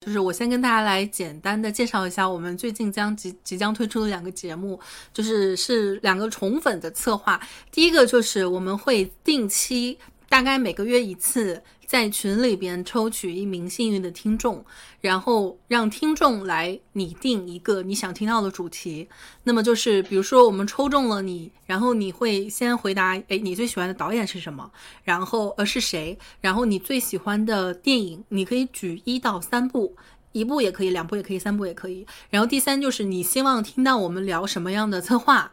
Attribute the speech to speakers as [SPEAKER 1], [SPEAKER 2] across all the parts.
[SPEAKER 1] 就是我先跟大家来简单的介绍一下我们最近将即即将推出的两个节目，就是是两个宠粉的策划。第一个就是我们会定期，大概每个月一次，在群里边抽取一名幸运的听众，然后让听众来拟定一个你想听到的主题。那么就是比如说我们抽中了你，然后你会先回答，哎，你最喜欢的导演是什么？然后呃是谁？然后你最喜欢的电影，你可以举一到三部。一部也可以，两部也可以，三部也可以。然后第三就是你希望听到我们聊什么样的策划，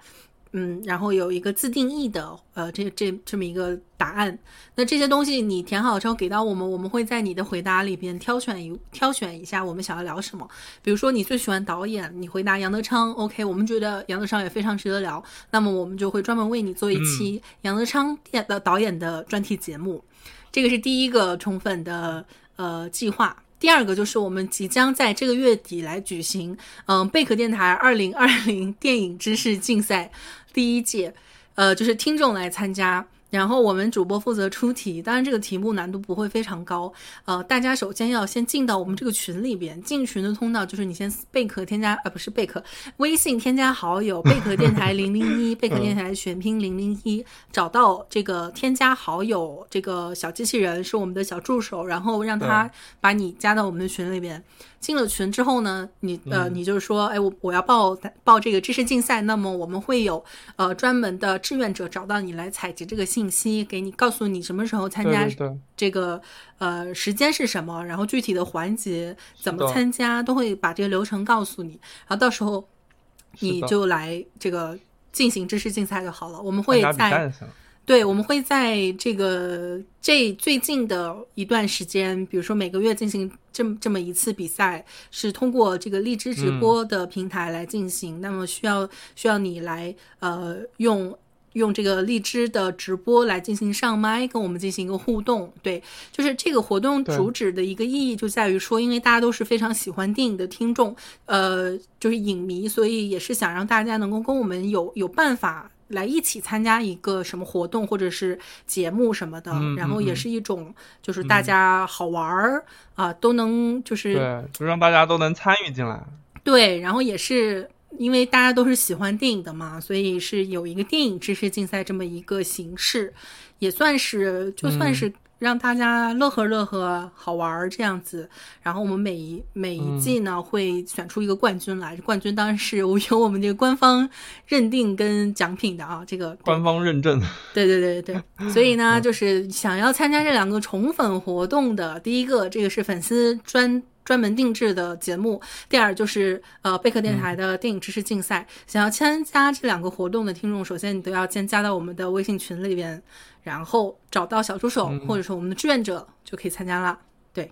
[SPEAKER 1] 嗯，然后有一个自定义的，呃，这这这么一个答案。那这些东西你填好之后给到我们，我们会在你的回答里边挑选一挑选一下我们想要聊什么。比如说你最喜欢导演，你回答杨德昌，OK，我们觉得杨德昌也非常值得聊，那么我们就会专门为你做一期杨德昌电的导演的专题节目。这个是第一个充分的呃计划。第二个就是我们即将在这个月底来举行，嗯、贝壳电台二零二零电影知识竞赛第一届，呃，就是听众来参加，然后我们主播负责出题。当然，这个题目难度不会非常高，呃，大家首先要先进到我们这个群里边，进群的通道就是你先贝壳添加，呃，不是贝壳，微信添加好友，贝壳电台零零一，贝壳电台全拼零零一，找到这个添加好友这个小机器人是我们的小助手，然后让他把你加到我们的群里边。进了群之后呢，你呃，你就是说，哎，我我要报报这个知识竞赛，那么我们会有呃专门的志愿者找到你来采集这个信息，给你告诉你什么时候参
[SPEAKER 2] 对
[SPEAKER 1] 加
[SPEAKER 2] 对对，
[SPEAKER 1] 这个呃时间是什么，然后具体的环节怎么
[SPEAKER 2] 是的
[SPEAKER 1] 参加，都会把这个流程告诉你，然后到时候
[SPEAKER 2] 是
[SPEAKER 1] 你
[SPEAKER 2] 的
[SPEAKER 1] 就来这个进行知识竞赛就好了。我们
[SPEAKER 2] 参
[SPEAKER 1] 会
[SPEAKER 2] 加比
[SPEAKER 1] 在
[SPEAKER 2] 赛就行了。
[SPEAKER 1] 对，我们会在这个这最近的一段时间，比如说每个月进行这么这么一次比赛，是通过这个荔枝直播的平台来进行。那么需要需要你来呃用。用这个荔枝的直播来进行上麦，跟我们进行一个互动。对，就是这个活动
[SPEAKER 2] 对
[SPEAKER 1] 主旨的一个意义就在于说，因为大家都是非常喜欢电影的听众，呃，就是影迷，所以也是想让大家能够跟我们有有办法来一起参加一个什么活动或者是节目什么的，
[SPEAKER 2] 嗯
[SPEAKER 1] 然后也
[SPEAKER 2] 嗯嗯嗯
[SPEAKER 1] 是一种就是大家好玩儿啊、都能就是
[SPEAKER 2] 对，就让大家都能参与进来。
[SPEAKER 1] 对，然后也是。因为大家都是喜欢电影的嘛，所以是有一个电影知识竞赛这么一个形式，也算是就算是让大家乐呵乐呵、好玩儿这样子。然后我们每一每一季呢、会选出一个冠军来，冠军当然是由由我们这个官方认定跟奖品的啊，这个对
[SPEAKER 2] 官方认证，
[SPEAKER 1] 对对对对对，所以呢，就是想要参加这两个宠粉活动的，第一个这个是粉丝专。专门定制的节目，第二就是呃贝壳电台的电影知识竞赛。想要参加这两个活动的听众，首先你都要先加到我们的微信群里边，然后找到小助手、
[SPEAKER 2] 嗯
[SPEAKER 1] 或者说我们的志愿者就可以参加了。
[SPEAKER 2] 对，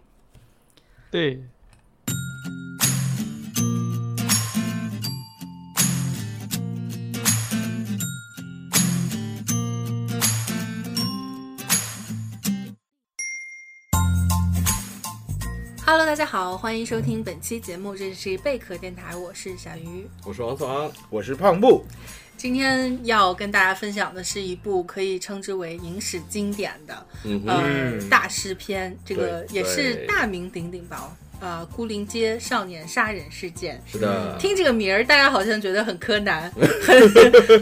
[SPEAKER 1] Hello，大家好，欢迎收听本期节目，这里是贝壳电台，我是小鱼。
[SPEAKER 3] 我是王思昂，我是胖布，
[SPEAKER 1] 今天要跟大家分享的是一部可以称之为影史经典的
[SPEAKER 3] 嗯哼，
[SPEAKER 1] 呃大师篇，这个
[SPEAKER 3] 对
[SPEAKER 1] 也是
[SPEAKER 3] 对
[SPEAKER 1] 大名鼎鼎吧？呃，孤林街少年杀人事件，
[SPEAKER 3] 是的，
[SPEAKER 1] 听这个名儿，大家好像觉得很柯 南，很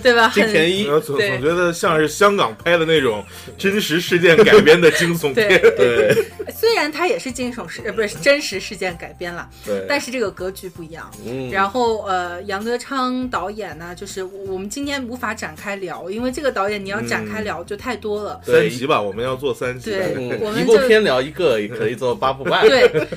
[SPEAKER 1] 对吧？
[SPEAKER 3] 金田
[SPEAKER 1] 很
[SPEAKER 3] 一，
[SPEAKER 4] 我总
[SPEAKER 1] 对
[SPEAKER 4] 总觉得像是香港拍的那种真实事件改编的惊悚片，
[SPEAKER 1] 对，
[SPEAKER 3] 对
[SPEAKER 1] 虽然它也是惊悚事，呃，不是真实事件改编了，
[SPEAKER 3] 对，
[SPEAKER 1] 但
[SPEAKER 3] 是
[SPEAKER 1] 是这个格局不一样。
[SPEAKER 3] 嗯，
[SPEAKER 1] 然后呃，杨德昌导演呢，就是我我们今天无法展开聊，因为这个导演你要展开聊就太多了。
[SPEAKER 4] 三集吧，我们要做三集。
[SPEAKER 1] 对
[SPEAKER 3] 嗯
[SPEAKER 1] 我们
[SPEAKER 3] 一部
[SPEAKER 1] 就
[SPEAKER 3] 片聊一个，也可以做八部 半，
[SPEAKER 1] 对，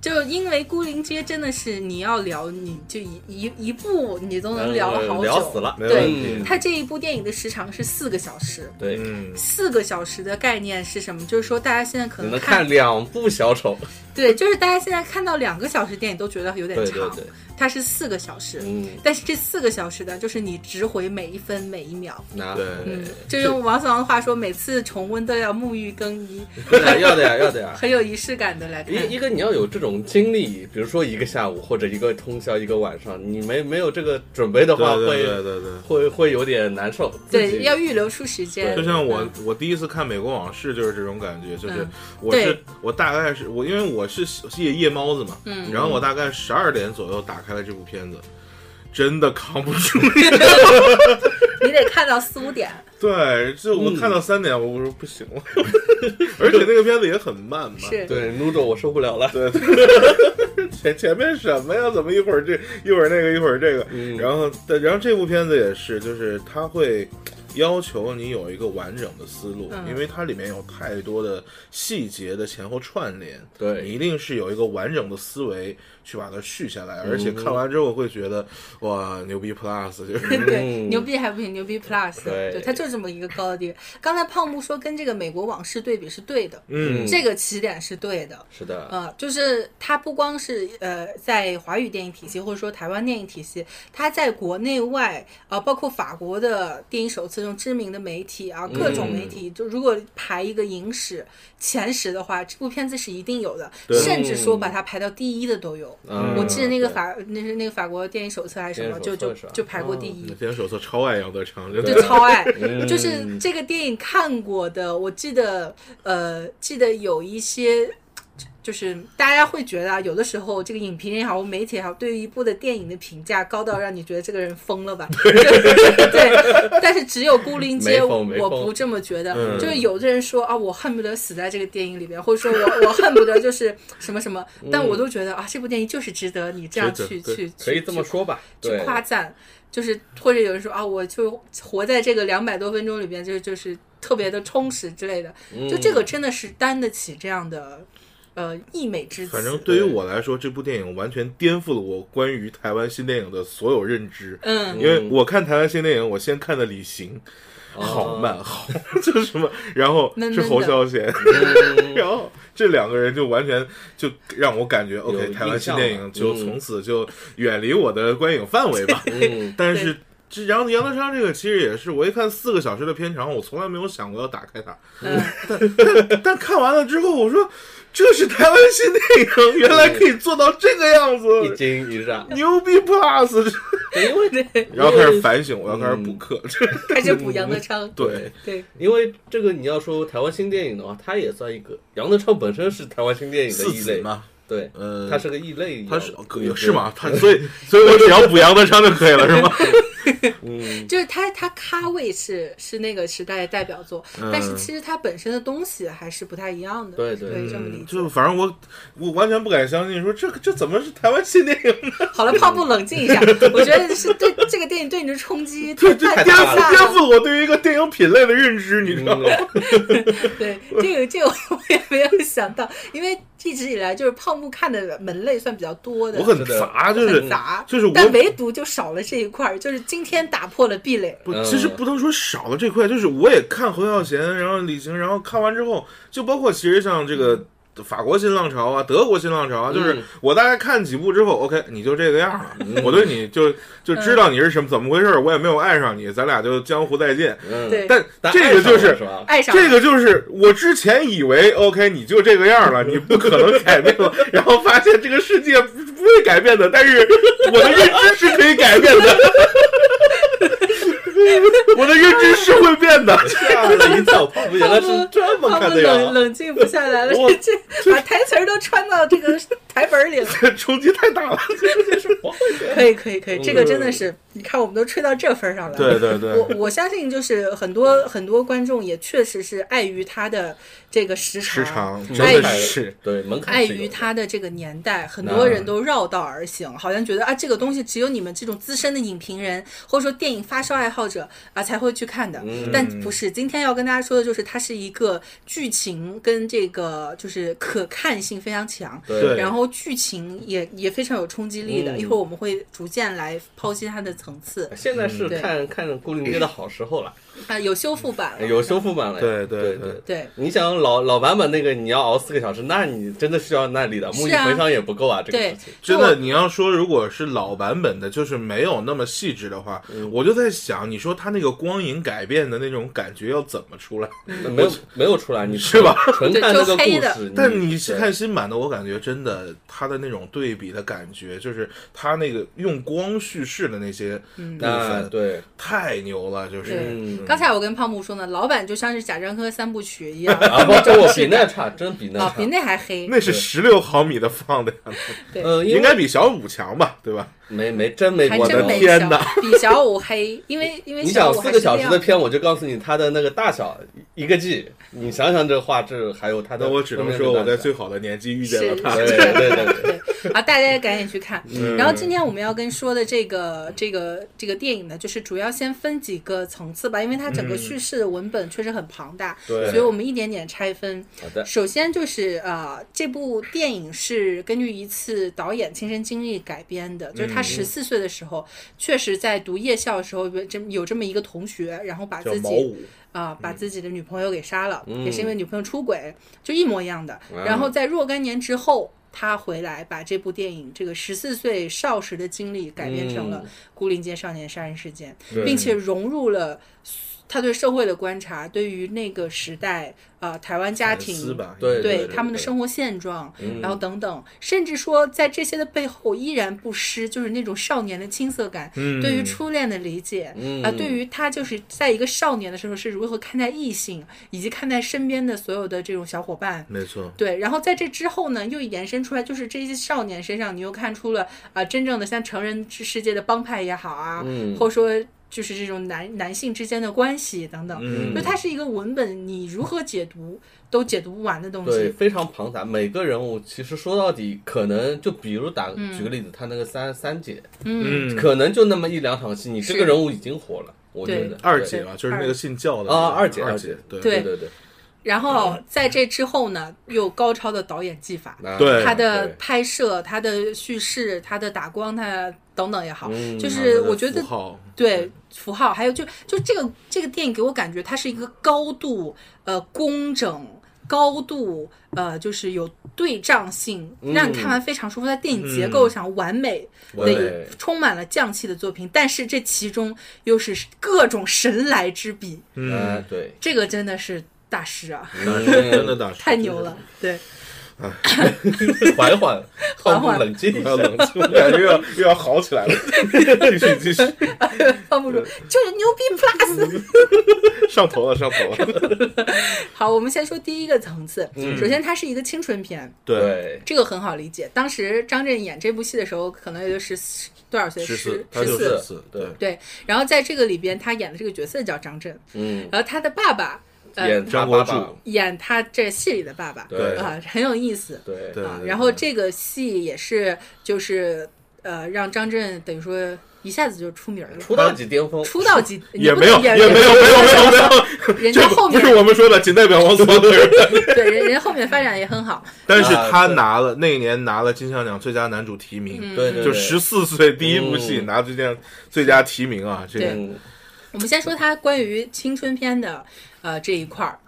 [SPEAKER 1] 就因为《孤林街》真的是你要聊，你就一一一部你都能聊好久，
[SPEAKER 3] 嗯聊死了
[SPEAKER 4] 没问
[SPEAKER 1] 对，嗯
[SPEAKER 4] 题。
[SPEAKER 1] 它这一部电影的时长是四个小时。
[SPEAKER 3] 对，
[SPEAKER 4] 嗯，
[SPEAKER 1] 四个小时的概念是什么？就是说，大家现在可
[SPEAKER 3] 你
[SPEAKER 1] 能
[SPEAKER 3] 能看两部小丑，
[SPEAKER 1] 对，就是大家现在看到两个小时电影都觉得有点
[SPEAKER 3] 对
[SPEAKER 1] 长，
[SPEAKER 3] 对对，
[SPEAKER 1] 它是四个小时。
[SPEAKER 3] 嗯，
[SPEAKER 1] 但是这四个小时呢，就是你值回每一分每一秒。
[SPEAKER 3] 那
[SPEAKER 4] 对
[SPEAKER 1] 嗯，就用王思王的话说，每次重温都要沐浴更衣，
[SPEAKER 3] 对啊要的呀，要的呀。
[SPEAKER 1] 很有仪式感的来看。
[SPEAKER 3] 一一个你要有这种经历，比如说一个下午或者一个通宵一个晚上，你没没有这个准备的话，
[SPEAKER 4] 对
[SPEAKER 3] 会
[SPEAKER 4] 对对对对。
[SPEAKER 3] 会会有点难受。自
[SPEAKER 1] 对，
[SPEAKER 3] 己
[SPEAKER 1] 要预留出时间。
[SPEAKER 4] 就像我
[SPEAKER 1] 嗯，
[SPEAKER 4] 我第一次看《美国往事》就是这种感觉，就是
[SPEAKER 1] 嗯
[SPEAKER 4] 我是
[SPEAKER 1] 对
[SPEAKER 4] 我大概是我，因为我是夜夜猫子嘛，
[SPEAKER 1] 嗯
[SPEAKER 4] 然后我大概十二点左右打开了这部片子，真的扛 不住。
[SPEAKER 1] 你得看到四五 点，
[SPEAKER 4] 对，就我看
[SPEAKER 3] 嗯
[SPEAKER 4] 到三点，我说不行了， 而且那个片子也很慢嘛。
[SPEAKER 1] 是
[SPEAKER 3] 对，Noodle 我受不了了。
[SPEAKER 4] 对，前前面什么呀？怎么一会儿这一会儿那个一会儿这个？
[SPEAKER 3] 嗯
[SPEAKER 4] 然后，但然后这部片子也是，就是它会要求你有一个完整的思路，
[SPEAKER 1] 嗯
[SPEAKER 4] 因为它里面有太多的细节的前后串联，你
[SPEAKER 3] 对，
[SPEAKER 4] 一定是有一个完整的思维去把它续下来。
[SPEAKER 3] 嗯
[SPEAKER 4] 而且看完之后会觉得，哇，牛逼 plus 就是。
[SPEAKER 1] 对，
[SPEAKER 3] 嗯
[SPEAKER 1] 牛逼还不行，牛逼 Plus，
[SPEAKER 3] 对
[SPEAKER 1] 它就这么一个高的地位。刚才胖木说跟这个美国往事对比是对的，
[SPEAKER 4] 嗯
[SPEAKER 1] 这个起点是对的。
[SPEAKER 3] 是的，
[SPEAKER 1] 呃，就是它不光是呃在华语电影体系或者说台湾电影体系，它在国内外呃包括法国的电影首次这种知名的媒体啊，各种
[SPEAKER 4] 嗯
[SPEAKER 1] 媒体、就如果排一个影史前十的话，这部片子是一定有的，
[SPEAKER 4] 对嗯
[SPEAKER 1] 甚至说把它排到第一的都有。
[SPEAKER 3] 嗯
[SPEAKER 1] 我记得那个
[SPEAKER 3] 对
[SPEAKER 1] 法那是那个法国电影手册还是什么，
[SPEAKER 3] 电
[SPEAKER 1] 就
[SPEAKER 3] 影手册
[SPEAKER 1] 就是
[SPEAKER 3] 吧哦
[SPEAKER 1] 就排过第
[SPEAKER 4] 那
[SPEAKER 1] 一。
[SPEAKER 4] 电影手册超爱杨德昌，真
[SPEAKER 1] 就
[SPEAKER 4] 的。
[SPEAKER 1] 超爱，
[SPEAKER 3] 嗯
[SPEAKER 1] 就是这个电影看过的，我记得，呃，记得有一些，就是大家会觉得啊，有的时候这个影评人也好，媒体也好，对于一部的电影的评价高到让你觉得这个人疯了 吧？ 对，但是只有《孤零街》，
[SPEAKER 3] 没疯没
[SPEAKER 1] 我
[SPEAKER 3] 疯
[SPEAKER 1] 不这么觉得。
[SPEAKER 4] 嗯
[SPEAKER 1] 就是有的人说啊，我恨不得死在这个电影里边，或者说我我恨不得就是什么什么，但
[SPEAKER 3] 嗯
[SPEAKER 1] 我都觉得啊，这部电影就是值得你这样
[SPEAKER 4] 值得
[SPEAKER 1] 去
[SPEAKER 4] 对
[SPEAKER 1] 去
[SPEAKER 3] 可
[SPEAKER 1] 去
[SPEAKER 3] 以这么
[SPEAKER 1] 去
[SPEAKER 3] 说吧。
[SPEAKER 1] 去
[SPEAKER 3] 对，
[SPEAKER 1] 夸赞，就是或者有人说啊，我就活在这个两百多分钟里边，就是就是特别的充实之类的，
[SPEAKER 3] 嗯
[SPEAKER 1] 就这个真的是担得起这样的呃溢美之词。
[SPEAKER 4] 反正对于我来说，这部电影完全颠覆了我关于台湾新电影的所有认知。
[SPEAKER 1] 嗯
[SPEAKER 4] 因为我看台湾新电影，我先看的李行，
[SPEAKER 3] 哦
[SPEAKER 4] 好慢，好就是什么，然后
[SPEAKER 1] 闷闷
[SPEAKER 4] 是
[SPEAKER 1] 的
[SPEAKER 4] 侯孝贤，
[SPEAKER 3] 嗯
[SPEAKER 4] 然后这两个人就完全就让我感觉，OK，
[SPEAKER 3] 印
[SPEAKER 4] 台湾新
[SPEAKER 3] 象
[SPEAKER 4] 电
[SPEAKER 3] 了
[SPEAKER 4] 影就
[SPEAKER 3] 嗯
[SPEAKER 4] 从此就远离我的观影范围 吧。
[SPEAKER 3] 嗯，
[SPEAKER 4] 但
[SPEAKER 1] 对
[SPEAKER 4] 是这然后杨德昌这个其实也是，我一看四个小时的片长，我从来没有想过要打开它，
[SPEAKER 1] 嗯，
[SPEAKER 4] 但看完了之后，我说这是台湾新电影，原来可以做到这个样
[SPEAKER 3] 一
[SPEAKER 4] 子，
[SPEAKER 3] 惊一乍，
[SPEAKER 4] 牛逼 plus！
[SPEAKER 3] 因为
[SPEAKER 1] 对，
[SPEAKER 4] 然后开始反省，我要开始
[SPEAKER 3] 嗯
[SPEAKER 4] 补课。
[SPEAKER 1] 开始补杨德昌，
[SPEAKER 4] 对，
[SPEAKER 1] 对，
[SPEAKER 3] 因为这个你要说台湾新电影的话，它也算一个。杨德昌本身是台湾新电影的
[SPEAKER 4] 四
[SPEAKER 3] 异
[SPEAKER 4] 子
[SPEAKER 3] 类，
[SPEAKER 4] 嘛，
[SPEAKER 3] 对，
[SPEAKER 4] 呃，
[SPEAKER 3] 他是个异类一样
[SPEAKER 4] 他
[SPEAKER 3] 的，
[SPEAKER 4] 是可以是吗？ 他所以所以我只要补杨德昌就可以了，是吗？
[SPEAKER 3] 嗯？
[SPEAKER 1] 就是他他咖位是是那个时代的代表作，但是
[SPEAKER 4] 嗯
[SPEAKER 1] 其实他本身的东西还是不太一样的，
[SPEAKER 3] 对对
[SPEAKER 1] 可以这么理
[SPEAKER 4] 嗯，
[SPEAKER 1] 解。
[SPEAKER 4] 就反正我我完全不敢相信，说这这怎么是台湾新电影？
[SPEAKER 1] 好了，胖不冷静一下，我觉得是对这个电影对你的冲击
[SPEAKER 4] 这
[SPEAKER 1] 太
[SPEAKER 4] 这
[SPEAKER 1] 太
[SPEAKER 4] 颠
[SPEAKER 1] 大
[SPEAKER 4] 覆
[SPEAKER 1] 了。
[SPEAKER 4] 颠覆我对于一个电影品类的认知，你知道吗？
[SPEAKER 3] 嗯
[SPEAKER 1] 对，这个这个我也没有想到，因为一直以来就是胖木看的门类算比较多的，
[SPEAKER 4] 我很
[SPEAKER 3] 是的
[SPEAKER 4] 杂，就
[SPEAKER 1] 很
[SPEAKER 4] 是
[SPEAKER 1] 杂，
[SPEAKER 4] 就是我
[SPEAKER 1] 但唯独就少了这一块儿，就是今天打破了壁垒。
[SPEAKER 4] 不，
[SPEAKER 3] 嗯
[SPEAKER 4] 其实不能说少了这块，就是我也看侯孝贤，然后李行，然后看完之后，就包括其实像这个法国新浪潮啊、德国新浪潮啊，就是
[SPEAKER 3] 嗯
[SPEAKER 4] 我大概看几部之后，OK，你就这个样了，我对你就就知
[SPEAKER 3] 嗯
[SPEAKER 4] 道你是什么怎么回事儿，我也没有爱上你，咱俩就江湖再见。
[SPEAKER 3] 嗯，
[SPEAKER 1] 对
[SPEAKER 4] 但
[SPEAKER 3] 但
[SPEAKER 4] 这个
[SPEAKER 3] 爱上
[SPEAKER 4] 就
[SPEAKER 3] 了
[SPEAKER 4] 是
[SPEAKER 3] 是吧？
[SPEAKER 1] 爱上了
[SPEAKER 4] 这个就是我之前以为 OK，你就这个样了，你不可能改变了，然后发现这个世界不不会改变的，但是我的认知是可以改变的，我的认知是会变的。
[SPEAKER 3] 吓了一
[SPEAKER 4] 哎
[SPEAKER 3] 跳，胖原来是这么
[SPEAKER 1] 胖
[SPEAKER 3] 看
[SPEAKER 1] 木
[SPEAKER 3] 的
[SPEAKER 4] 啊
[SPEAKER 1] 冷
[SPEAKER 3] 呀！
[SPEAKER 1] 冷静不下来了
[SPEAKER 3] 我，
[SPEAKER 1] 这把台词儿都穿到这个台本儿里了。
[SPEAKER 4] 冲击太大了。
[SPEAKER 1] 可以可以可以，这个真的是，你看我们都吹到这份儿上来了。
[SPEAKER 4] 嗯对
[SPEAKER 1] 我我相信，就是很多很多观众也确实是碍于它的这个时长，
[SPEAKER 4] 时长真
[SPEAKER 1] 碍于
[SPEAKER 4] 的是
[SPEAKER 3] 对门槛
[SPEAKER 1] 碍
[SPEAKER 3] 是有的，嗯
[SPEAKER 1] 于它的这个年代，很多人都绕道而行，好像觉得啊，这个东西只有你们这种资深的影评人或者说电影发烧爱好者啊才会去看的。
[SPEAKER 3] 嗯
[SPEAKER 1] 但不是，今天要跟大家说的就是，它是一个剧情跟这个就是可看性非常强，
[SPEAKER 3] 对
[SPEAKER 1] 然后剧情也也非常有冲击力的。
[SPEAKER 3] 嗯
[SPEAKER 1] 一会儿我们会逐渐来剖析它的层次
[SPEAKER 3] 现在是
[SPEAKER 1] 嗯对
[SPEAKER 3] 看看《孤 零街》的好时候了，
[SPEAKER 1] 啊，有修复版了，
[SPEAKER 3] 嗯有修复版了呀。
[SPEAKER 4] 对对
[SPEAKER 3] 对
[SPEAKER 4] 对
[SPEAKER 1] 对。
[SPEAKER 3] 你想老老版本那个，你要熬四个小时，那你真的需要耐力的，
[SPEAKER 1] 是
[SPEAKER 3] 木已
[SPEAKER 1] 啊
[SPEAKER 3] 回肠也不够啊，这个
[SPEAKER 1] 对
[SPEAKER 3] 事情。，
[SPEAKER 4] 真的，你要说如果是老版本的，就是没有那么细致的话，我就在想，你说它那个光影改变的那种感觉要怎么出来？
[SPEAKER 3] 没有没有出来，你
[SPEAKER 4] 是吧？
[SPEAKER 3] 纯
[SPEAKER 1] 对
[SPEAKER 3] 看
[SPEAKER 1] 就
[SPEAKER 3] 这个故
[SPEAKER 1] 黑的
[SPEAKER 3] 事，
[SPEAKER 4] 但你是看新版的，我感觉真的它的那种对比的感觉，就是它那个用光叙事的那些部
[SPEAKER 3] 啊，
[SPEAKER 4] 分
[SPEAKER 3] 对，
[SPEAKER 4] 太牛了，就
[SPEAKER 1] 嗯
[SPEAKER 4] 是
[SPEAKER 1] 对
[SPEAKER 3] 嗯，
[SPEAKER 1] 刚才我跟胖木说呢，老板就像是贾樟柯三部曲一样，
[SPEAKER 3] 啊，不，这我比那差，真比 那
[SPEAKER 1] 啊，
[SPEAKER 3] 差
[SPEAKER 1] 比。那还 黑。
[SPEAKER 4] 那是十六毫米的放的呀，
[SPEAKER 1] 对，
[SPEAKER 3] 呃，
[SPEAKER 4] 应
[SPEAKER 3] 应
[SPEAKER 4] 该
[SPEAKER 3] 该
[SPEAKER 4] 比小五强吧，对吧？
[SPEAKER 3] 没没真没
[SPEAKER 1] 还
[SPEAKER 3] 我
[SPEAKER 1] 真
[SPEAKER 3] 的
[SPEAKER 1] 没
[SPEAKER 3] 天。
[SPEAKER 4] 天
[SPEAKER 1] 小
[SPEAKER 4] 哪
[SPEAKER 1] 比小五黑，因为因为
[SPEAKER 3] 你
[SPEAKER 1] 小
[SPEAKER 3] 想
[SPEAKER 1] 五
[SPEAKER 3] 四
[SPEAKER 1] 还
[SPEAKER 3] 个
[SPEAKER 1] 是
[SPEAKER 3] 小
[SPEAKER 1] 这
[SPEAKER 3] 时
[SPEAKER 1] 样
[SPEAKER 3] 的片，我就告诉你它的那个大小一个 G，你想想这画质还有它的。
[SPEAKER 4] 那我只能说我在最好的年纪遇见了
[SPEAKER 1] 是
[SPEAKER 4] 他。
[SPEAKER 3] 对对对对
[SPEAKER 1] 对啊，大家也赶紧去看。
[SPEAKER 4] 嗯
[SPEAKER 1] 然后今天我们要跟说的这个这个这个电影呢，就是主要先分几个层次吧，因为它整个叙事的文本确实很庞大，
[SPEAKER 3] 嗯对
[SPEAKER 1] 所以我们一点点拆分。
[SPEAKER 3] 好的，
[SPEAKER 1] 首先就是呃，这部电影是根据一次导演亲身经历改编的，就是
[SPEAKER 3] 嗯
[SPEAKER 1] 他十四岁的时候，确实在读夜校的时候，这有这么一个同学，然后把
[SPEAKER 4] 叫
[SPEAKER 1] 自
[SPEAKER 4] 毛
[SPEAKER 1] 己
[SPEAKER 4] 五，
[SPEAKER 1] 啊、把自己的女朋友给杀了，
[SPEAKER 3] 嗯
[SPEAKER 1] 也是因为女朋友出轨，就一模一样的。
[SPEAKER 3] 哇
[SPEAKER 1] 然后在若干年之后。他回来把这部电影这个十四岁少时的经历改编成了
[SPEAKER 3] 嗯
[SPEAKER 1] 《牯岭街少年杀人事件》
[SPEAKER 4] 对
[SPEAKER 1] 并且融入了他对社会的观察，对于那个时代啊、呃台湾家
[SPEAKER 4] 反思
[SPEAKER 1] 庭
[SPEAKER 4] 吧，
[SPEAKER 3] 对
[SPEAKER 1] 对他们的
[SPEAKER 3] 对
[SPEAKER 1] 生活现状，
[SPEAKER 3] 嗯
[SPEAKER 1] 然后等等，甚至说在这些的背后依然不失就是那种少年的青涩感，
[SPEAKER 4] 嗯
[SPEAKER 1] 对于初恋的理解，
[SPEAKER 3] 嗯
[SPEAKER 1] 啊，对于他就是在一个少年的时候是如何看待异性，以及看待身边的所有的这种小伙伴。
[SPEAKER 4] 没错，
[SPEAKER 1] 对，然后在这之后呢，又延伸出来，就是这些少年身上，你又看出了啊、真正的像成人之世界的帮派也好啊，
[SPEAKER 3] 嗯
[SPEAKER 1] 或者说就是这种男男性之间的关系等等，
[SPEAKER 4] 嗯
[SPEAKER 1] 就它是一个文本，你如何解读都解读不完的东
[SPEAKER 3] 对，
[SPEAKER 1] 西。
[SPEAKER 3] 非常庞杂。每个人物其实说到底，可能就比如打举个例子，他那个三三姐，
[SPEAKER 1] 嗯，
[SPEAKER 4] 嗯，
[SPEAKER 3] 可能就那么一两场戏，你这
[SPEAKER 1] 是
[SPEAKER 3] 个人物已经火了，我觉得
[SPEAKER 4] 二姐吧，就是那个信教的
[SPEAKER 3] 啊，
[SPEAKER 4] 二
[SPEAKER 3] 二姐
[SPEAKER 4] 二
[SPEAKER 3] 姐，
[SPEAKER 4] 对
[SPEAKER 1] 对
[SPEAKER 3] 对对对，
[SPEAKER 1] 然后在这之后呢，有高超的导演技法，
[SPEAKER 3] 那
[SPEAKER 4] 对
[SPEAKER 1] 他的拍摄、他的叙事、他的打光、他的等等也好，
[SPEAKER 3] 嗯
[SPEAKER 1] 就是我觉
[SPEAKER 4] 他的
[SPEAKER 1] 得
[SPEAKER 4] 符号
[SPEAKER 1] 对符号，还有就就这个这个电影给我感觉它是一个高度呃工整。高度呃，就是有对仗性，
[SPEAKER 3] 嗯
[SPEAKER 1] 让你看完非常舒服。在电影结
[SPEAKER 4] 嗯
[SPEAKER 1] 构上完美的
[SPEAKER 3] 完美
[SPEAKER 1] 一，充满了匠气的作品，但是这其中又是各种神来之笔，
[SPEAKER 3] 嗯
[SPEAKER 4] 嗯，
[SPEAKER 3] 对，
[SPEAKER 1] 这个真的是大师啊，
[SPEAKER 4] 大师真的大师，
[SPEAKER 1] 太牛 了！对，缓
[SPEAKER 3] 缓缓，
[SPEAKER 1] 缓
[SPEAKER 3] 放步冷静一
[SPEAKER 4] 要
[SPEAKER 3] 下，
[SPEAKER 4] 冷静，感觉又要又要好起来了。继续继续，
[SPEAKER 1] 放不住，就是牛逼 plus。
[SPEAKER 4] 上头了上头了。
[SPEAKER 1] 好，我们先说第一个层次。首先，它是一个青春片，
[SPEAKER 4] 对，
[SPEAKER 3] 对，
[SPEAKER 1] 这个很好理解。当时张震演这部戏的时候，可能也就十四多少岁？
[SPEAKER 4] 十
[SPEAKER 1] 十
[SPEAKER 4] 四，他就
[SPEAKER 1] 四
[SPEAKER 4] 十。四，
[SPEAKER 3] 对
[SPEAKER 4] 对，
[SPEAKER 1] 对，然后在这个里边，他演的这个角色叫张震，
[SPEAKER 3] 嗯，
[SPEAKER 1] 然后他的爸爸，呃
[SPEAKER 3] 演，他
[SPEAKER 4] 张国
[SPEAKER 3] 爸
[SPEAKER 4] 柱
[SPEAKER 3] 爸，
[SPEAKER 1] 演他这戏里的爸爸，
[SPEAKER 3] 对
[SPEAKER 1] 啊，很有意思。
[SPEAKER 3] 对
[SPEAKER 4] 对
[SPEAKER 1] 啊，然后这个戏也是就是呃，让张震等于说一下子就出名了，啊
[SPEAKER 3] 出道即巅峰，
[SPEAKER 1] 出道即
[SPEAKER 4] 也没有
[SPEAKER 1] 也
[SPEAKER 4] 也没有没有没有没有，
[SPEAKER 1] 人
[SPEAKER 4] 这
[SPEAKER 1] 家
[SPEAKER 4] 个
[SPEAKER 1] 后
[SPEAKER 4] 不
[SPEAKER 1] 面
[SPEAKER 4] 是我们说的，仅代表王所有人。
[SPEAKER 1] 对人人家后面发展也很好，
[SPEAKER 4] 但是
[SPEAKER 3] 啊
[SPEAKER 4] 他
[SPEAKER 3] 对
[SPEAKER 4] 拿了那一年拿了金像奖最佳男主提
[SPEAKER 1] 嗯
[SPEAKER 4] 名，
[SPEAKER 3] 对对，
[SPEAKER 4] 就
[SPEAKER 3] 对
[SPEAKER 4] 十，四岁第一部戏
[SPEAKER 3] 嗯
[SPEAKER 4] 拿最佳最佳提名啊，这个
[SPEAKER 3] 嗯
[SPEAKER 1] 我们先说它关于青春片的呃这一块儿。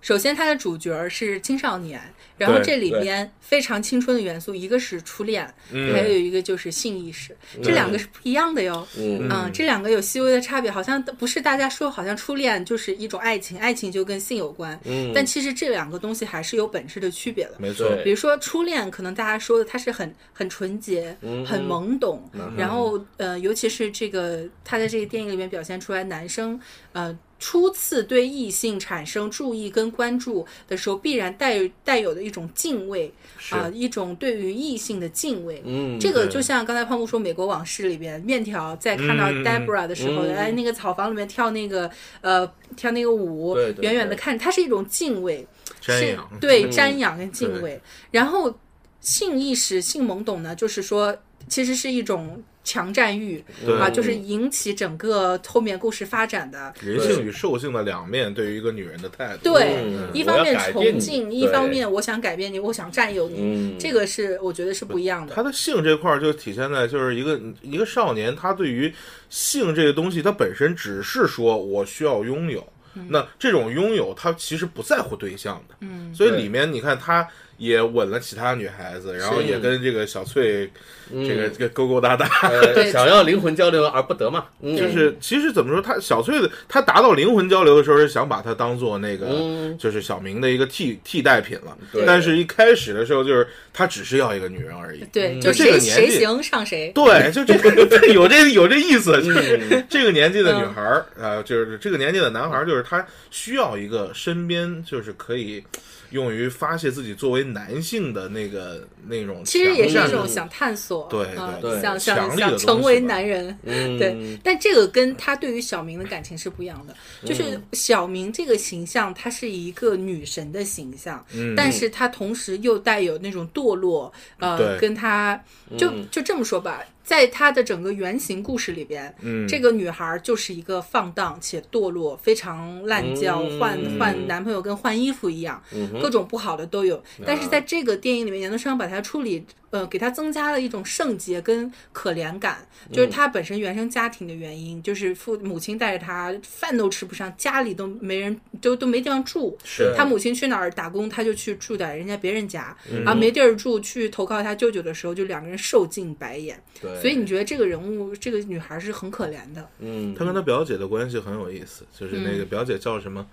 [SPEAKER 1] 首先，它的主角是青少年，然后
[SPEAKER 4] 对
[SPEAKER 1] 这里边非常青春的元素，一个是初恋，
[SPEAKER 4] 嗯
[SPEAKER 1] 还有一个就是性意识，这
[SPEAKER 3] 对
[SPEAKER 1] 两个是不一样的哟。
[SPEAKER 3] 嗯，
[SPEAKER 1] 嗯，这两个有细微的差别，好像不是大家说好像初恋就是一种爱情，爱情就跟性有关，
[SPEAKER 3] 嗯
[SPEAKER 1] 但其实这两个东西还是有本质的区别的。
[SPEAKER 4] 没错，
[SPEAKER 3] 对
[SPEAKER 1] 比如说初恋，可能大家说的它是很很纯洁、
[SPEAKER 3] 嗯
[SPEAKER 1] 很
[SPEAKER 3] 嗯
[SPEAKER 1] 懵懂，然后呃，尤其是这个他在这个电影里面表现出来，男生呃初次对异性产生注意跟关注的时候，必然带带有的一种敬畏
[SPEAKER 4] 是
[SPEAKER 1] 啊、一种对于异性的敬畏。
[SPEAKER 3] 嗯，
[SPEAKER 1] 这个
[SPEAKER 4] 对
[SPEAKER 1] 就像刚才胖木说《美国往事》里边，面条在看到
[SPEAKER 4] 嗯嗯嗯
[SPEAKER 1] Debra 的时候，
[SPEAKER 3] 嗯
[SPEAKER 1] 哎，那个草房里面跳那个呃跳那个舞，
[SPEAKER 3] 对对
[SPEAKER 1] 远远的
[SPEAKER 3] 对
[SPEAKER 1] 看，它是一种敬畏，
[SPEAKER 4] 瞻
[SPEAKER 1] 是
[SPEAKER 4] 仰
[SPEAKER 1] 对
[SPEAKER 3] 嗯
[SPEAKER 1] 瞻仰跟敬畏。然后性意识、性懵懂呢，就是说其实是一种强占欲
[SPEAKER 4] 对
[SPEAKER 1] 啊，就是引起整个后面故事发展的。
[SPEAKER 4] 人性与兽性的两面对于一个女人的态度，
[SPEAKER 1] 对，
[SPEAKER 3] 嗯
[SPEAKER 1] 一
[SPEAKER 3] 我
[SPEAKER 1] 方
[SPEAKER 3] 要
[SPEAKER 1] 面
[SPEAKER 3] 改变
[SPEAKER 1] 崇
[SPEAKER 3] 你
[SPEAKER 1] 敬，
[SPEAKER 3] 对
[SPEAKER 1] 一方面我想改变你，我想占有你，
[SPEAKER 3] 嗯，
[SPEAKER 1] 这个是我觉得是不一样的。
[SPEAKER 4] 他的性这块儿就体现在就是一个一个少年，他对于性这个东西，他本身只是说我需要拥有。那这种拥有，他其实不在乎对象的。嗯，所以里面你看他也吻了其他女孩子，然后也跟这个小翠这个
[SPEAKER 3] 嗯
[SPEAKER 4] 这个勾勾搭搭，
[SPEAKER 3] 呃，
[SPEAKER 1] 对
[SPEAKER 3] 想要灵魂交流而不得嘛，嗯
[SPEAKER 4] 就是其实怎么说，他小翠的他达到灵魂交流的时候，是想把她当做那个
[SPEAKER 3] 嗯，
[SPEAKER 4] 就是小明的一个替替代品了
[SPEAKER 3] 对。
[SPEAKER 4] 但是一开始的时候，就是他只是要一个女人而已。
[SPEAKER 1] 对，
[SPEAKER 3] 嗯
[SPEAKER 1] 就
[SPEAKER 4] 就这
[SPEAKER 1] 谁
[SPEAKER 4] 个年
[SPEAKER 1] 谁
[SPEAKER 4] 纪
[SPEAKER 1] 行上谁。
[SPEAKER 4] 对，就这个有这有这意思，就是
[SPEAKER 3] 嗯
[SPEAKER 4] 这个年纪的
[SPEAKER 1] 嗯
[SPEAKER 4] 女孩儿啊、呃就是这个年纪的男孩儿，就是他需要一个身边就是可以用于发泄自己作为男性的那个那种强项，
[SPEAKER 1] 其实也是一
[SPEAKER 3] 这
[SPEAKER 1] 种想探索，
[SPEAKER 4] 对
[SPEAKER 1] 啊
[SPEAKER 4] 对
[SPEAKER 3] 对
[SPEAKER 1] 想
[SPEAKER 4] 强
[SPEAKER 1] 想
[SPEAKER 4] 力的
[SPEAKER 1] 想
[SPEAKER 4] 东西
[SPEAKER 1] 成为
[SPEAKER 4] 吧嗯
[SPEAKER 1] 男人，
[SPEAKER 3] 嗯
[SPEAKER 1] 对，但这个跟他对于小明的感情是不一样的。就是小明这个形象，她是一个女神的形象，
[SPEAKER 4] 嗯
[SPEAKER 1] 但是她同时又带有那种堕落，呃，
[SPEAKER 4] 对
[SPEAKER 1] 跟她就
[SPEAKER 3] 嗯
[SPEAKER 1] 就这么说吧，在她的整个原型故事里边，
[SPEAKER 4] 嗯
[SPEAKER 1] 这个女孩就是一个放荡且堕落，非常滥交，
[SPEAKER 3] 嗯
[SPEAKER 1] 换换男朋友跟换衣服一样，
[SPEAKER 4] 嗯
[SPEAKER 1] 各种不好的都有。但是在这个电影里面，杨德昌把它处理，呃，给她增加了一种圣洁跟可怜感，
[SPEAKER 4] 嗯
[SPEAKER 1] 就是她本身原生家庭的原因，就是父母亲带着她饭都吃不上，家里都没人，都都没地方住。
[SPEAKER 3] 是
[SPEAKER 1] 他母亲去哪儿打工，他就去住在人家别人家，
[SPEAKER 3] 嗯
[SPEAKER 4] 嗯
[SPEAKER 1] 啊，没地儿住，去投靠他舅舅的时候，就两个人受尽白眼。
[SPEAKER 3] 对，
[SPEAKER 1] 所以你觉得这个人物，这个女孩是很可怜的。
[SPEAKER 3] 嗯，
[SPEAKER 4] 他跟他表姐的关系很有意思，就是那
[SPEAKER 1] 嗯
[SPEAKER 4] 个表姐叫什么？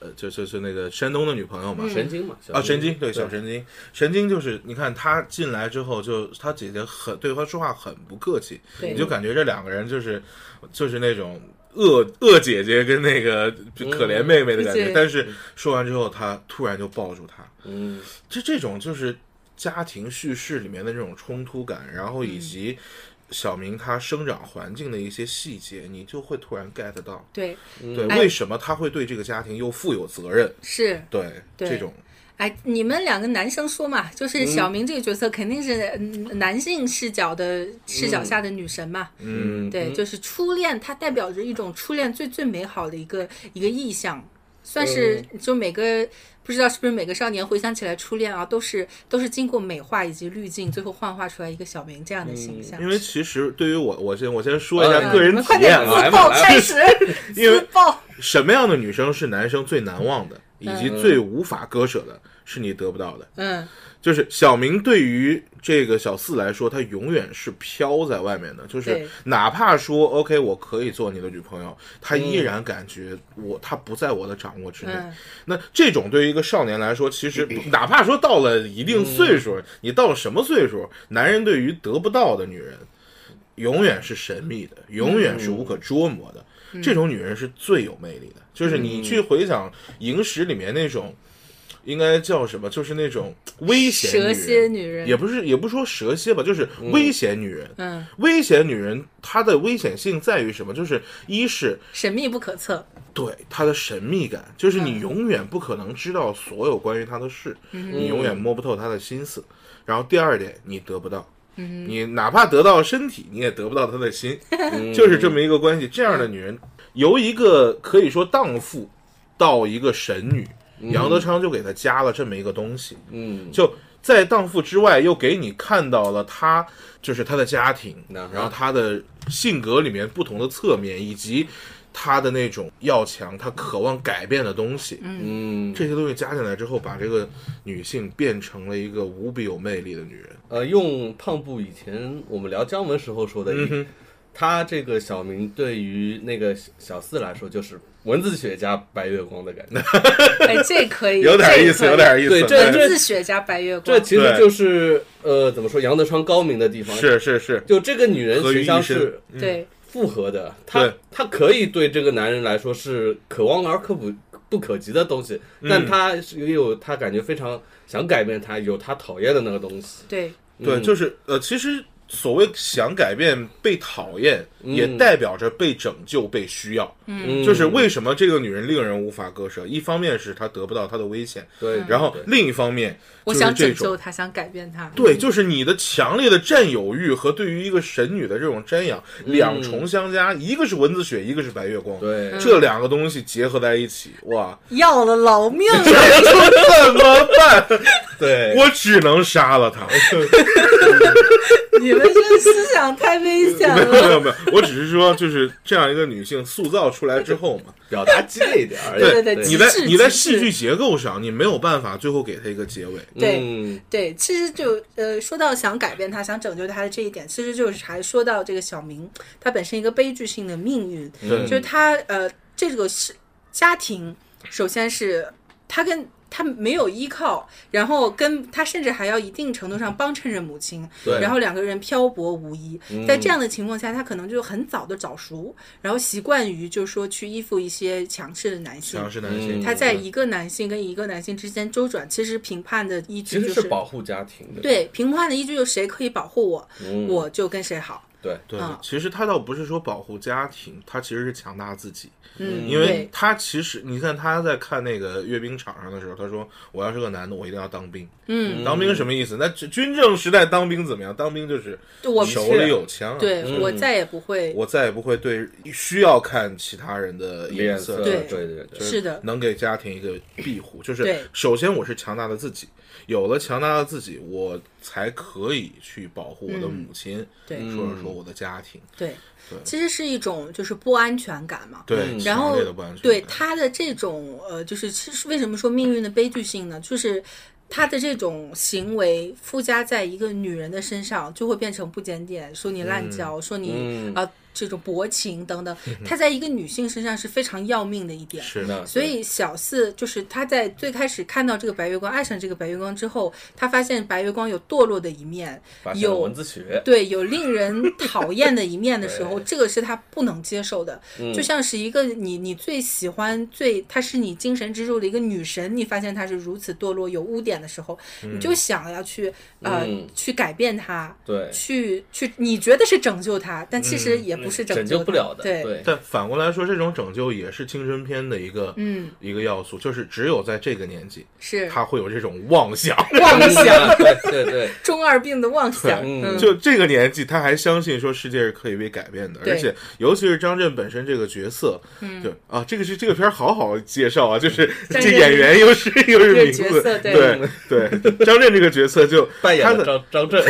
[SPEAKER 4] 呃，就就是那个山东的女朋友嘛，
[SPEAKER 1] 嗯
[SPEAKER 3] 神经嘛，小
[SPEAKER 4] 啊，神经对小神经，神经就是你看他进来之后就，他姐姐很对他说话很不客气，
[SPEAKER 1] 对
[SPEAKER 4] 你就感觉这两个人就是就是那种恶恶姐姐跟那个
[SPEAKER 1] 嗯
[SPEAKER 4] 可怜妹妹的感觉，
[SPEAKER 1] 对
[SPEAKER 4] 但是说完之后，他突然就抱住她，
[SPEAKER 3] 嗯
[SPEAKER 4] 这这种就是家庭叙事里面的这种冲突感，然后以及
[SPEAKER 1] 嗯
[SPEAKER 4] 小明他生长环境的一些细节，你就会突然 get 到，
[SPEAKER 1] 对，
[SPEAKER 4] 对，
[SPEAKER 1] 哎
[SPEAKER 4] 为什么他会对这个家庭又负有责任？
[SPEAKER 1] 是，
[SPEAKER 4] 对，
[SPEAKER 1] 对
[SPEAKER 4] 这种。
[SPEAKER 1] 哎，你们两个男生说嘛，就是
[SPEAKER 4] 嗯
[SPEAKER 1] 小明这个角色肯定是嗯男性视角的视角下的女神嘛。
[SPEAKER 3] 嗯，
[SPEAKER 1] 对，就是初恋，它代表着一种初恋最最美好的一个一个意象，算是
[SPEAKER 4] 嗯
[SPEAKER 1] 就每个、不知道是不是每个少年回想起来初恋啊，都是都是经过美化以及滤镜，最后幻化出来一个小明这样的形象。
[SPEAKER 4] 嗯因为其实对于我，我先我先说一
[SPEAKER 3] 嗯
[SPEAKER 4] 下个人
[SPEAKER 1] 嗯
[SPEAKER 4] 体
[SPEAKER 1] 快
[SPEAKER 4] 验
[SPEAKER 1] 点
[SPEAKER 4] 啊
[SPEAKER 1] 自
[SPEAKER 3] 来
[SPEAKER 1] 爆
[SPEAKER 3] 吧来吧
[SPEAKER 1] 开始，
[SPEAKER 4] 因为
[SPEAKER 1] 自爆。
[SPEAKER 4] 什么样的女生是男生最难忘的，以及
[SPEAKER 3] 嗯
[SPEAKER 4] 最无法割舍的，是你得不到的。
[SPEAKER 1] 嗯，
[SPEAKER 4] 就是小明对于这个小四来说，他永远是飘在外面的，就是
[SPEAKER 1] 对
[SPEAKER 4] 哪怕说 OK 我可以做你的女朋友，他依然感觉我他不在我的掌握之内
[SPEAKER 1] 嗯。
[SPEAKER 4] 那这种对于一个少年来说，其实哪怕说到了一定岁数，你到了什么岁数，男人对于得不到的女人，永远是神秘的，
[SPEAKER 1] 嗯
[SPEAKER 4] 永远是无可捉摸的。这种女人是最有魅力的，就是
[SPEAKER 1] 嗯
[SPEAKER 4] 你去回想《萤石》里面那种。应该叫什么？就是那种危险
[SPEAKER 1] 蛇
[SPEAKER 4] 女人
[SPEAKER 1] 蝎女人
[SPEAKER 4] 也不是也不说蛇蝎吧，就是危险女人。
[SPEAKER 1] 嗯，
[SPEAKER 4] 危险女人她的危险性在于什么？就是一是
[SPEAKER 1] 神秘不可测。
[SPEAKER 4] 对她的神秘感，就是你永远不可能知道所有关于她的事，
[SPEAKER 3] 嗯
[SPEAKER 4] 你永远摸不透她的心思。然后第二点，你得不到。你哪怕得到身体，你也得不到她的心，就是这么一个关系。这样的女人，由一个可以说荡妇到一个神女，杨德昌就给她加了这么一个东西。
[SPEAKER 3] 嗯，
[SPEAKER 4] 就在荡妇之外，又给你看到了他就是他的家庭，
[SPEAKER 3] 啊哈
[SPEAKER 4] 然后他的性格里面不同的侧面，以及他的那种要强，他渴望改变的东西。
[SPEAKER 3] 嗯，
[SPEAKER 4] 这些东西加进来之后，把这个女性变成了一个无比有魅力的女人。
[SPEAKER 3] 呃，用胖布以前我们聊姜文时候说的一，
[SPEAKER 4] 嗯
[SPEAKER 3] 他这个小明对于那个小小四来说，就是文字学家白月光的感 觉。
[SPEAKER 1] 哎，这可以，这可以。
[SPEAKER 4] 意
[SPEAKER 3] 对这
[SPEAKER 1] 文字学家白月光
[SPEAKER 3] 这，其实就是呃，怎么说，杨德昌高明的地方。，
[SPEAKER 4] 是是是，
[SPEAKER 3] 就这个女人
[SPEAKER 4] 合于
[SPEAKER 3] 形象
[SPEAKER 4] 一身
[SPEAKER 3] 是
[SPEAKER 1] 对，
[SPEAKER 3] 复合的，她
[SPEAKER 4] 对
[SPEAKER 3] 她可以对这个男人来说是可望而可不不可及的东西，
[SPEAKER 4] 嗯
[SPEAKER 3] 但她是也有她感觉非常想改变他，有她讨厌的那个东西。
[SPEAKER 1] 对，
[SPEAKER 4] 对，
[SPEAKER 3] 嗯
[SPEAKER 4] 就是呃，其实所谓想改变、被讨厌，也代表着被拯救、被需要。
[SPEAKER 3] 嗯，
[SPEAKER 4] 就是为什么这个女人令人无法割舍？一方面是她得不到她的危险，
[SPEAKER 3] 对，
[SPEAKER 4] 然后
[SPEAKER 3] 对
[SPEAKER 4] 另一方面
[SPEAKER 1] 嗯我
[SPEAKER 4] 就是
[SPEAKER 1] 想
[SPEAKER 4] 这
[SPEAKER 1] 拯救
[SPEAKER 4] 种。
[SPEAKER 1] 他，想改变他。
[SPEAKER 4] 对，就是你的强烈的占有欲和对于一个神女的这种瞻仰，两重相加，一个是蚊子血，一个是白月光，
[SPEAKER 3] 嗯对
[SPEAKER 1] 嗯
[SPEAKER 4] 这两个东西结合在一起，哇，
[SPEAKER 1] 要了老命 了，
[SPEAKER 4] 怎么办？
[SPEAKER 3] 对，
[SPEAKER 4] 我只能杀了他。
[SPEAKER 1] 你们这思想太危险
[SPEAKER 4] 没有没
[SPEAKER 1] 了。
[SPEAKER 4] 有没有，我只是说，就是这样一个女性塑造出来之后嘛，
[SPEAKER 3] 表达激烈一点而已。
[SPEAKER 1] 对
[SPEAKER 3] 嗯
[SPEAKER 1] 对对
[SPEAKER 4] 你在
[SPEAKER 1] 极致
[SPEAKER 4] 你在
[SPEAKER 1] 极致
[SPEAKER 4] 戏剧结构上，你没有办法最后给她一个结尾。
[SPEAKER 1] 对
[SPEAKER 3] 嗯
[SPEAKER 1] 对，其实就呃，说到想改变他、想拯救他的这一点，其实就是还说到这个小明他本身一个悲剧性的命运，
[SPEAKER 4] 对
[SPEAKER 1] 就是他呃，这个是家庭，首先是他跟他没有依靠，然后跟他甚至还要一定程度上帮衬着母亲，
[SPEAKER 3] 对
[SPEAKER 1] 然后两个人漂泊无依，
[SPEAKER 4] 嗯
[SPEAKER 1] 在这样的情况下，他可能就很早的早熟，然后习惯于就说去依附一些强势的男性
[SPEAKER 4] 强。势男性，
[SPEAKER 3] 嗯
[SPEAKER 1] 他在一个男性跟一个男性之间周转，其实评判的依
[SPEAKER 3] 其
[SPEAKER 1] 据
[SPEAKER 3] 实
[SPEAKER 1] 就是
[SPEAKER 3] 保护家庭的。
[SPEAKER 1] 对评判的依据就是谁可以保护我，
[SPEAKER 3] 嗯
[SPEAKER 1] 我就跟谁好。
[SPEAKER 3] 对，
[SPEAKER 4] 对
[SPEAKER 1] 嗯，
[SPEAKER 4] 其实他倒不是说保护家庭，他其实是强大自己。
[SPEAKER 1] 嗯，
[SPEAKER 4] 因为
[SPEAKER 1] 对
[SPEAKER 4] 他其实你看他在看那个阅兵场上的时候，他说：“我要是个男的，我一定要当兵。”
[SPEAKER 1] 嗯，
[SPEAKER 4] 当兵什么意思？那军军政时代当兵怎么样？当兵就是
[SPEAKER 1] 对我
[SPEAKER 4] 手里有枪、啊，
[SPEAKER 1] 对、
[SPEAKER 3] 嗯
[SPEAKER 1] 我再也不会，
[SPEAKER 4] 我再也不会对需要看其他人的
[SPEAKER 3] 脸
[SPEAKER 4] 色
[SPEAKER 3] 色，
[SPEAKER 4] 了，
[SPEAKER 1] 对
[SPEAKER 3] 对对对，
[SPEAKER 1] 是的，
[SPEAKER 4] 能给家庭一个庇护。就是
[SPEAKER 1] 对
[SPEAKER 4] 首先我是强大的自己，有了强大的自己，我才可以去保护我的母亲，
[SPEAKER 1] 对
[SPEAKER 4] 或者说我的家庭。
[SPEAKER 1] 对，其实是一种就是不安全感嘛。
[SPEAKER 4] 对，
[SPEAKER 1] 嗯然后
[SPEAKER 4] 强烈的不安全感
[SPEAKER 1] 对他的这种呃，就是其实为什么说命运的悲剧性呢？就是他的这种行为附加在一个女人的身上，就会变成不检点，说你滥交，说你
[SPEAKER 3] 嗯
[SPEAKER 1] 啊、这种薄情等等，他在一个女性身上是非常要命的一点。
[SPEAKER 4] 是
[SPEAKER 3] 嗯那
[SPEAKER 1] 所以小四就是他在最开始看到这个白月光，爱上这个白月光之后，他发现白月光有堕落的一面，
[SPEAKER 3] 发现了
[SPEAKER 1] 有
[SPEAKER 3] 文字学，
[SPEAKER 1] 对，有令人讨厌的一面的时 候，这个是他不能接受的。
[SPEAKER 3] 嗯
[SPEAKER 1] 就像是一个你你最喜欢最，她是你精神支柱的一个女神，你发现她是如此堕落有污点的时候，你就想要去呃、
[SPEAKER 3] 嗯
[SPEAKER 1] 去改变她，
[SPEAKER 3] 对，嗯
[SPEAKER 1] 去去你觉得是拯救她，但其实也不是
[SPEAKER 3] 拯
[SPEAKER 1] 救
[SPEAKER 3] 救不了的，
[SPEAKER 1] 对，
[SPEAKER 3] 对，
[SPEAKER 4] 但反过来说，这种拯救也是青春片的一个
[SPEAKER 1] 嗯
[SPEAKER 4] 一个要素，就是只有在这个年纪，
[SPEAKER 1] 是
[SPEAKER 4] 他会有这种妄想。
[SPEAKER 1] 妄想，
[SPEAKER 3] 对对对，
[SPEAKER 1] 中二病的妄想，
[SPEAKER 3] 对
[SPEAKER 1] 嗯，
[SPEAKER 4] 就这个年纪，他还相信说世界是可以被改变的，
[SPEAKER 1] 对嗯
[SPEAKER 4] 而且尤其是张震本身这个角色，对啊，这个是这个片儿好好介绍啊，就是
[SPEAKER 1] 张
[SPEAKER 4] 这
[SPEAKER 1] 震
[SPEAKER 4] 演员又是又是
[SPEAKER 1] 这个
[SPEAKER 4] 名
[SPEAKER 1] 角
[SPEAKER 4] 字
[SPEAKER 1] 色，对
[SPEAKER 4] 对对，张震这个角色就
[SPEAKER 3] 扮演
[SPEAKER 4] 他
[SPEAKER 3] 的
[SPEAKER 4] 的
[SPEAKER 3] 张张震，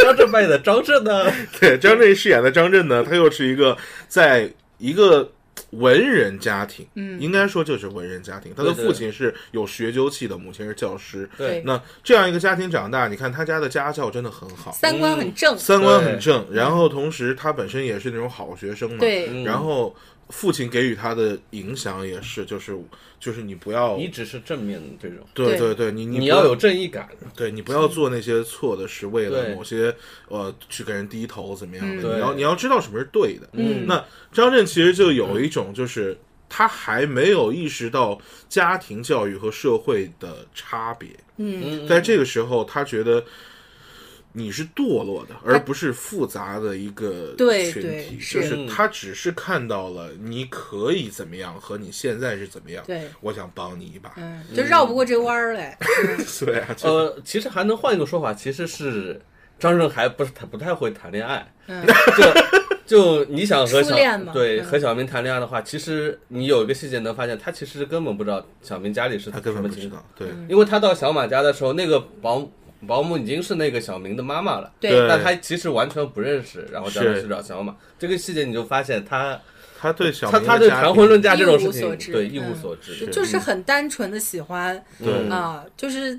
[SPEAKER 3] 张震扮演的张震呢，
[SPEAKER 4] 对张震饰演的张震呢，他又是一个在一个。文人家庭，嗯，应该说就是文人家庭。他的
[SPEAKER 3] 对对
[SPEAKER 4] 父亲是有学究气的，母亲是教师。
[SPEAKER 1] 对
[SPEAKER 4] 那这样一个家庭长大，你看他家的家教真的很好，
[SPEAKER 1] 三观很正，
[SPEAKER 4] 嗯三观很正，然后同时他本身也是那种好学生嘛，
[SPEAKER 1] 对
[SPEAKER 3] 嗯
[SPEAKER 4] 然后父亲给予他的影响也是，就是就是你不要，
[SPEAKER 3] 一直是正面的这种，
[SPEAKER 4] 对
[SPEAKER 1] 对
[SPEAKER 4] 对对，你
[SPEAKER 3] 你
[SPEAKER 4] 不
[SPEAKER 3] 要有，正义感，
[SPEAKER 1] 嗯
[SPEAKER 4] 对你不要做那些错的，是为了
[SPEAKER 3] 对
[SPEAKER 4] 某些呃去给人低头怎么样的，
[SPEAKER 3] 嗯
[SPEAKER 4] 你要
[SPEAKER 3] 对
[SPEAKER 4] 你要知道什么是对的。
[SPEAKER 1] 嗯
[SPEAKER 4] 那张震其实就有一种就是。他还没有意识到家庭教育和社会的差别，
[SPEAKER 1] 嗯，
[SPEAKER 4] 在这个时候，他觉得你是堕落的，而不是复杂的一个
[SPEAKER 1] 对
[SPEAKER 4] 群
[SPEAKER 1] 对
[SPEAKER 4] 体。
[SPEAKER 1] 是
[SPEAKER 4] 就是他只是看到了你可以怎么样和你现在是怎么样。
[SPEAKER 1] 对
[SPEAKER 4] 我想帮你一把。
[SPEAKER 1] 嗯，就绕不过这弯儿来，
[SPEAKER 4] 对啊，就
[SPEAKER 3] 呃，其实还能换一个说法，其实是张震还不是他不太会谈恋爱，
[SPEAKER 1] 嗯
[SPEAKER 3] 就你想和
[SPEAKER 1] 初
[SPEAKER 3] 小
[SPEAKER 1] 恋嘛
[SPEAKER 3] 对
[SPEAKER 1] 嗯
[SPEAKER 3] 和小明谈恋爱的话，其实你有一个细节能发现，他其实根本不知道小明家里是
[SPEAKER 4] 他
[SPEAKER 3] 什
[SPEAKER 4] 根本
[SPEAKER 3] 么
[SPEAKER 4] 不知
[SPEAKER 3] 情况
[SPEAKER 4] 道，。对
[SPEAKER 1] 嗯
[SPEAKER 3] 因为他到小马家的时候，那个保姆保姆已经是那个小明的妈妈了，
[SPEAKER 1] 对
[SPEAKER 3] 但他其实完全不认识，然后叫他
[SPEAKER 4] 是
[SPEAKER 3] 去找小马。这个细节你就发现他
[SPEAKER 4] 他对小
[SPEAKER 3] 他
[SPEAKER 4] 明的
[SPEAKER 3] 他对
[SPEAKER 4] 家
[SPEAKER 3] 谈
[SPEAKER 4] 庭
[SPEAKER 3] 婚论嫁这种事
[SPEAKER 1] 一无所
[SPEAKER 3] 情
[SPEAKER 1] 知，
[SPEAKER 3] 对
[SPEAKER 1] 嗯
[SPEAKER 3] 一无所知。
[SPEAKER 1] 就是很单纯的喜欢，
[SPEAKER 4] 对
[SPEAKER 1] 啊，就是，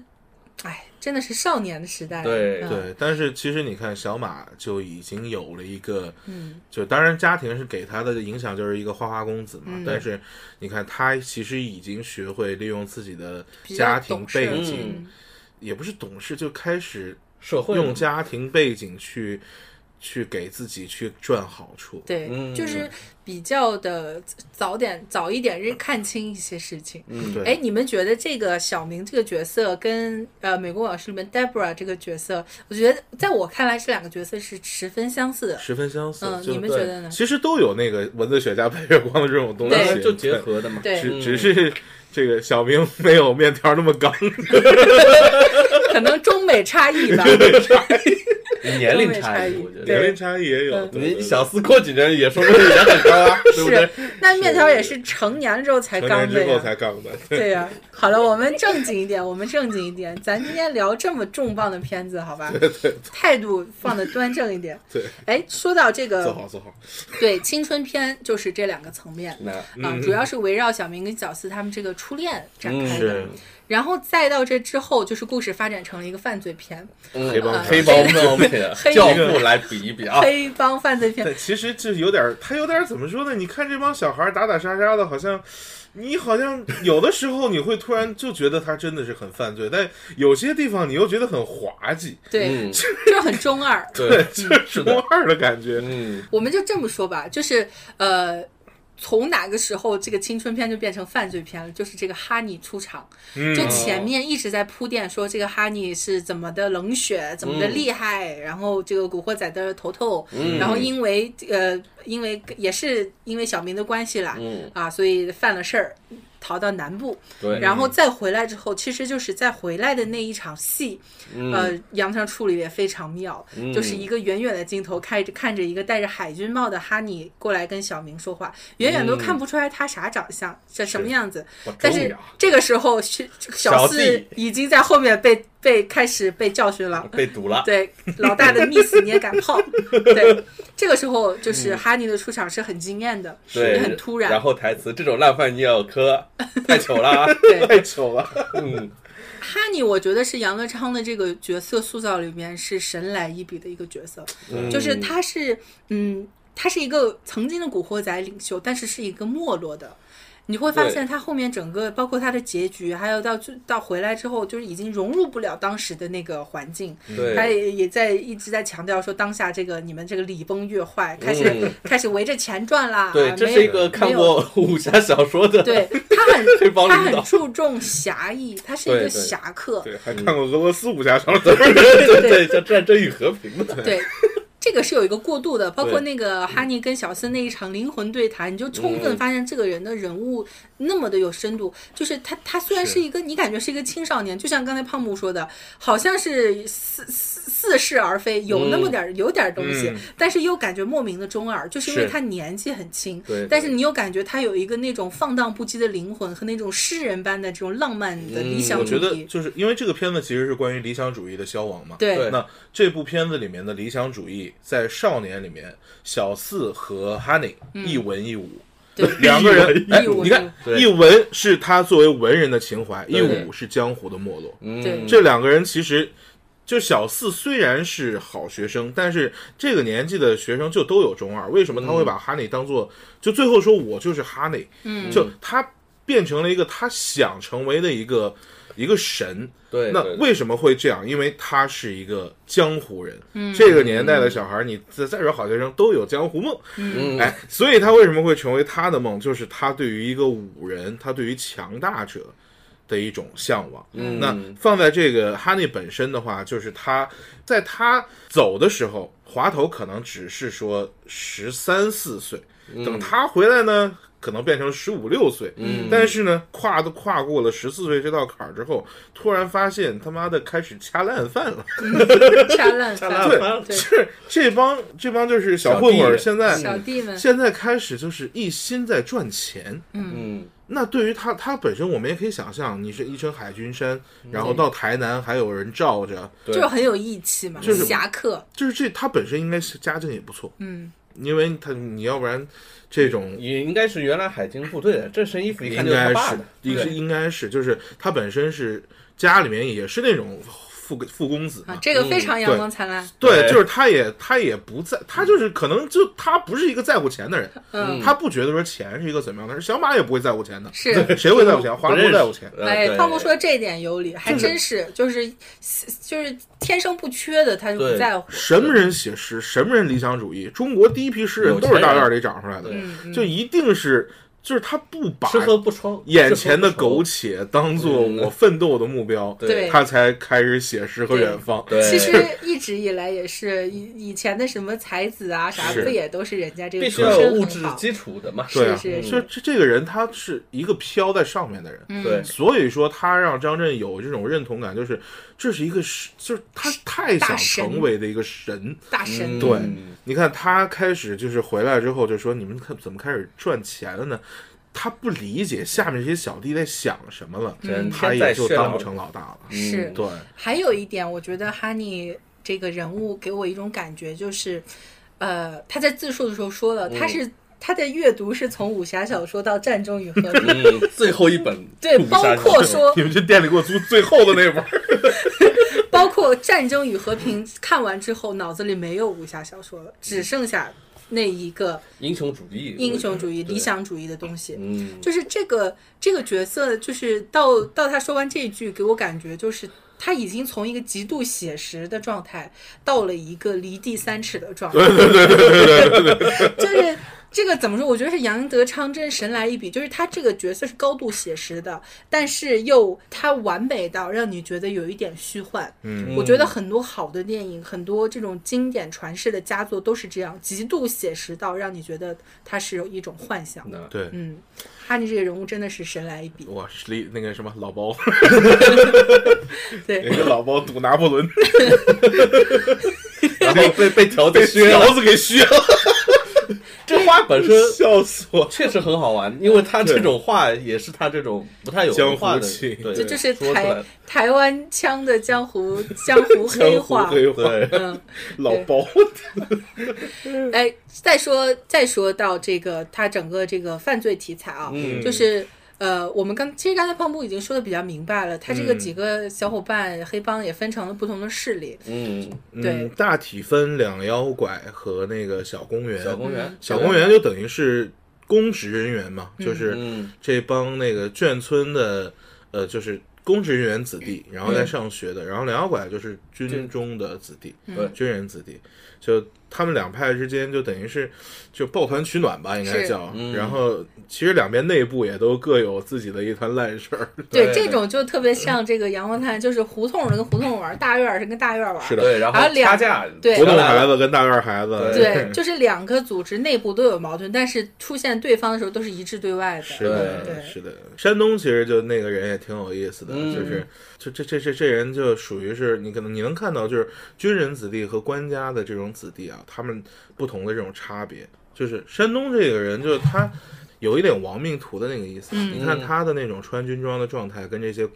[SPEAKER 1] 哎，真的是少年的时代。
[SPEAKER 3] 对
[SPEAKER 1] 嗯
[SPEAKER 4] 对，但是其实你看，小马就已经有了一个，
[SPEAKER 1] 嗯，
[SPEAKER 4] 就当然家庭是给他的影响就是一个花花公子嘛，
[SPEAKER 1] 嗯
[SPEAKER 4] 但是你看他其实已经学会利用自己的
[SPEAKER 1] 比较
[SPEAKER 4] 家庭
[SPEAKER 1] 懂事
[SPEAKER 4] 背景，
[SPEAKER 3] 嗯
[SPEAKER 4] 也不是懂事，就开始
[SPEAKER 3] 社会
[SPEAKER 4] 用家庭背景去去给自己去赚好处。
[SPEAKER 1] 对，
[SPEAKER 3] 嗯
[SPEAKER 1] 就是比较的早点早一点认看清一些事情。
[SPEAKER 3] 嗯
[SPEAKER 4] 嗯对
[SPEAKER 1] 哎，你们觉得这个小明这个角色跟呃《美国往事》里面 Deborah 这个角色，我觉得在我看来这两个角色是十分相似的。
[SPEAKER 4] 十分相似。
[SPEAKER 1] 嗯，
[SPEAKER 4] 就
[SPEAKER 1] 你们觉
[SPEAKER 3] 对
[SPEAKER 1] 得呢？
[SPEAKER 4] 其实都有那个文字学家白月光的这种东
[SPEAKER 1] 对
[SPEAKER 4] 西，
[SPEAKER 3] 就结合的嘛。
[SPEAKER 1] 对
[SPEAKER 4] 只
[SPEAKER 3] 嗯
[SPEAKER 4] 只是这个小明没有面条那么刚。
[SPEAKER 1] 可能中美差异吧。
[SPEAKER 3] 年龄
[SPEAKER 1] 中
[SPEAKER 3] 差
[SPEAKER 1] 美
[SPEAKER 3] 异，
[SPEAKER 1] 差异
[SPEAKER 3] 我觉
[SPEAKER 4] 年
[SPEAKER 3] 得。
[SPEAKER 4] 龄差异也有。对
[SPEAKER 3] 你
[SPEAKER 4] 对
[SPEAKER 3] 小四过几年也说不定也很高啊，对不对
[SPEAKER 1] 是？，那面条也是成年了之后才
[SPEAKER 4] 成
[SPEAKER 1] 刚
[SPEAKER 4] 年
[SPEAKER 1] 的
[SPEAKER 4] 之后
[SPEAKER 1] 呀。
[SPEAKER 4] 才杠的，
[SPEAKER 1] 对 呀、好了，我们正经一点，我们正经一点。咱今天聊这么重磅的片子，好吧？态度放的端正一点。
[SPEAKER 4] 对，
[SPEAKER 1] 哎，说到这
[SPEAKER 4] 做
[SPEAKER 1] 个，
[SPEAKER 4] 好做好。
[SPEAKER 1] 对青春片就是这两个层面
[SPEAKER 3] 那
[SPEAKER 4] 嗯
[SPEAKER 1] 啊，主要是围绕小明跟小四他们这个初恋展开的。
[SPEAKER 4] 嗯是
[SPEAKER 1] 然后再到这之后，就是故事发展成了一个犯罪片，
[SPEAKER 3] 嗯
[SPEAKER 4] 黑帮
[SPEAKER 3] 黑帮冒险
[SPEAKER 1] 黑
[SPEAKER 3] 教父来比一比啊，
[SPEAKER 1] 黑帮犯罪片
[SPEAKER 4] 但。其实这有点儿，他有点儿怎么说呢？你看这帮小孩儿打打杀杀的，好像你好像有的时候你会突然就觉得他真的是很犯罪，但有些地方你又觉得很滑稽，
[SPEAKER 1] 对，
[SPEAKER 3] 嗯，
[SPEAKER 1] 就是很中二。
[SPEAKER 3] 对，
[SPEAKER 4] 就是中二的感觉。
[SPEAKER 3] 嗯，
[SPEAKER 1] 我们就这么说吧，就是呃，从哪个时候这个青春片就变成犯罪片了？就是这个哈尼出场，
[SPEAKER 4] 嗯
[SPEAKER 1] 就前面一直在铺垫说这个哈尼是怎么的冷血，怎么的厉害，然后这个古惑仔的头头，
[SPEAKER 3] 嗯
[SPEAKER 1] 然后因为呃，因为也是因为小明的关系啦，
[SPEAKER 3] 嗯
[SPEAKER 1] 啊，所以犯了事儿。逃到南部，
[SPEAKER 3] 对，
[SPEAKER 1] 然后再回来之后，其实就是在回来的那一场戏，
[SPEAKER 3] 嗯
[SPEAKER 1] 呃，杨洋处理的也非常妙，就是一个远远的镜头看着看着一个戴着海军帽的哈尼过来跟小明说话，远远都看不出来他啥长相，这什么样子。
[SPEAKER 3] 我
[SPEAKER 1] 但
[SPEAKER 3] 终于
[SPEAKER 1] 是
[SPEAKER 3] 啊
[SPEAKER 1] 这个时候是小
[SPEAKER 3] 小
[SPEAKER 1] 四
[SPEAKER 3] 弟
[SPEAKER 1] 已经在后面被被开始被教训 了。
[SPEAKER 3] 嗯被堵了，
[SPEAKER 1] 对，老大的 miss 你也敢泡？对，这个时候就是哈尼的出场是很惊艳的，也
[SPEAKER 3] 对，
[SPEAKER 1] 很突然
[SPEAKER 3] 然。后台词这种烂饭你也要磕，太糗了啊，
[SPEAKER 1] 对，
[SPEAKER 4] 太丑了，
[SPEAKER 3] 嗯，
[SPEAKER 1] 哈尼，我觉得是杨德昌的这个角色塑造里面是神来一笔的一个角色，
[SPEAKER 3] 嗯
[SPEAKER 1] 就是他是，嗯，他是一个曾经的古惑仔领袖，但是是一个没落的。你会发
[SPEAKER 3] 对
[SPEAKER 1] 现他后面整个，包括他的结局，还有到最到回来之后，就是已经融入不了当时的那个环境。
[SPEAKER 4] 嗯
[SPEAKER 1] 他
[SPEAKER 3] 对，
[SPEAKER 1] 也也在一直在强调说，当下这个你们这个礼崩乐坏，开始、
[SPEAKER 3] 嗯
[SPEAKER 1] 开始围着钱转啦。
[SPEAKER 3] 对，
[SPEAKER 1] 啊
[SPEAKER 3] 这
[SPEAKER 1] 没
[SPEAKER 3] 是一
[SPEAKER 1] 有
[SPEAKER 3] 个看
[SPEAKER 1] 没有
[SPEAKER 3] 过武侠小说的，
[SPEAKER 1] 对他 很
[SPEAKER 3] 黑帮
[SPEAKER 1] 他
[SPEAKER 3] 领导
[SPEAKER 1] 很注重侠义，他是一个
[SPEAKER 3] 对对
[SPEAKER 1] 侠客。
[SPEAKER 4] 对，还看过俄罗斯武侠小说。
[SPEAKER 3] 对对，叫战争与和平的，
[SPEAKER 1] 对，这个是有一个过渡的，包括
[SPEAKER 3] 对
[SPEAKER 1] 那
[SPEAKER 4] 嗯
[SPEAKER 1] 个哈尼跟小四那一场灵魂对谈，你就充分发现这个人的人物那么的有深度。就是他，他虽然是一个你感觉是一个青少年，就像刚才胖木说的，好像是似似似是而非，有那么点儿、有点儿东西，
[SPEAKER 4] 嗯
[SPEAKER 1] 但是又感觉莫名的中二，就是因为
[SPEAKER 3] 是
[SPEAKER 1] 他年纪很轻。
[SPEAKER 3] 对对
[SPEAKER 1] 但是你又感觉他有一个那种放荡不羁的灵魂和那种诗人般的这种浪漫的理
[SPEAKER 3] 嗯
[SPEAKER 1] 想
[SPEAKER 4] 我
[SPEAKER 1] 主
[SPEAKER 4] 觉得
[SPEAKER 1] 义。
[SPEAKER 4] 就是因为这个片子其实是关于理想主义的消亡嘛。
[SPEAKER 1] 对
[SPEAKER 3] 对
[SPEAKER 4] 那这部片子里面的理想主义，在少年里面，小四和哈尼
[SPEAKER 1] 嗯
[SPEAKER 4] 一文一武，
[SPEAKER 1] 对
[SPEAKER 4] 两个人
[SPEAKER 3] 一，
[SPEAKER 4] 哎，
[SPEAKER 1] 一文
[SPEAKER 4] 你
[SPEAKER 1] 一武
[SPEAKER 4] 看，
[SPEAKER 3] 对
[SPEAKER 4] 一文是他作为文人的情怀，一
[SPEAKER 3] 对
[SPEAKER 4] 武是江湖的没落。
[SPEAKER 1] 对
[SPEAKER 3] 嗯，
[SPEAKER 4] 这两个人其实，就小四虽然是好学生，但是这个年纪的学生就都有中二。为什么他
[SPEAKER 3] 嗯
[SPEAKER 4] 会把哈尼当做？就最后说我就是哈尼，
[SPEAKER 1] 嗯，
[SPEAKER 4] 就他变成了一个他想成为的一个一个神。
[SPEAKER 3] 对，
[SPEAKER 4] 那
[SPEAKER 3] 对
[SPEAKER 4] 为什么会这样？因为他是一个江湖人，
[SPEAKER 1] 嗯
[SPEAKER 4] 这个年代的小孩儿，你再再说好学生都有江湖梦，
[SPEAKER 3] 嗯
[SPEAKER 4] 哎，所以他为什么会成为他的梦？就是他对于一个武人，他对于强大者的一种向往。
[SPEAKER 3] 嗯
[SPEAKER 4] 那放在这个哈尼本身的话，就是他在他走的时候，滑头可能只是说十三四岁，等他回来呢，可能变成十五六岁。
[SPEAKER 3] 嗯
[SPEAKER 4] 但是呢，跨都跨过了十四岁这道坎儿之后，突然发现他妈的开始掐烂饭了。
[SPEAKER 1] 掐烂
[SPEAKER 3] 掐
[SPEAKER 1] 饭
[SPEAKER 3] 烂饭
[SPEAKER 1] 对
[SPEAKER 4] 是这帮这帮就是小
[SPEAKER 3] 小
[SPEAKER 4] 混
[SPEAKER 3] 弟
[SPEAKER 4] 混儿，
[SPEAKER 3] 人
[SPEAKER 4] 现在
[SPEAKER 1] 小弟们，
[SPEAKER 4] 现在开始就是一心在赚钱。
[SPEAKER 3] 嗯，
[SPEAKER 4] 那对于他，他本身我们也可以想象，你是一身海军衫，
[SPEAKER 3] 嗯
[SPEAKER 4] 然后到台南还有人罩着，
[SPEAKER 3] 对
[SPEAKER 1] 就是很有义气嘛，
[SPEAKER 4] 就是
[SPEAKER 1] 侠客，
[SPEAKER 4] 就是这他本身应该是家境也不错，
[SPEAKER 1] 嗯，
[SPEAKER 4] 因为他你要不然这种
[SPEAKER 3] 也应该是原来海军部队的，这身衣服一
[SPEAKER 4] 应
[SPEAKER 3] 看就是他
[SPEAKER 4] 该
[SPEAKER 3] 爸
[SPEAKER 4] 是
[SPEAKER 3] 的，
[SPEAKER 4] 应是
[SPEAKER 3] 对
[SPEAKER 4] 应该是就是他本身是家里面也是那种富富公子
[SPEAKER 1] 啊
[SPEAKER 4] 嘛，。
[SPEAKER 1] 这个非
[SPEAKER 3] 嗯
[SPEAKER 1] 常阳光灿烂，
[SPEAKER 4] 对，
[SPEAKER 3] 对
[SPEAKER 4] 就是他也，他也不在，他就是可能就他不是一个在乎钱的人，
[SPEAKER 1] 嗯
[SPEAKER 4] 他不觉得说钱是一个怎么样的人，小马也不会在乎钱的，
[SPEAKER 1] 是。
[SPEAKER 4] 谁会在乎钱？华
[SPEAKER 3] 不认
[SPEAKER 4] 哥
[SPEAKER 3] 识
[SPEAKER 4] 在乎钱，
[SPEAKER 3] 呃
[SPEAKER 1] 哎，
[SPEAKER 3] 对
[SPEAKER 1] 胖木说这点有理，还真是，就是就是天生不缺的，他就不
[SPEAKER 3] 对
[SPEAKER 1] 在乎。
[SPEAKER 4] 什么人写诗，什么人理想主义，中国第一批诗人都是大院里长出来的，
[SPEAKER 3] 有钱人
[SPEAKER 1] 嗯，
[SPEAKER 4] 就一定是就是他不把
[SPEAKER 3] 吃喝不愁，
[SPEAKER 4] 眼前的苟
[SPEAKER 3] 且。
[SPEAKER 4] 且当做我奋斗的目标，
[SPEAKER 1] 对
[SPEAKER 4] 他才开始写诗和远方。
[SPEAKER 3] 对，
[SPEAKER 1] 其实一直以来也是以以前的什么才子啊啥，
[SPEAKER 4] 是
[SPEAKER 1] 不也都是人家这个
[SPEAKER 3] 必须
[SPEAKER 1] 出
[SPEAKER 3] 要有
[SPEAKER 1] 身
[SPEAKER 3] 物
[SPEAKER 1] 很
[SPEAKER 3] 质
[SPEAKER 1] 好
[SPEAKER 3] 基础的嘛。
[SPEAKER 4] 对啊，
[SPEAKER 1] 是嗯
[SPEAKER 4] 所以这这个人他是一个飘在上面的人，
[SPEAKER 3] 对，
[SPEAKER 4] 所以说他让张震有这种认同感，就是这是一个是，就是他太想成为的一个神。
[SPEAKER 1] 大神
[SPEAKER 3] 嗯
[SPEAKER 4] 对，你看他开始就是回来之后就说你们看怎么开始赚钱了呢？他不理解下面这些小弟在想什么了，
[SPEAKER 3] 整
[SPEAKER 4] 他
[SPEAKER 3] 天
[SPEAKER 4] 也
[SPEAKER 3] 在
[SPEAKER 4] 就
[SPEAKER 3] 炫
[SPEAKER 4] 当
[SPEAKER 3] 耀
[SPEAKER 4] 不，成老大了。
[SPEAKER 1] 是
[SPEAKER 3] 嗯
[SPEAKER 4] 对，
[SPEAKER 1] 还有一点，我觉得哈尼这个人物给我一种感觉，就是，呃，他在自述的时候说了，
[SPEAKER 3] 嗯
[SPEAKER 1] 他是他的阅读是从武侠小说到《战争与和平》，
[SPEAKER 3] 嗯， 最后一本
[SPEAKER 1] 对
[SPEAKER 3] 武，
[SPEAKER 1] 包
[SPEAKER 3] 侠小
[SPEAKER 1] 括
[SPEAKER 3] 说
[SPEAKER 1] 说
[SPEAKER 4] 你们去店里给我租最后的那本儿。
[SPEAKER 1] 包括《战争与和平》看完之后，脑子里没有武侠小说了，只剩下那一个
[SPEAKER 3] 英雄主义，
[SPEAKER 1] 英雄主义、
[SPEAKER 3] 对
[SPEAKER 1] 理，想主义的东西。
[SPEAKER 3] 嗯，
[SPEAKER 1] 就是这个这个角色，就是到到他说完这一句，给我感觉就是他已经从一个极度写实的状态，到了一个离地三尺的状态。对对对对对对， 就是。这个怎么说？我觉得是杨德昌真神来一笔，就是他这个角色是高度写实的，但是又他完美到让你觉得有一点虚幻。
[SPEAKER 4] 嗯，
[SPEAKER 1] 我觉得很多好的电影，很多这种经典传世的佳作都是这样，极度写实到让你觉得它是有一种幻想。
[SPEAKER 3] 那
[SPEAKER 4] 对，
[SPEAKER 1] 嗯，哈尼这个人物真的是神来一笔，
[SPEAKER 4] 我是离那个什么老包，
[SPEAKER 1] 对
[SPEAKER 4] 那个老包赌拿破仑，
[SPEAKER 3] 然后被被条子
[SPEAKER 4] 被
[SPEAKER 3] 削了，
[SPEAKER 4] 条子给削了，
[SPEAKER 3] 这话 本身
[SPEAKER 4] 笑死我。
[SPEAKER 3] 确实很好玩，因为他这种话也是他这种不太有文化
[SPEAKER 4] 江
[SPEAKER 3] 的
[SPEAKER 4] 湖气，
[SPEAKER 3] 对，
[SPEAKER 1] 这就是
[SPEAKER 3] 说出
[SPEAKER 1] 台
[SPEAKER 3] 来，
[SPEAKER 1] 台湾腔的江湖江湖黑话。
[SPEAKER 4] 黑化，
[SPEAKER 3] 对，
[SPEAKER 1] 嗯，
[SPEAKER 4] 老包，
[SPEAKER 1] 哎，再说再说到这个他整个这个犯罪题材啊，
[SPEAKER 3] 嗯
[SPEAKER 1] 就是。呃，我们刚其实刚才胖布已经说的比较明白了，他这个几个小伙伴、黑帮也分成了不同的势力，
[SPEAKER 3] 嗯，
[SPEAKER 1] 对
[SPEAKER 4] 嗯，大体分两妖怪和那个小公园。
[SPEAKER 3] 小公园，
[SPEAKER 4] 嗯小公园就等于是公职人员嘛，就是
[SPEAKER 3] 嗯，
[SPEAKER 4] 这帮那个眷村的，呃，就是公职人员子弟，
[SPEAKER 1] 嗯
[SPEAKER 4] 然后在上学的，然后两妖怪就是军中的子弟，
[SPEAKER 1] 嗯
[SPEAKER 3] 对
[SPEAKER 4] 军人子弟，就他们两派之间就等于是就抱团取暖吧，应该
[SPEAKER 1] 是
[SPEAKER 4] 叫。
[SPEAKER 3] 嗯
[SPEAKER 4] 然后其实两边内部也都各有自己的一团烂事儿。
[SPEAKER 1] 对，
[SPEAKER 3] 对
[SPEAKER 1] 这种就特别像这个杨光灿，就是胡同人跟胡同玩儿，大院儿是跟大院儿玩儿，
[SPEAKER 4] 是的
[SPEAKER 3] 对，然
[SPEAKER 1] 还
[SPEAKER 3] 后
[SPEAKER 1] 啊有两
[SPEAKER 3] 掐架，
[SPEAKER 1] 对
[SPEAKER 4] 胡
[SPEAKER 3] 我
[SPEAKER 4] 同
[SPEAKER 3] 懂
[SPEAKER 4] 孩子跟大院孩子，
[SPEAKER 1] 对，就是两个组织内部都有矛盾，但是出现对方的时候都是一致对外的。
[SPEAKER 4] 是的，
[SPEAKER 1] 对
[SPEAKER 4] 是的。山东其实就那个人也挺有意思的，
[SPEAKER 3] 嗯
[SPEAKER 4] 就是这这这这这人就属于是你可能你能看到，就是军人子弟和官家的这种子弟啊，他们不同的这种差别。就是山东这个人，就是他有一点亡命徒的那个意思。
[SPEAKER 1] 嗯
[SPEAKER 4] 你看他的那种穿军装的状态，跟这些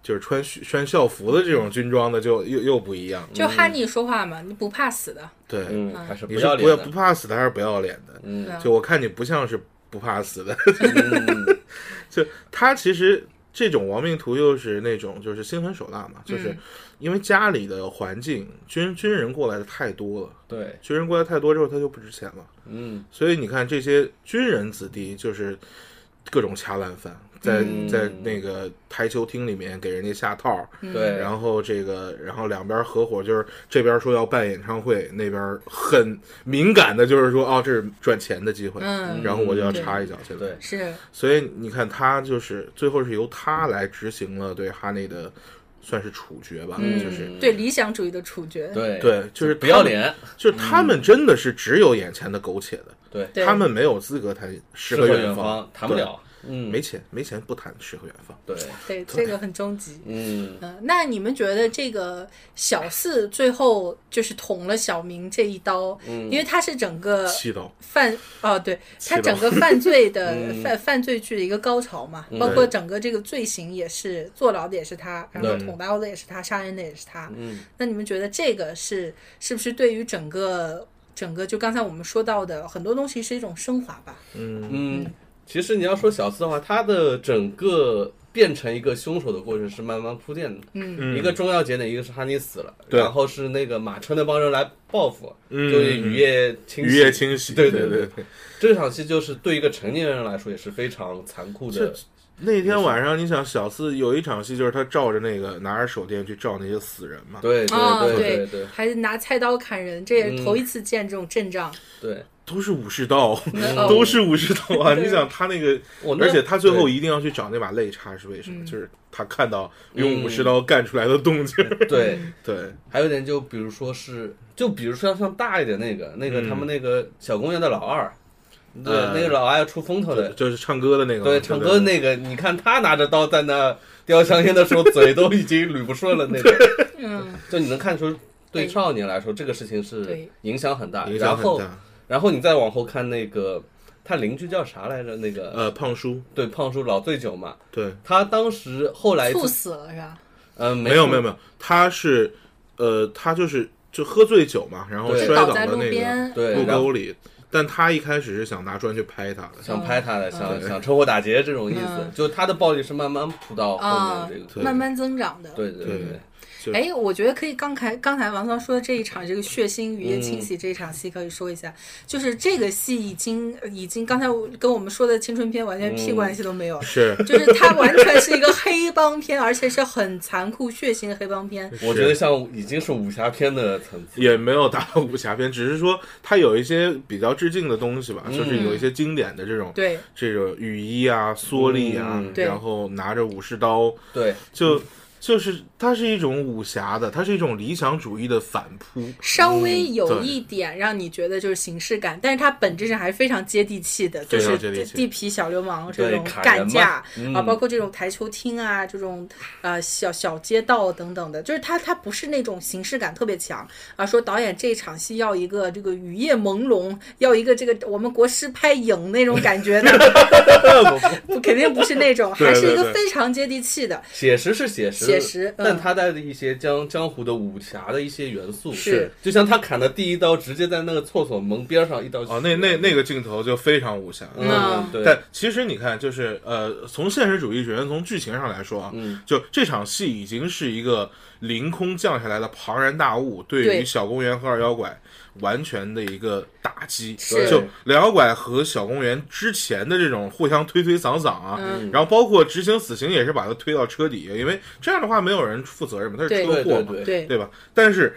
[SPEAKER 4] 就是穿西穿校服的这种军装的就又又不一样。
[SPEAKER 1] 就哈尼说话嘛，你不怕死的，
[SPEAKER 4] 对，
[SPEAKER 3] 嗯，还是
[SPEAKER 4] 你
[SPEAKER 3] 不
[SPEAKER 4] 是
[SPEAKER 3] 要
[SPEAKER 4] 不
[SPEAKER 3] 脸
[SPEAKER 4] 要不
[SPEAKER 3] 的，
[SPEAKER 4] 怕死的还是不要脸的？
[SPEAKER 3] 嗯
[SPEAKER 1] 对啊
[SPEAKER 4] 就我看你不像是不怕死的。
[SPEAKER 3] 嗯
[SPEAKER 4] 就他其实这种亡命徒又是那种就是心狠手辣嘛，
[SPEAKER 1] 嗯
[SPEAKER 4] 就是因为家里的环境，军军人过来的太多了，
[SPEAKER 3] 对，
[SPEAKER 4] 军人过来太多之后他就不值钱了，
[SPEAKER 3] 嗯，
[SPEAKER 4] 所以你看这些军人子弟就是各种掐烂饭。在
[SPEAKER 3] 嗯
[SPEAKER 4] 在那个台球厅里面给人家下套，
[SPEAKER 1] 嗯
[SPEAKER 3] 对，后
[SPEAKER 4] 然后这个，然后两边合伙，就是这边说要办演唱会，那边很敏感的，就是说，哦，这是赚钱的机会，
[SPEAKER 1] 嗯，
[SPEAKER 4] 然后我就要
[SPEAKER 1] 对
[SPEAKER 4] 插一脚去了。
[SPEAKER 3] 对，
[SPEAKER 1] 是
[SPEAKER 4] 所以你看，他就是最后是由他来执行了对哈内的算是处决吧，
[SPEAKER 1] 嗯
[SPEAKER 4] 就是
[SPEAKER 1] 对理想主义的处决，
[SPEAKER 3] 对
[SPEAKER 4] 对，就是
[SPEAKER 3] 不要
[SPEAKER 4] 他们，
[SPEAKER 3] 脸，
[SPEAKER 4] 就是他们真的是只有眼前的苟且的，
[SPEAKER 3] 对，
[SPEAKER 1] 对
[SPEAKER 4] 他们没有资格谈诗
[SPEAKER 3] 诗
[SPEAKER 4] 和
[SPEAKER 3] 和
[SPEAKER 4] 远
[SPEAKER 3] 远方谈不，了，
[SPEAKER 4] 对
[SPEAKER 3] 嗯，
[SPEAKER 4] 没钱，没钱不谈诗和远方。
[SPEAKER 3] 对，
[SPEAKER 1] 对这个很终极。
[SPEAKER 3] 嗯，
[SPEAKER 1] 嗯，那你们觉得这个小四最后就是捅了小明这一刀，因为他是整个
[SPEAKER 4] 七刀，
[SPEAKER 1] 犯哦，对
[SPEAKER 4] 气
[SPEAKER 1] 他
[SPEAKER 4] 到
[SPEAKER 1] 整个犯罪的
[SPEAKER 3] 嗯
[SPEAKER 1] 犯犯罪剧的一个高潮嘛，包括整个这个罪行也是坐牢的也是他，然后
[SPEAKER 3] 对
[SPEAKER 1] 捅刀的也是他，杀人的也是他。
[SPEAKER 3] 嗯，
[SPEAKER 1] 那你们觉得这个是是不是对于整个整个就刚才我们说到的很多东西是一种升华吧？
[SPEAKER 4] 嗯，
[SPEAKER 3] 嗯，其实你要说小四的话，他的整个变成一个凶手的过程是慢慢铺垫的。
[SPEAKER 1] 嗯
[SPEAKER 4] 嗯
[SPEAKER 3] 一个重要节点，一个是哈尼死了，
[SPEAKER 4] 对
[SPEAKER 3] 然后是那个马车那帮人来报复，
[SPEAKER 4] 嗯
[SPEAKER 3] 就是雨夜清
[SPEAKER 4] 渔业清洗，对
[SPEAKER 3] 对
[SPEAKER 4] 对
[SPEAKER 3] 对。这场戏就是对一个成年人来说也是非常残酷的，
[SPEAKER 4] 那天晚上，你想小四有一场戏，就是他照着那个拿着手电去照那些死人嘛，
[SPEAKER 3] 对对
[SPEAKER 1] 啊，
[SPEAKER 3] 对对对嗯
[SPEAKER 1] 还是拿菜刀砍人，这也是头一次见这种阵仗。
[SPEAKER 3] 对
[SPEAKER 4] 都是武士刀，
[SPEAKER 1] 嗯
[SPEAKER 4] 都是武士刀啊！
[SPEAKER 1] 对
[SPEAKER 4] 你想他那个，
[SPEAKER 3] 我那
[SPEAKER 4] 而且他最后一定要去找那把肋叉是为什
[SPEAKER 1] 嗯
[SPEAKER 4] 么？就是他看到用武士刀干出来的动静儿。
[SPEAKER 3] 嗯对，
[SPEAKER 4] 对，
[SPEAKER 3] 还有一点就比如说是，就比如说像大一点那个那个
[SPEAKER 4] 嗯
[SPEAKER 3] 他们那个小公园的老二，对，
[SPEAKER 4] 呃
[SPEAKER 3] 那个老二要出风头的
[SPEAKER 4] 就，就是唱歌的那个嘛，
[SPEAKER 3] 对，唱歌
[SPEAKER 4] 对
[SPEAKER 3] 那个，你看他拿着刀在那叼香烟的 时候，嘴都已经捋不顺了，那个，
[SPEAKER 1] 嗯，
[SPEAKER 3] 就你能看出，对少年来说，这个事情是
[SPEAKER 1] 对
[SPEAKER 3] 影响很大。
[SPEAKER 4] 影
[SPEAKER 3] 然
[SPEAKER 4] 响很
[SPEAKER 3] 后，
[SPEAKER 4] 大。
[SPEAKER 3] 然后你再往后看那个，他邻居叫啥来着？那个
[SPEAKER 4] 呃，胖叔，
[SPEAKER 3] 对，胖叔老醉酒嘛，
[SPEAKER 4] 对，
[SPEAKER 3] 他当时后来，
[SPEAKER 1] 猝死了是吧？
[SPEAKER 3] 嗯，
[SPEAKER 4] 没有没有
[SPEAKER 3] 有，
[SPEAKER 4] 没有，他是呃，他就是就喝醉酒嘛，然后
[SPEAKER 3] 对
[SPEAKER 4] 摔
[SPEAKER 1] 倒
[SPEAKER 4] 倒
[SPEAKER 1] 在
[SPEAKER 4] 了
[SPEAKER 1] 路
[SPEAKER 4] 那个
[SPEAKER 1] 边
[SPEAKER 3] 对
[SPEAKER 4] 路
[SPEAKER 3] 然后
[SPEAKER 4] 沟里，但他一开始是想拿砖去拍他的，
[SPEAKER 3] 想拍他的，想
[SPEAKER 4] 对
[SPEAKER 3] 想趁火打劫这种意思
[SPEAKER 1] 哦嗯，
[SPEAKER 3] 就他的暴力是慢慢铺到后
[SPEAKER 1] 啊
[SPEAKER 3] 面这
[SPEAKER 4] 对
[SPEAKER 3] 个，
[SPEAKER 1] 慢慢增长的。
[SPEAKER 3] 对对
[SPEAKER 4] 对
[SPEAKER 3] 对，
[SPEAKER 4] 就
[SPEAKER 1] 哎，我觉得可以。刚才刚才王涛说的这一场这个血腥雨夜
[SPEAKER 3] 嗯
[SPEAKER 1] 清洗这一场戏，可以说一下，就是这个戏已经已经刚才我跟我们说的青春片完全
[SPEAKER 3] 嗯
[SPEAKER 1] 屁关系都没有了，
[SPEAKER 4] 是
[SPEAKER 1] 就是它完全是一个黑帮片，而且是很残酷血腥的黑帮片。
[SPEAKER 3] 我觉得像已经是武侠片的层次，
[SPEAKER 4] 也没有达到武侠片，只是说它有一些比较致敬的东西吧，
[SPEAKER 3] 嗯
[SPEAKER 4] 就是有一些经典的这种
[SPEAKER 1] 对，
[SPEAKER 4] 这种雨衣啊、蓑笠啊
[SPEAKER 3] 嗯，
[SPEAKER 1] 对
[SPEAKER 4] 然后拿着武士刀，
[SPEAKER 3] 对，
[SPEAKER 4] 就就是它是一种武侠的，它是一种理想主义的反扑。
[SPEAKER 1] 稍微有
[SPEAKER 4] 嗯对
[SPEAKER 1] 一点让你觉得就是形式感，但是它本质上还是非常接地气的，就
[SPEAKER 4] 非常
[SPEAKER 1] 是
[SPEAKER 4] 接
[SPEAKER 1] 地
[SPEAKER 4] 地气
[SPEAKER 1] 地痞小流氓这
[SPEAKER 3] 对
[SPEAKER 1] 种
[SPEAKER 3] 砍
[SPEAKER 1] 干
[SPEAKER 3] 人
[SPEAKER 1] 架
[SPEAKER 3] 嘛、嗯
[SPEAKER 1] 啊，包括这种台球厅啊，这种呃小小街道等等的，就是它它不是那种形式感特别强啊。说导演这场戏要一个这个雨夜朦胧，要一个这个我们国师拍影那种感觉的， 不肯定不是那种，还
[SPEAKER 4] 对
[SPEAKER 1] 是一
[SPEAKER 4] 对
[SPEAKER 1] 个
[SPEAKER 4] 对
[SPEAKER 1] 非常接地气的。
[SPEAKER 3] 写实是写实，
[SPEAKER 1] 写实嗯
[SPEAKER 3] 但他带着一些江江湖的武侠的一些元素，
[SPEAKER 1] 是，
[SPEAKER 3] 就像他砍的第一刀，直接在那个厕所门边上一刀
[SPEAKER 4] 哦，那那那个镜头就非常武侠。
[SPEAKER 1] 嗯
[SPEAKER 3] 嗯，对，
[SPEAKER 4] 但其实你看，就是呃，从现实主义学院从剧情上来说啊，
[SPEAKER 3] 嗯
[SPEAKER 4] 就这场戏已经是一个凌空降下来的庞然大物，对
[SPEAKER 1] 对
[SPEAKER 4] 于小公园和二妖怪完全的一个打击。
[SPEAKER 1] 是
[SPEAKER 4] 就两妖怪和小公园之前的这种互相推推搡搡啊，
[SPEAKER 1] 嗯
[SPEAKER 4] 然后包括执行死刑也是把他推到车底下，因为这样的话没有人负责任嘛，他是
[SPEAKER 1] 对
[SPEAKER 4] 车祸
[SPEAKER 3] 对
[SPEAKER 4] 嘛，
[SPEAKER 3] 对对
[SPEAKER 1] 对，
[SPEAKER 4] 对吧？但是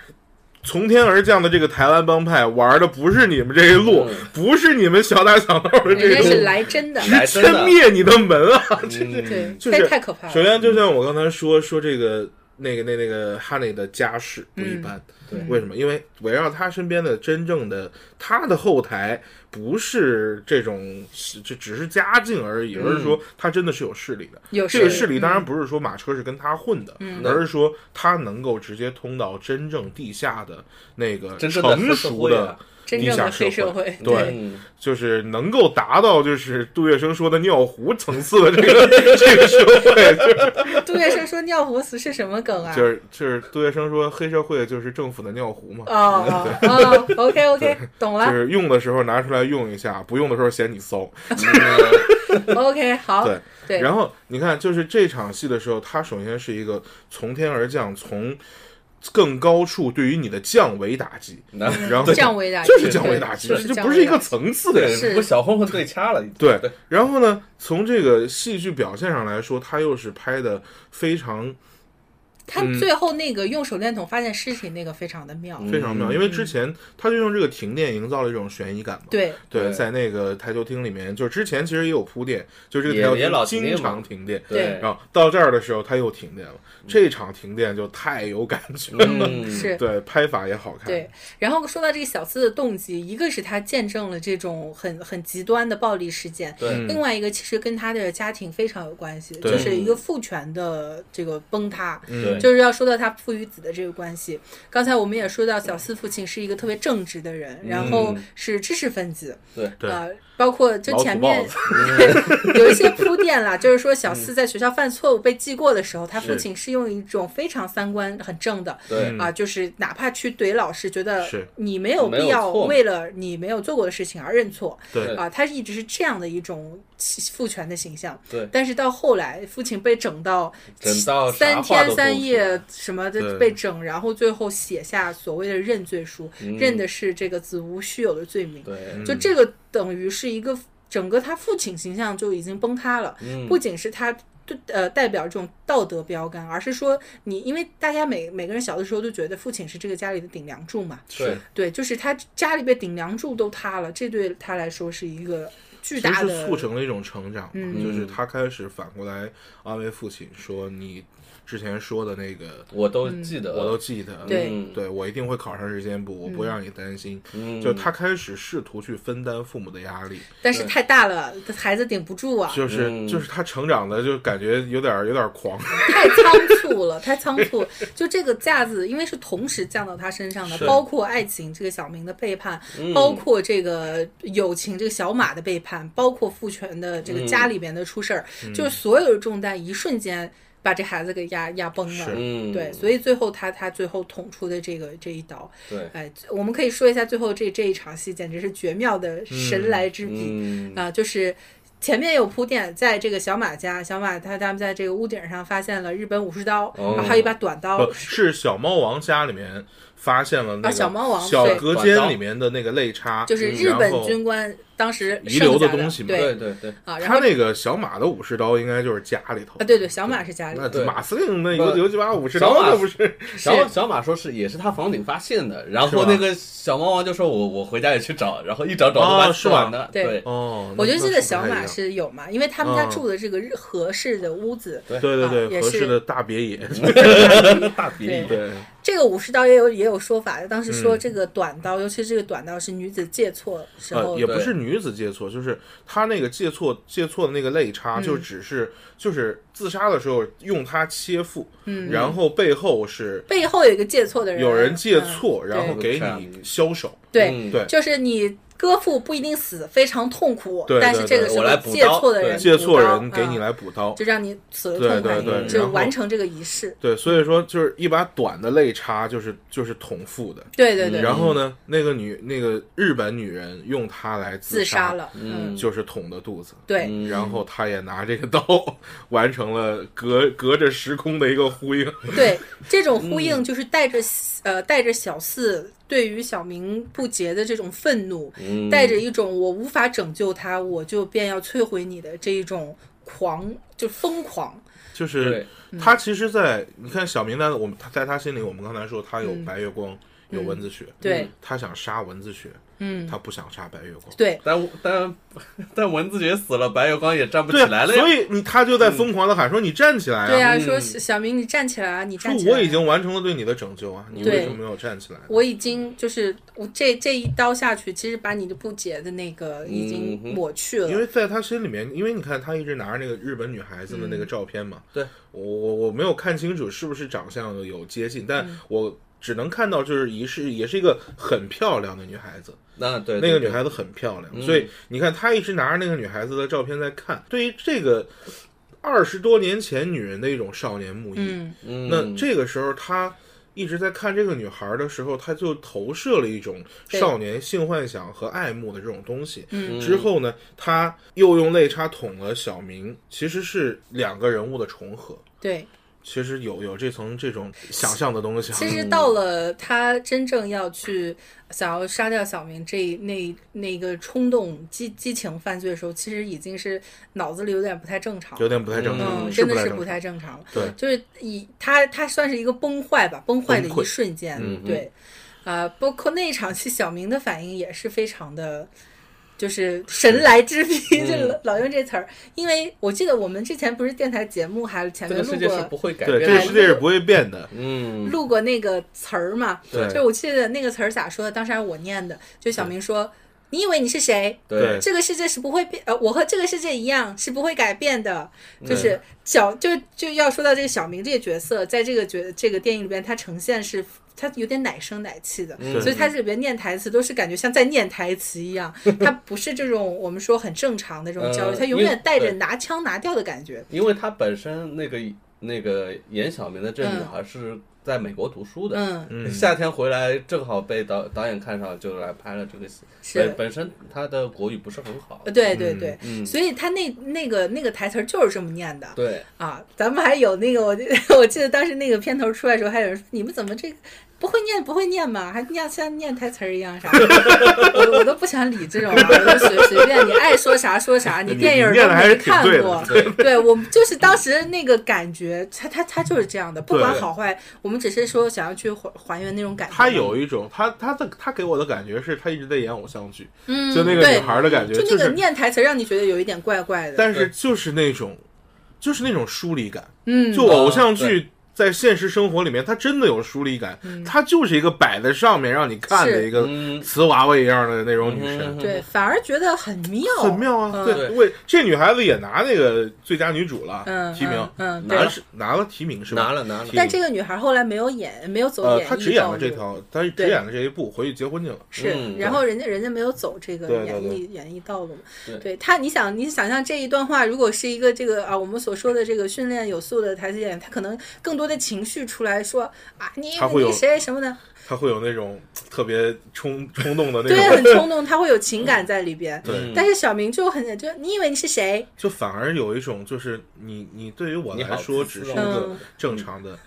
[SPEAKER 4] 从天而降的这个台湾帮派玩的不是你们这一路，
[SPEAKER 3] 嗯
[SPEAKER 4] 不是你们小打小闹的
[SPEAKER 1] 人
[SPEAKER 4] 这
[SPEAKER 1] 家是
[SPEAKER 4] 种，
[SPEAKER 1] 来真的，
[SPEAKER 3] 来
[SPEAKER 4] 直
[SPEAKER 3] 真的
[SPEAKER 4] 接灭你的门啊！
[SPEAKER 3] 嗯
[SPEAKER 1] 对，
[SPEAKER 4] 就是
[SPEAKER 1] 太太可怕
[SPEAKER 4] 首
[SPEAKER 1] 了。
[SPEAKER 4] 先，就像我刚才说说这个那个那那个哈内的家世不一般，
[SPEAKER 3] 嗯对
[SPEAKER 4] 为什么？因为围绕他身边的真正的他的后台不是这种，这只是家境而已，而是说他真的是有势力的。
[SPEAKER 1] 有
[SPEAKER 4] 这个
[SPEAKER 1] 势
[SPEAKER 4] 势
[SPEAKER 1] 力
[SPEAKER 4] 力当然不是说马车是跟他混的，
[SPEAKER 1] 嗯
[SPEAKER 4] 而是说他能够直接通到真正地下的那个
[SPEAKER 3] 真正的
[SPEAKER 4] 成
[SPEAKER 3] 社
[SPEAKER 4] 熟
[SPEAKER 3] 会啊
[SPEAKER 4] 的
[SPEAKER 1] 真
[SPEAKER 4] 地
[SPEAKER 1] 正的
[SPEAKER 4] 下
[SPEAKER 1] 黑社会
[SPEAKER 4] 会，
[SPEAKER 1] 对
[SPEAKER 4] 对，
[SPEAKER 3] 嗯
[SPEAKER 4] 就是能够达到就是杜月笙说的尿壶层次的这个 这个社会，
[SPEAKER 1] 杜月笙说尿壶是什么梗啊？
[SPEAKER 4] 就是就是杜月笙说黑社会就是政府的尿壶嘛。
[SPEAKER 1] 哦哦哦，OK OK，懂
[SPEAKER 4] 就
[SPEAKER 1] 了
[SPEAKER 4] 是用的时候拿出来用一下，不用的时候嫌你骚。
[SPEAKER 1] ，OK 好，
[SPEAKER 4] 对
[SPEAKER 1] 对，
[SPEAKER 4] 然后你看，就是这场戏的时候，它首先是一个从天而降，从更高处对于你的降维打击，
[SPEAKER 1] 嗯
[SPEAKER 3] 那
[SPEAKER 4] 然后
[SPEAKER 1] 降维打击
[SPEAKER 4] 就是降维打击，
[SPEAKER 1] 对
[SPEAKER 4] 这
[SPEAKER 1] 是
[SPEAKER 4] 不是一个层次的。
[SPEAKER 3] 对，
[SPEAKER 1] 是
[SPEAKER 3] 不小混混对掐了，
[SPEAKER 4] 对
[SPEAKER 3] 对，
[SPEAKER 4] 然后呢，从这个戏剧表现上来说，它又是拍的非常
[SPEAKER 1] 他
[SPEAKER 4] 嗯
[SPEAKER 1] 最后那个用手电筒发现尸体那个非常的妙，
[SPEAKER 3] 嗯
[SPEAKER 4] 非常妙，因为之前他就用这个停电营造了一种悬疑感嘛。
[SPEAKER 1] 对，
[SPEAKER 4] 对，
[SPEAKER 3] 对
[SPEAKER 4] 在那个台球厅里面，就之前其实也有铺垫，就这个
[SPEAKER 3] 也
[SPEAKER 4] 台球
[SPEAKER 3] 也老
[SPEAKER 4] 厅
[SPEAKER 3] 停电
[SPEAKER 4] 经
[SPEAKER 3] 嘛
[SPEAKER 4] 常停电，
[SPEAKER 1] 对
[SPEAKER 4] 然后到这儿的时候它又停电了，这场停电就太有感觉了，
[SPEAKER 3] 嗯，
[SPEAKER 1] 是。
[SPEAKER 4] 对，拍法也好看，
[SPEAKER 1] 对，然后说到这个小四的动机，一个是他见证了这种很很极端的暴力事件，
[SPEAKER 3] 对，
[SPEAKER 1] 另外一个其实跟他的家庭非常有关系，
[SPEAKER 4] 嗯对嗯
[SPEAKER 1] 就是一个父权的这个崩塌。
[SPEAKER 3] 对，
[SPEAKER 1] 就是要说到他父与子的这个关系。刚才我们也说到，小四父亲是一个特别正直的人，然后是知识分子，
[SPEAKER 3] 嗯对
[SPEAKER 4] 对
[SPEAKER 1] 呃，包括就
[SPEAKER 4] 老
[SPEAKER 1] 前
[SPEAKER 4] 土包
[SPEAKER 1] 面
[SPEAKER 4] 子
[SPEAKER 1] 对 有一些铺垫啦，就是说
[SPEAKER 3] 嗯
[SPEAKER 1] 小四在学校犯错误被记过的时候，他父亲是用一种非常三观很正的。
[SPEAKER 3] 对，
[SPEAKER 1] 啊，就是哪怕去怼老师，觉得
[SPEAKER 4] 是
[SPEAKER 1] 你没有
[SPEAKER 3] 嗯没有
[SPEAKER 1] 必要
[SPEAKER 3] 错
[SPEAKER 1] 为了你没有做过的事情而认错，
[SPEAKER 4] 对
[SPEAKER 1] 啊，他一直是这样的一种父权的形象。
[SPEAKER 3] 对
[SPEAKER 1] 但是到后来，父亲被整到
[SPEAKER 3] 整到啥
[SPEAKER 1] 三
[SPEAKER 3] 话
[SPEAKER 1] 天
[SPEAKER 3] 都
[SPEAKER 1] 三
[SPEAKER 3] 说不
[SPEAKER 1] 夜
[SPEAKER 3] 出
[SPEAKER 1] 什么的
[SPEAKER 4] 对
[SPEAKER 1] 被整，然后最后写下所谓的认罪书，
[SPEAKER 3] 嗯
[SPEAKER 1] 认的是这个子无虚有的罪名。
[SPEAKER 4] 嗯
[SPEAKER 3] 对，嗯
[SPEAKER 1] 就这个等于是一个整个他父亲形象就已经崩塌了，
[SPEAKER 3] 嗯
[SPEAKER 1] 不仅是他。对呃代表这种道德标杆，而是说你因为大家每每个人小的时候都觉得父亲是这个家里的顶梁柱嘛，
[SPEAKER 3] 对
[SPEAKER 4] 是，
[SPEAKER 1] 对，就是他家里边顶梁柱都塌了，这对他来说是一个巨
[SPEAKER 4] 其
[SPEAKER 1] 大
[SPEAKER 4] 实是
[SPEAKER 1] 的
[SPEAKER 4] 促成了一种成长嘛，
[SPEAKER 1] 嗯
[SPEAKER 4] 就是他开始反过来安慰父亲说：“你之前说的那个
[SPEAKER 3] 我都
[SPEAKER 1] 嗯
[SPEAKER 3] 记得，
[SPEAKER 4] 我都记得，
[SPEAKER 1] 对
[SPEAKER 3] 嗯
[SPEAKER 4] 对我一定会考上日间部，我不会让你担心。
[SPEAKER 3] 嗯
[SPEAKER 4] 就他开始试图去分担父母的压力，
[SPEAKER 1] 但是太大了，孩子顶不住啊，
[SPEAKER 4] 就是、
[SPEAKER 3] 嗯
[SPEAKER 4] 就是他成长的就感觉有点有点狂，
[SPEAKER 1] 太仓促了，太仓 促。就这个架子，因为是同时降到他身上的，
[SPEAKER 4] 是嗯
[SPEAKER 1] 包括爱情这个小明的背叛，
[SPEAKER 3] 嗯
[SPEAKER 1] 包括这个友情这个小马的背叛，包括父权的这
[SPEAKER 4] 嗯
[SPEAKER 1] 个家里边的出事儿，就是所有的重担一瞬间把这孩子给压压崩了。
[SPEAKER 4] 是
[SPEAKER 3] 嗯，
[SPEAKER 1] 对，所以最后他他最后捅出的这个这一刀，
[SPEAKER 3] 对，
[SPEAKER 1] 哎，我们可以说一下最后这这一场戏，简直是绝妙
[SPEAKER 4] 嗯
[SPEAKER 1] 的神来之笔。
[SPEAKER 3] 嗯，
[SPEAKER 1] 啊、就是前面有铺垫，在这个小马家，小马他他们在这个屋顶上发现了日本武士刀，
[SPEAKER 3] 哦
[SPEAKER 1] 然后还有一把短刀
[SPEAKER 4] 不。是小猫王家里面发现了那个
[SPEAKER 1] 啊小猫王
[SPEAKER 4] 小
[SPEAKER 1] 对
[SPEAKER 4] 隔间里面的那个肋插，
[SPEAKER 1] 就是
[SPEAKER 4] 嗯
[SPEAKER 1] 日
[SPEAKER 4] 然
[SPEAKER 1] 本
[SPEAKER 4] 后
[SPEAKER 1] 军官当时
[SPEAKER 4] 遗留
[SPEAKER 1] 的
[SPEAKER 4] 的东西嘛
[SPEAKER 1] 对
[SPEAKER 3] 对对对，
[SPEAKER 1] 啊，然
[SPEAKER 4] 他
[SPEAKER 1] 后
[SPEAKER 4] 那个小马的武士刀应该就是家里头
[SPEAKER 1] 啊，对对，小马是家里
[SPEAKER 4] 那
[SPEAKER 1] 的，
[SPEAKER 3] 对
[SPEAKER 4] 马司令那
[SPEAKER 3] 不
[SPEAKER 4] 有有几把武士
[SPEAKER 3] 小
[SPEAKER 4] 刀，
[SPEAKER 3] 马
[SPEAKER 4] 那不是
[SPEAKER 3] 小小马说是也是他房顶发现的，然
[SPEAKER 4] 是吧
[SPEAKER 3] 后那个小猫王就说我我回家也去找，然后一找找到
[SPEAKER 4] 啊
[SPEAKER 3] 把
[SPEAKER 4] 是
[SPEAKER 3] 死
[SPEAKER 4] 吧
[SPEAKER 3] 完的，
[SPEAKER 1] 对
[SPEAKER 3] 对
[SPEAKER 4] 哦，
[SPEAKER 1] 我就记
[SPEAKER 4] 那
[SPEAKER 1] 得小
[SPEAKER 4] 那不太一
[SPEAKER 1] 马
[SPEAKER 4] 样
[SPEAKER 1] 是有嘛，因为他们家
[SPEAKER 4] 嗯
[SPEAKER 1] 住的这个日合适的屋子，
[SPEAKER 4] 对
[SPEAKER 1] 啊
[SPEAKER 4] 对
[SPEAKER 1] 也
[SPEAKER 4] 对，合适
[SPEAKER 1] 是嗯
[SPEAKER 4] 的大别野，
[SPEAKER 3] 大别野，
[SPEAKER 4] 对，
[SPEAKER 1] 这个武士刀也有也有说法，当时说
[SPEAKER 4] 嗯
[SPEAKER 1] 这个短刀，尤其这个短刀是女子借错时
[SPEAKER 4] 呃，
[SPEAKER 1] 候
[SPEAKER 4] 也不
[SPEAKER 3] 对
[SPEAKER 4] 是女子借错，就是他那个借错借错的那个肋插，
[SPEAKER 1] 嗯
[SPEAKER 4] 就只是就是自杀的时候用它切腹，
[SPEAKER 1] 嗯
[SPEAKER 4] 然后背后是
[SPEAKER 1] 背后有一个借错的人，
[SPEAKER 4] 有人借
[SPEAKER 1] 嗯
[SPEAKER 4] 错，然后
[SPEAKER 1] 对
[SPEAKER 4] 给
[SPEAKER 3] 看
[SPEAKER 4] 你枭首，
[SPEAKER 1] 对，
[SPEAKER 3] 嗯
[SPEAKER 4] 对，
[SPEAKER 1] 就是你割腹不一定死，非常痛苦，
[SPEAKER 4] 对对
[SPEAKER 1] 但是这个时
[SPEAKER 3] 对我来
[SPEAKER 1] 候
[SPEAKER 3] 补
[SPEAKER 1] 借错的
[SPEAKER 3] 刀
[SPEAKER 1] 人
[SPEAKER 3] 对
[SPEAKER 4] 借
[SPEAKER 1] 补
[SPEAKER 4] 错
[SPEAKER 1] 刀
[SPEAKER 4] 人给你
[SPEAKER 1] 嗯
[SPEAKER 4] 来补刀，
[SPEAKER 1] 就让你死了
[SPEAKER 4] 对
[SPEAKER 1] 痛快
[SPEAKER 4] 对
[SPEAKER 1] 一
[SPEAKER 4] 对
[SPEAKER 1] 点，就
[SPEAKER 4] 然后嗯
[SPEAKER 1] 完成这个仪式。
[SPEAKER 4] 对，所以说就是一把短的肋插就是就是捅腹的，
[SPEAKER 1] 对对对，
[SPEAKER 4] 然后呢，那个女那个日本女人用它来
[SPEAKER 1] 自
[SPEAKER 4] 杀嗯
[SPEAKER 1] 杀，了，嗯，
[SPEAKER 4] 就是捅的肚子，
[SPEAKER 1] 对。
[SPEAKER 4] 然后他也拿这个刀 完成了隔隔着时空的一个呼应。
[SPEAKER 1] 对，这种呼
[SPEAKER 4] 嗯
[SPEAKER 1] 应就是带着、呃带着小四对于小明不洁的这种愤怒，
[SPEAKER 3] 嗯
[SPEAKER 1] 带着一种我无法拯救他，我就便要摧毁你的这一种狂，就疯狂。
[SPEAKER 4] 就是
[SPEAKER 1] 嗯
[SPEAKER 4] 他其实在，你看小明在我们他在他心里，我们刚才说他有白月光，有蚊子血，
[SPEAKER 1] 嗯
[SPEAKER 4] 嗯
[SPEAKER 1] 对
[SPEAKER 4] 他想杀蚊子血，
[SPEAKER 1] 嗯，
[SPEAKER 4] 他不想杀白月光。
[SPEAKER 1] 对，
[SPEAKER 3] 但但但蚊子觉死了，白月光也站不起
[SPEAKER 4] 对
[SPEAKER 3] 来
[SPEAKER 4] 啊，
[SPEAKER 3] 了呀
[SPEAKER 4] 所，以你他就在疯狂的喊说：“你站起来
[SPEAKER 1] 对
[SPEAKER 4] 啊！
[SPEAKER 1] 啊，说小明你站起来啊，你
[SPEAKER 4] 说
[SPEAKER 1] 站起来啊。
[SPEAKER 4] 我已经完成了对你的拯救啊，你
[SPEAKER 1] 对
[SPEAKER 4] 为什么没有站起来？”
[SPEAKER 1] 我已经就是我这这一刀下去，其实把你的不洁的那个已经
[SPEAKER 3] 嗯哼
[SPEAKER 1] 抹去了。
[SPEAKER 4] 因为在他心里面，因为你看他一直拿着那个日本女孩子的那个照片嘛，
[SPEAKER 3] 嗯对
[SPEAKER 4] 我我我没有看清楚是不是长相有接近，但
[SPEAKER 3] 嗯
[SPEAKER 4] 我只能看到就是一是也是一个很漂亮的女孩子，
[SPEAKER 3] 那对
[SPEAKER 4] 那个
[SPEAKER 3] 对
[SPEAKER 4] 女孩子很漂亮，所以你看他一直拿着那个女孩子的照片在看，对于这个二十多年前女人的一种少年慕意，
[SPEAKER 1] 嗯，
[SPEAKER 3] 嗯
[SPEAKER 4] 那这个时候他。一直在看这个女孩的时候，他就投射了一种
[SPEAKER 1] 对
[SPEAKER 4] 少年性幻想和爱慕的这种东西。
[SPEAKER 1] 嗯
[SPEAKER 4] 之后呢，他又用肋插捅了小明，其实是两个人物的重合。
[SPEAKER 1] 对。
[SPEAKER 4] 其实有有这层这种想象的东西啊，
[SPEAKER 1] 其实到了他真正要去想要杀掉小明这一那那个冲动激激情犯罪的时候，其实已经是脑子里有点不太正常了。
[SPEAKER 4] 有点不太正常，
[SPEAKER 1] 嗯，
[SPEAKER 4] 是
[SPEAKER 1] 真的
[SPEAKER 4] 太
[SPEAKER 1] 是
[SPEAKER 4] 正
[SPEAKER 1] 不
[SPEAKER 4] 常。
[SPEAKER 1] 太正常了。
[SPEAKER 4] 对，
[SPEAKER 1] 就是以他他算是一个崩坏吧，崩坏的
[SPEAKER 4] 崩溃
[SPEAKER 1] 一瞬间。
[SPEAKER 4] 嗯嗯
[SPEAKER 1] 对，啊，包括那一场戏，小明的反应也是非常的。就是神来之笔，
[SPEAKER 4] 嗯
[SPEAKER 1] 就老老用 这词儿，因为我记得我们之前不是电台节目，还前
[SPEAKER 3] 这
[SPEAKER 1] 面
[SPEAKER 3] 个
[SPEAKER 1] 录
[SPEAKER 3] 世界是不
[SPEAKER 1] 过
[SPEAKER 3] 会改
[SPEAKER 4] 对，
[SPEAKER 3] 变
[SPEAKER 4] 这个
[SPEAKER 3] 的，
[SPEAKER 4] 世界是不会变的。
[SPEAKER 3] 嗯，
[SPEAKER 1] 录过那个词儿嘛？
[SPEAKER 4] 对
[SPEAKER 1] 就是我记得那个词儿咋说的，当时还是我念的，就小明说：“你以为你是谁？
[SPEAKER 4] 对
[SPEAKER 1] 这个世界是不会变，呃，我和这个世界一样是不会改变的。就是小，就就要说到这个小明这个角色，在这个角这个电影里边，他呈现是。他有点奶声奶气
[SPEAKER 3] 嗯
[SPEAKER 1] 的，所以他这里边念台词都是感觉像在念台词一 样，他不是这种我们说很正常的这种交流，
[SPEAKER 3] 呃
[SPEAKER 1] 他永
[SPEAKER 3] 因为
[SPEAKER 1] 远带着
[SPEAKER 3] 对
[SPEAKER 1] 拿腔拿调的感觉。
[SPEAKER 3] 因为他本身那个那个演小明的这女孩是在美国读书的，
[SPEAKER 1] 嗯，
[SPEAKER 3] 夏天回来正好被导导演看上，就来拍了这个戏。
[SPEAKER 1] 是
[SPEAKER 3] 本本身他的国语不是很好嗯
[SPEAKER 1] 呃，对对对，所以他那那个那个台词儿就是这么念的。
[SPEAKER 3] 对，
[SPEAKER 1] 啊，咱们还有那个，我我记得当时那个片头出来的时候，还有人说你们怎么这个不会念不会念嘛，还念像念台词儿一样啥的， 我我都不想理这种了，我就随随便你爱说啥说啥，你电影
[SPEAKER 4] 你念
[SPEAKER 1] 都
[SPEAKER 4] 得还是
[SPEAKER 1] 没
[SPEAKER 4] 挺
[SPEAKER 1] 看
[SPEAKER 4] 对的
[SPEAKER 1] 过， 对我就是当时那个感觉，他他他就是这样的，不管
[SPEAKER 4] 对
[SPEAKER 1] 好坏，我们只是说想要去还还原那种感觉。
[SPEAKER 4] 他有一种他他的他给我的感觉是他一直在演偶像剧，
[SPEAKER 1] 嗯，
[SPEAKER 4] 就那个
[SPEAKER 1] 对
[SPEAKER 4] 女孩的感觉，
[SPEAKER 1] 就那个
[SPEAKER 4] 是
[SPEAKER 1] 念台词儿让你觉得有一点怪怪的，
[SPEAKER 4] 但是就是那种就是那种疏离感，
[SPEAKER 1] 嗯，
[SPEAKER 4] 就偶像
[SPEAKER 3] 啊
[SPEAKER 4] 剧。在现实生活里面，它真的有疏离感，它就是一个摆在上面让你看的
[SPEAKER 1] 嗯是
[SPEAKER 4] 一个
[SPEAKER 3] 嗯
[SPEAKER 4] 瓷娃娃一样的那种女神，
[SPEAKER 1] 对，反而觉得很妙，
[SPEAKER 4] 很妙啊！
[SPEAKER 1] 嗯
[SPEAKER 4] 对，为这女孩子也拿那个最佳女主了，
[SPEAKER 1] 嗯，
[SPEAKER 4] 提名，
[SPEAKER 1] 嗯，嗯，对
[SPEAKER 4] 拿。是拿了提名是吧？
[SPEAKER 3] 拿了拿了
[SPEAKER 4] 提，
[SPEAKER 1] 但这个女孩后来没有演，没有走
[SPEAKER 4] 呃，
[SPEAKER 1] 演艺道路，
[SPEAKER 4] 她只演了这条，她只演了这一部，回去结婚去了。
[SPEAKER 1] 是，
[SPEAKER 3] 嗯
[SPEAKER 1] 然后人家人家没有走这个
[SPEAKER 4] 对对
[SPEAKER 1] 演
[SPEAKER 4] 对
[SPEAKER 1] 艺演艺道路嘛，
[SPEAKER 3] 对
[SPEAKER 1] 他，你想你想象这一段话，如果是一个这个啊，我们所说的这个训练有素的台词演员，他可能更多的情绪出来说啊，你
[SPEAKER 4] 他会有
[SPEAKER 1] 你谁什么的，
[SPEAKER 4] 她会有那种特别冲冲动的那
[SPEAKER 1] 对，
[SPEAKER 4] 种，
[SPEAKER 1] 很冲动，他会有情感在里边。
[SPEAKER 4] 对
[SPEAKER 3] 嗯
[SPEAKER 1] 但是小明就很就你以为你是谁？
[SPEAKER 4] 就反而有一种就是你你对于我
[SPEAKER 3] 你
[SPEAKER 4] 来
[SPEAKER 3] 好
[SPEAKER 4] 说
[SPEAKER 3] 自
[SPEAKER 4] 只
[SPEAKER 3] 私
[SPEAKER 4] 是一
[SPEAKER 3] 哦
[SPEAKER 4] 个正常的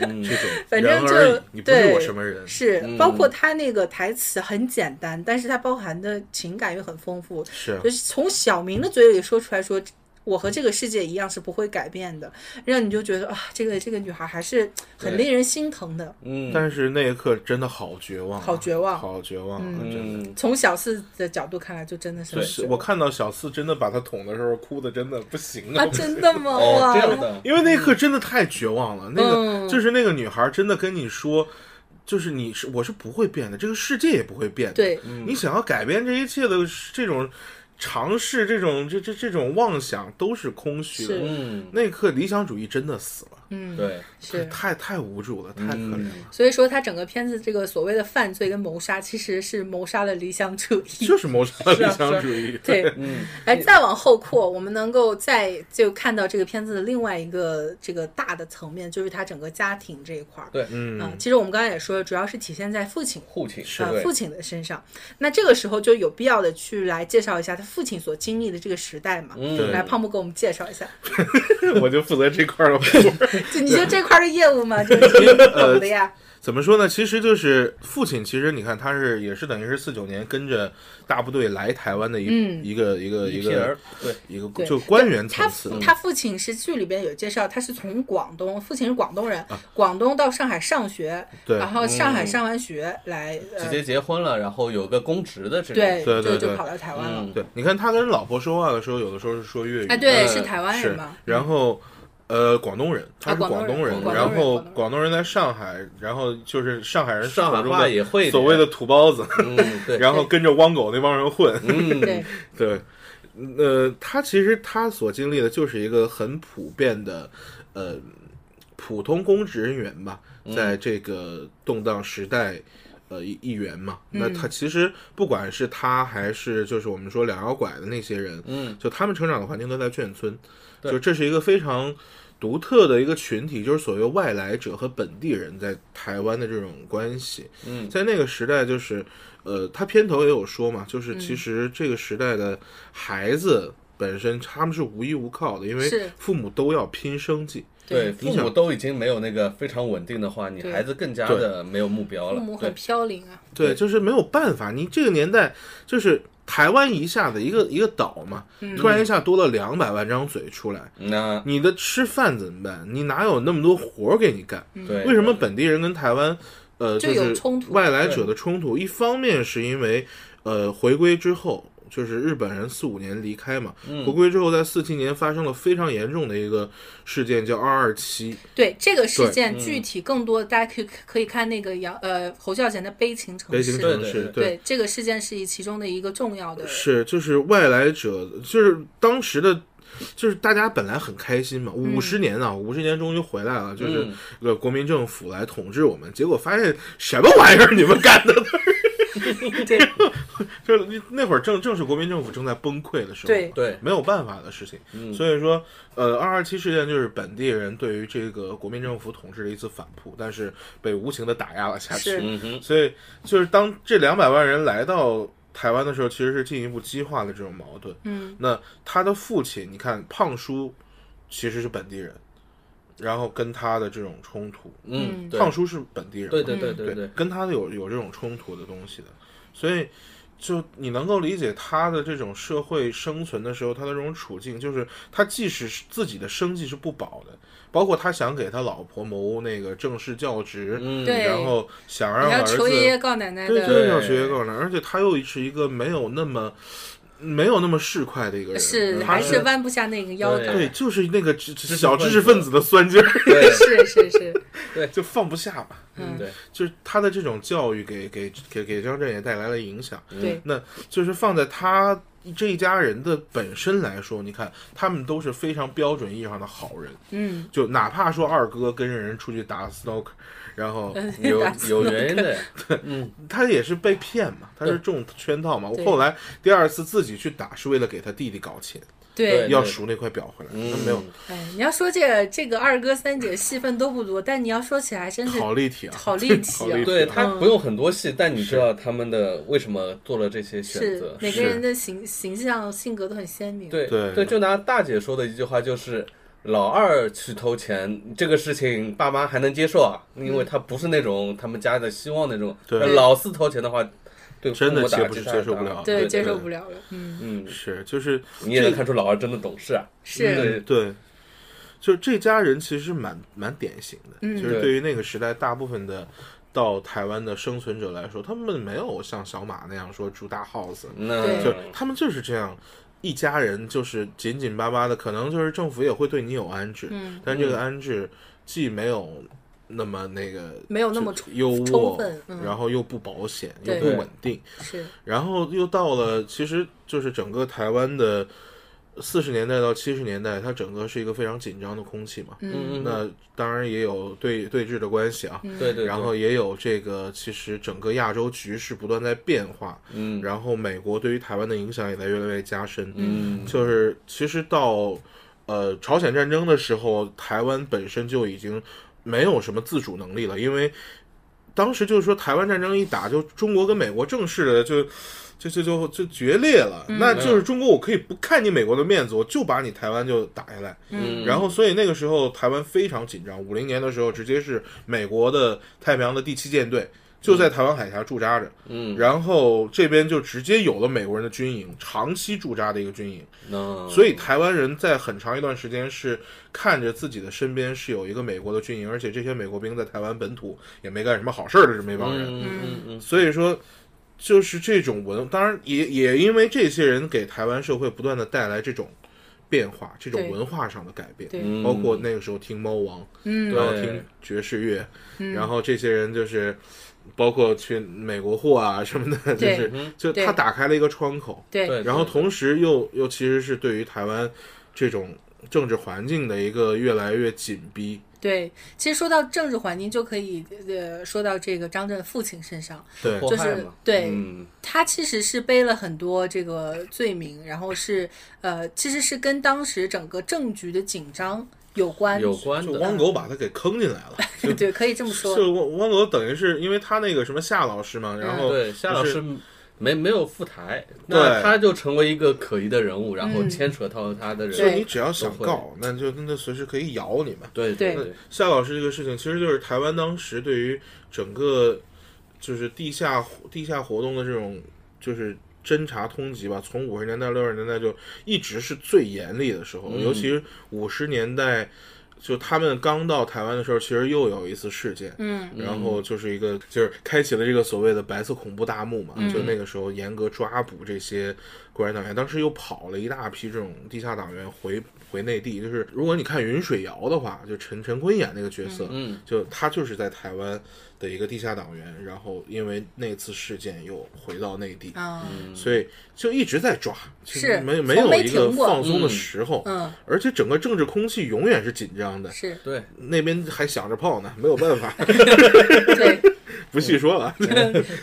[SPEAKER 3] 嗯
[SPEAKER 4] 这种
[SPEAKER 1] 反
[SPEAKER 4] 人
[SPEAKER 1] 正
[SPEAKER 4] 而
[SPEAKER 1] 就
[SPEAKER 4] 已，你不是
[SPEAKER 1] 对
[SPEAKER 4] 我什么人。
[SPEAKER 1] 是，
[SPEAKER 3] 嗯
[SPEAKER 1] 包括他那个台词很简单，但是他包含的情感又很丰富，
[SPEAKER 4] 是
[SPEAKER 1] 就是从小明的嘴里说出来说，我和这个世界一样是不会改变的，让你就觉得啊，这个这个女孩还是很
[SPEAKER 3] 对
[SPEAKER 1] 令人心疼的。
[SPEAKER 3] 嗯，
[SPEAKER 4] 但是那一刻真的好绝望啊，
[SPEAKER 1] 好绝望
[SPEAKER 4] 好绝望啊！真的。
[SPEAKER 3] 嗯
[SPEAKER 1] 从小四的角度看来，就真的是很绝
[SPEAKER 4] 是我看到小四真的把他捅的时候，哭的真的不行
[SPEAKER 1] 啊，
[SPEAKER 4] 啊！
[SPEAKER 1] 真的吗？
[SPEAKER 3] 哦这样
[SPEAKER 1] 哇，
[SPEAKER 3] 的，
[SPEAKER 4] 因为那一刻真的太绝望了。那个
[SPEAKER 1] 嗯
[SPEAKER 4] 就是那个女孩真的跟你说，就是你是我是不会变的，这个世界也不会变的。嗯
[SPEAKER 1] 对，
[SPEAKER 4] 你想要改变这一切的这种尝试，这种这这这种妄想都是空虚的
[SPEAKER 1] 是。
[SPEAKER 3] 嗯
[SPEAKER 4] 那一刻，理想主义真的死了，
[SPEAKER 1] 嗯，
[SPEAKER 3] 对，
[SPEAKER 1] 是。嗯
[SPEAKER 4] 太太无助了，
[SPEAKER 3] 嗯
[SPEAKER 4] 太可怜了。
[SPEAKER 1] 所以说，他整个片子这个所谓的犯罪跟谋杀，其实是谋杀了理想主义。
[SPEAKER 4] 就是谋杀了
[SPEAKER 3] 是啊
[SPEAKER 4] 理想主 义。
[SPEAKER 1] 对，
[SPEAKER 3] 嗯
[SPEAKER 1] 哎，再往后扩，我们能够再就看到这个片子的另外一个这个大的层面，就是他整个家庭这一块儿。
[SPEAKER 3] 对
[SPEAKER 1] 嗯、
[SPEAKER 4] 嗯，
[SPEAKER 1] 其实我们刚才也说了，主要是体现在父亲
[SPEAKER 3] 父亲
[SPEAKER 4] 是
[SPEAKER 1] 啊、
[SPEAKER 3] 对
[SPEAKER 1] 父亲的身上。那这个时候就有必要的去来介绍一下他父亲所经历的这个时代嘛。
[SPEAKER 4] 嗯
[SPEAKER 3] 嗯
[SPEAKER 4] 对
[SPEAKER 1] 来，胖木给我们介绍一 下，
[SPEAKER 4] 我就负责这块儿了。
[SPEAKER 1] 就你就这块儿的业务嘛，就是
[SPEAKER 4] 呃
[SPEAKER 1] 懂的呀。
[SPEAKER 4] 怎么说呢？其实就是父亲，其实你看他是也是等于是四九年跟着大部队来台湾的一、
[SPEAKER 1] 嗯
[SPEAKER 4] 一个一个
[SPEAKER 3] 一
[SPEAKER 4] 一
[SPEAKER 3] 批人
[SPEAKER 4] 个
[SPEAKER 3] 儿，对，
[SPEAKER 4] 一个
[SPEAKER 1] 对
[SPEAKER 4] 就官员
[SPEAKER 1] 他
[SPEAKER 4] 层次嗯
[SPEAKER 1] 父。他父亲是剧里边有介绍，他是从广东，父亲是广东人，
[SPEAKER 4] 啊
[SPEAKER 1] 广东到上海上学，
[SPEAKER 4] 对
[SPEAKER 1] 然后上海
[SPEAKER 3] 嗯
[SPEAKER 1] 上完学来，
[SPEAKER 3] 直
[SPEAKER 1] 呃
[SPEAKER 3] 接结婚了，然后有个公职的这种，
[SPEAKER 1] 对
[SPEAKER 4] 对对
[SPEAKER 1] 就就
[SPEAKER 4] 对
[SPEAKER 1] 跑到台湾了。
[SPEAKER 3] 嗯
[SPEAKER 4] 对，你看他跟老婆说话的时候，有的时候是说粤语，
[SPEAKER 1] 哎，对，
[SPEAKER 3] 呃
[SPEAKER 1] 是台湾
[SPEAKER 4] 是
[SPEAKER 1] 人嘛，？
[SPEAKER 4] 然后，呃，广东人，他是
[SPEAKER 1] 啊广东
[SPEAKER 4] 东
[SPEAKER 1] 人
[SPEAKER 4] 人，
[SPEAKER 3] 广东
[SPEAKER 4] 然
[SPEAKER 1] 人
[SPEAKER 4] 后
[SPEAKER 1] 广东人
[SPEAKER 4] 广东人在上海，然后就是上海人
[SPEAKER 3] 上海
[SPEAKER 4] 口中
[SPEAKER 3] 话
[SPEAKER 4] 的
[SPEAKER 3] 也会一点
[SPEAKER 4] 所谓的土包子，
[SPEAKER 3] 嗯对，
[SPEAKER 4] 然后跟着汪狗那帮 人混，
[SPEAKER 3] 嗯
[SPEAKER 1] 对，
[SPEAKER 4] 对，呃，他其实他所经历的就是一个很普遍的，呃，普通公职人员吧，在这个动荡时代。呃，一一员嘛，那他其实不管是他还是就是我们说两摇拐的那些人，
[SPEAKER 3] 嗯，
[SPEAKER 4] 就他们成长的环境都在眷村，
[SPEAKER 3] 对
[SPEAKER 4] 就这是一个非常独特的一个群体，就是所谓外来者和本地人在台湾的这种关系。
[SPEAKER 3] 嗯
[SPEAKER 4] 在那个时代，就是呃，他片头也有说嘛，就是其实这个时代的孩子本身他们是无依无靠的，因
[SPEAKER 1] 是
[SPEAKER 4] 为父母都要拼生计。
[SPEAKER 3] 对，
[SPEAKER 4] 你
[SPEAKER 3] 父
[SPEAKER 4] 想
[SPEAKER 3] 母都已经没有那个非常稳定的话，你
[SPEAKER 1] 对
[SPEAKER 3] 孩子更加的没有目标
[SPEAKER 1] 父
[SPEAKER 3] 了，
[SPEAKER 1] 母
[SPEAKER 3] 对
[SPEAKER 1] 很飘零啊，
[SPEAKER 4] 对，
[SPEAKER 3] 对
[SPEAKER 4] 就是没有办法，你这个年代就是台湾一下子一个一个岛嘛，突然一下多了两百万张嘴出来，
[SPEAKER 3] 那
[SPEAKER 4] 你的吃饭怎么办？你哪有那么多活儿给你干？
[SPEAKER 1] 嗯
[SPEAKER 3] 对
[SPEAKER 4] 为什么本地人跟台湾，呃，
[SPEAKER 1] 就有
[SPEAKER 4] 是
[SPEAKER 1] 冲突
[SPEAKER 4] 外来者的冲突？一方面是因为，呃，回归之后，就是日本人四五年离开嘛，
[SPEAKER 1] 嗯
[SPEAKER 4] 回归之后，在四七年发生了非常严重的一个事件，叫二二七。
[SPEAKER 1] 对这个事
[SPEAKER 4] 对
[SPEAKER 1] 件具体更多，大家可以可以看那个杨呃侯孝贤的《悲情城
[SPEAKER 4] 北
[SPEAKER 1] 市》
[SPEAKER 4] 京
[SPEAKER 3] 对
[SPEAKER 4] 城市，
[SPEAKER 3] 对
[SPEAKER 1] 对这个事件是以其中的一个重要的，
[SPEAKER 4] 是就是外来者，就是当时的。就是大家本来很开心嘛，
[SPEAKER 1] 嗯
[SPEAKER 4] 五十年啊，五十年终于回来了，就是
[SPEAKER 3] 嗯
[SPEAKER 4] 呃国民政府来统治我们，结果发现什么玩意儿你们干的，
[SPEAKER 1] 对
[SPEAKER 4] 就是那那会儿正正是国民政府正在崩溃的时候，
[SPEAKER 1] 对
[SPEAKER 3] 对，嗯
[SPEAKER 4] 没有办法的事情。所以说，呃，二二七事件就是本地人对于这个国民政府统治的一次反扑，但是被无情的打压了下
[SPEAKER 1] 是
[SPEAKER 4] 去。
[SPEAKER 3] 嗯哼，
[SPEAKER 4] 所以，就是当这两百万人来到台湾的时候，其实是进一步激化了这种矛盾。
[SPEAKER 1] 嗯，
[SPEAKER 4] 那他的父亲，你看胖叔其实是本地人，然后跟他的这种冲突，
[SPEAKER 3] 嗯，对
[SPEAKER 4] 胖叔是本 地人嘛，
[SPEAKER 3] 对对对
[SPEAKER 4] 对
[SPEAKER 3] 对对，
[SPEAKER 4] 跟他有有这种冲突的东西的，所以就你能够理解他的这种社会生存的时候，他的这种处境，就是他即使是自己的生计是不保的，包括他想给他老婆谋那个正式教职，
[SPEAKER 3] 嗯，
[SPEAKER 1] 对
[SPEAKER 4] 然后想让
[SPEAKER 1] 你
[SPEAKER 4] 儿
[SPEAKER 1] 要
[SPEAKER 4] 子
[SPEAKER 1] 求爷爷告奶奶
[SPEAKER 4] 对，
[SPEAKER 1] 的，
[SPEAKER 4] 真的要学高难，而且他又是一个没有那么没有那么市侩的一个人，
[SPEAKER 1] 是
[SPEAKER 4] 嗯他
[SPEAKER 1] 还
[SPEAKER 4] 是
[SPEAKER 1] 是弯不下那个腰的，
[SPEAKER 4] 对，就是那个知
[SPEAKER 3] 识
[SPEAKER 4] 小
[SPEAKER 3] 分
[SPEAKER 4] 知识分
[SPEAKER 3] 子
[SPEAKER 4] 子的酸劲儿，
[SPEAKER 3] 对
[SPEAKER 1] 是是是，
[SPEAKER 4] 就放不下吧。
[SPEAKER 1] 嗯，
[SPEAKER 3] 对
[SPEAKER 4] 就是他的这种教育给给给给张震也带来了影响，
[SPEAKER 1] 对，
[SPEAKER 4] 就是放在他这一家人的本身来说，你看他们都是非常标准意义上的好人，
[SPEAKER 1] 嗯，
[SPEAKER 4] 就哪怕说二哥跟着人出去打 snoker，然后
[SPEAKER 3] 嗯有
[SPEAKER 1] 打死
[SPEAKER 3] 有
[SPEAKER 1] 我
[SPEAKER 3] 原因的， 嗯，
[SPEAKER 4] 他也是被骗嘛，他是
[SPEAKER 3] 对
[SPEAKER 4] 中圈套嘛。我
[SPEAKER 1] 对
[SPEAKER 4] 后来第二次自己去打是为了给他弟弟搞钱，
[SPEAKER 1] 对
[SPEAKER 3] 对，
[SPEAKER 4] 要赎那块表回来，那没有
[SPEAKER 1] 哎，你要说这个这个二哥三姐戏份都不多，但你要说起来真是
[SPEAKER 4] 好立体啊，
[SPEAKER 1] 好立体
[SPEAKER 4] 好
[SPEAKER 1] 啊
[SPEAKER 4] 立体
[SPEAKER 3] 对
[SPEAKER 4] 啊
[SPEAKER 3] 他不用很多戏，但你知道他们的为什么做了这些选
[SPEAKER 1] 是
[SPEAKER 3] 择？
[SPEAKER 1] 每个
[SPEAKER 4] 是
[SPEAKER 1] 人的形形象性格都很鲜明，
[SPEAKER 3] 对
[SPEAKER 4] 对
[SPEAKER 3] 就拿大姐说的一句话就是。老二去偷钱这个事情，爸妈还能接受啊，因为
[SPEAKER 1] 嗯
[SPEAKER 3] 他不是那种他们家的希望那种。呃
[SPEAKER 4] 对
[SPEAKER 3] 老四偷钱的话，对
[SPEAKER 4] 真的
[SPEAKER 3] 父母打
[SPEAKER 4] 接不
[SPEAKER 3] 击
[SPEAKER 4] 接
[SPEAKER 3] 太
[SPEAKER 4] 受
[SPEAKER 3] 大
[SPEAKER 4] 不了
[SPEAKER 1] 对，
[SPEAKER 4] 对
[SPEAKER 1] 接受
[SPEAKER 4] 对
[SPEAKER 1] 不了了，嗯，
[SPEAKER 3] 嗯，
[SPEAKER 4] 是就是
[SPEAKER 3] 你也能
[SPEAKER 4] 这
[SPEAKER 3] 看出老二真的懂事啊。
[SPEAKER 1] 是，
[SPEAKER 3] 对
[SPEAKER 4] 对，就这家人其实是蛮蛮典型的，
[SPEAKER 1] 嗯
[SPEAKER 4] 就是
[SPEAKER 3] 对
[SPEAKER 4] 对于那个时代大部分的到台湾的生存者来说，他们没有像小马那样说住大 house，
[SPEAKER 3] 嗯那
[SPEAKER 1] 对
[SPEAKER 4] 就他们就是这样。一家人就是紧紧巴巴的，可能就是政府也会对你有安置，
[SPEAKER 1] 嗯
[SPEAKER 4] 但这个安置既没有那么那个
[SPEAKER 1] 没有那么
[SPEAKER 4] 就
[SPEAKER 1] 充
[SPEAKER 4] 优
[SPEAKER 1] 充
[SPEAKER 4] 渥
[SPEAKER 1] 分，嗯
[SPEAKER 4] 然后又不保险，又
[SPEAKER 1] 对
[SPEAKER 4] 不稳定，
[SPEAKER 1] 是，
[SPEAKER 4] 然后又到了，其实就是整个台湾的四十年代到七十年代，它整个是一个非常紧张的空气嘛。
[SPEAKER 1] 嗯
[SPEAKER 3] 嗯
[SPEAKER 4] 那当然也有对对峙的关系啊，
[SPEAKER 1] 嗯
[SPEAKER 3] 对对，
[SPEAKER 4] 然后也有这个，其实整个亚洲局势不断在变化，
[SPEAKER 3] 嗯
[SPEAKER 4] 然后美国对于台湾的影响也在越来越加深。
[SPEAKER 3] 嗯
[SPEAKER 4] 就是其实到呃朝鲜战争的时候，台湾本身就已经没有什么自主能力了，因为当时就是说台湾战争一打，就中国跟美国正式的就。就就就就决裂了，
[SPEAKER 3] 嗯
[SPEAKER 4] 那就是中国，我可以不看你美国的面子，我就把你台湾就打下来。
[SPEAKER 3] 嗯
[SPEAKER 4] 然后，所以那个时候台湾非常紧张。五零年的时候，直接是美国的太平洋的第七舰队就在台湾海峡驻扎着，
[SPEAKER 3] 嗯，
[SPEAKER 4] 然后这边就直接有了美国人的军营，长期驻扎的一个军营。
[SPEAKER 3] 那
[SPEAKER 4] 所以台湾人在很长一段时间是看着自己的身边是有一个美国的军营，而且这些美国兵在台湾本土也没干什么好事儿的这么一帮人。
[SPEAKER 3] 嗯嗯嗯
[SPEAKER 4] 所以说，就是这种文，当然也也因为这些人给台湾社会不断的带来这种变化，这种
[SPEAKER 1] 对
[SPEAKER 4] 文化上的改变。
[SPEAKER 1] 对
[SPEAKER 3] 嗯，
[SPEAKER 4] 包括那个时候听猫王，
[SPEAKER 1] 嗯
[SPEAKER 4] 然后
[SPEAKER 3] 对
[SPEAKER 4] 听爵士乐，
[SPEAKER 1] 嗯
[SPEAKER 4] 然后这些人就是包括去美国货啊什么的，就
[SPEAKER 1] 对
[SPEAKER 4] 是
[SPEAKER 3] 嗯
[SPEAKER 4] 就他
[SPEAKER 1] 对
[SPEAKER 4] 打开了一个窗口。
[SPEAKER 1] 对，
[SPEAKER 3] 对，
[SPEAKER 4] 然后同时又又其实是对于台湾这种政治环境的一个越来越紧逼，
[SPEAKER 1] 对，其实说到政治环境，就可以呃说到这个张震父亲身上，
[SPEAKER 4] 对
[SPEAKER 3] 迫
[SPEAKER 1] 就
[SPEAKER 3] 害
[SPEAKER 1] 是
[SPEAKER 3] 嘛
[SPEAKER 1] 对
[SPEAKER 3] 嗯
[SPEAKER 1] 他其实是背了很多这个罪名，然后是呃，其实是跟当时整个政局的紧张有关，
[SPEAKER 3] 有关
[SPEAKER 4] 就
[SPEAKER 3] 的，
[SPEAKER 4] 汪狗把他给坑进来 了，
[SPEAKER 1] 对，可以这么说，
[SPEAKER 4] 就汪汪狗等于是因为他那个什么夏老师嘛，然后
[SPEAKER 3] 对夏老
[SPEAKER 4] 哦就
[SPEAKER 3] 师
[SPEAKER 4] 是
[SPEAKER 3] 没没有赴台，
[SPEAKER 4] 对
[SPEAKER 3] 那他就成为一个可疑的人物，然后
[SPEAKER 1] 嗯
[SPEAKER 3] 牵扯到他的
[SPEAKER 4] 就
[SPEAKER 1] 对
[SPEAKER 3] 人，
[SPEAKER 4] 你只要想
[SPEAKER 3] 都会
[SPEAKER 4] 告，那就那就随时可以咬你嘛。
[SPEAKER 3] 对
[SPEAKER 1] 对
[SPEAKER 3] 对，
[SPEAKER 4] 夏老师这个事情其实就是台湾当时对于整个就是地下地下活动的这种就是侦查通缉吧，从五十年代六十年代就一直是最严厉的时候，
[SPEAKER 3] 嗯
[SPEAKER 4] 尤其是五十年代。就他们刚到台湾的时候，其实又有一次事件，
[SPEAKER 1] 嗯，
[SPEAKER 4] 然后就是一个就是开启了这个所谓的白色恐怖大幕嘛，
[SPEAKER 1] 嗯
[SPEAKER 4] 就那个时候严格抓捕这些共产党员，当时又跑了一大批这种地下党员回回内地。就是如果你看《云水谣》的话，就陈陈坤演那个角色，
[SPEAKER 3] 嗯
[SPEAKER 4] 就他就是在台湾的一个地下党员，然后因为那次事件又回到内地，
[SPEAKER 1] 啊，
[SPEAKER 3] 嗯
[SPEAKER 4] 所以就一直在抓，就是没
[SPEAKER 1] 从
[SPEAKER 4] 没有
[SPEAKER 1] 没
[SPEAKER 4] 一个
[SPEAKER 1] 停过
[SPEAKER 4] 放松的
[SPEAKER 3] 嗯
[SPEAKER 4] 时候，
[SPEAKER 1] 嗯，
[SPEAKER 4] 而且整个政治空气永远是紧张的，
[SPEAKER 1] 是
[SPEAKER 3] 对，
[SPEAKER 4] 那边还想着炮呢，没有办法。
[SPEAKER 1] 对，
[SPEAKER 4] 不细说了。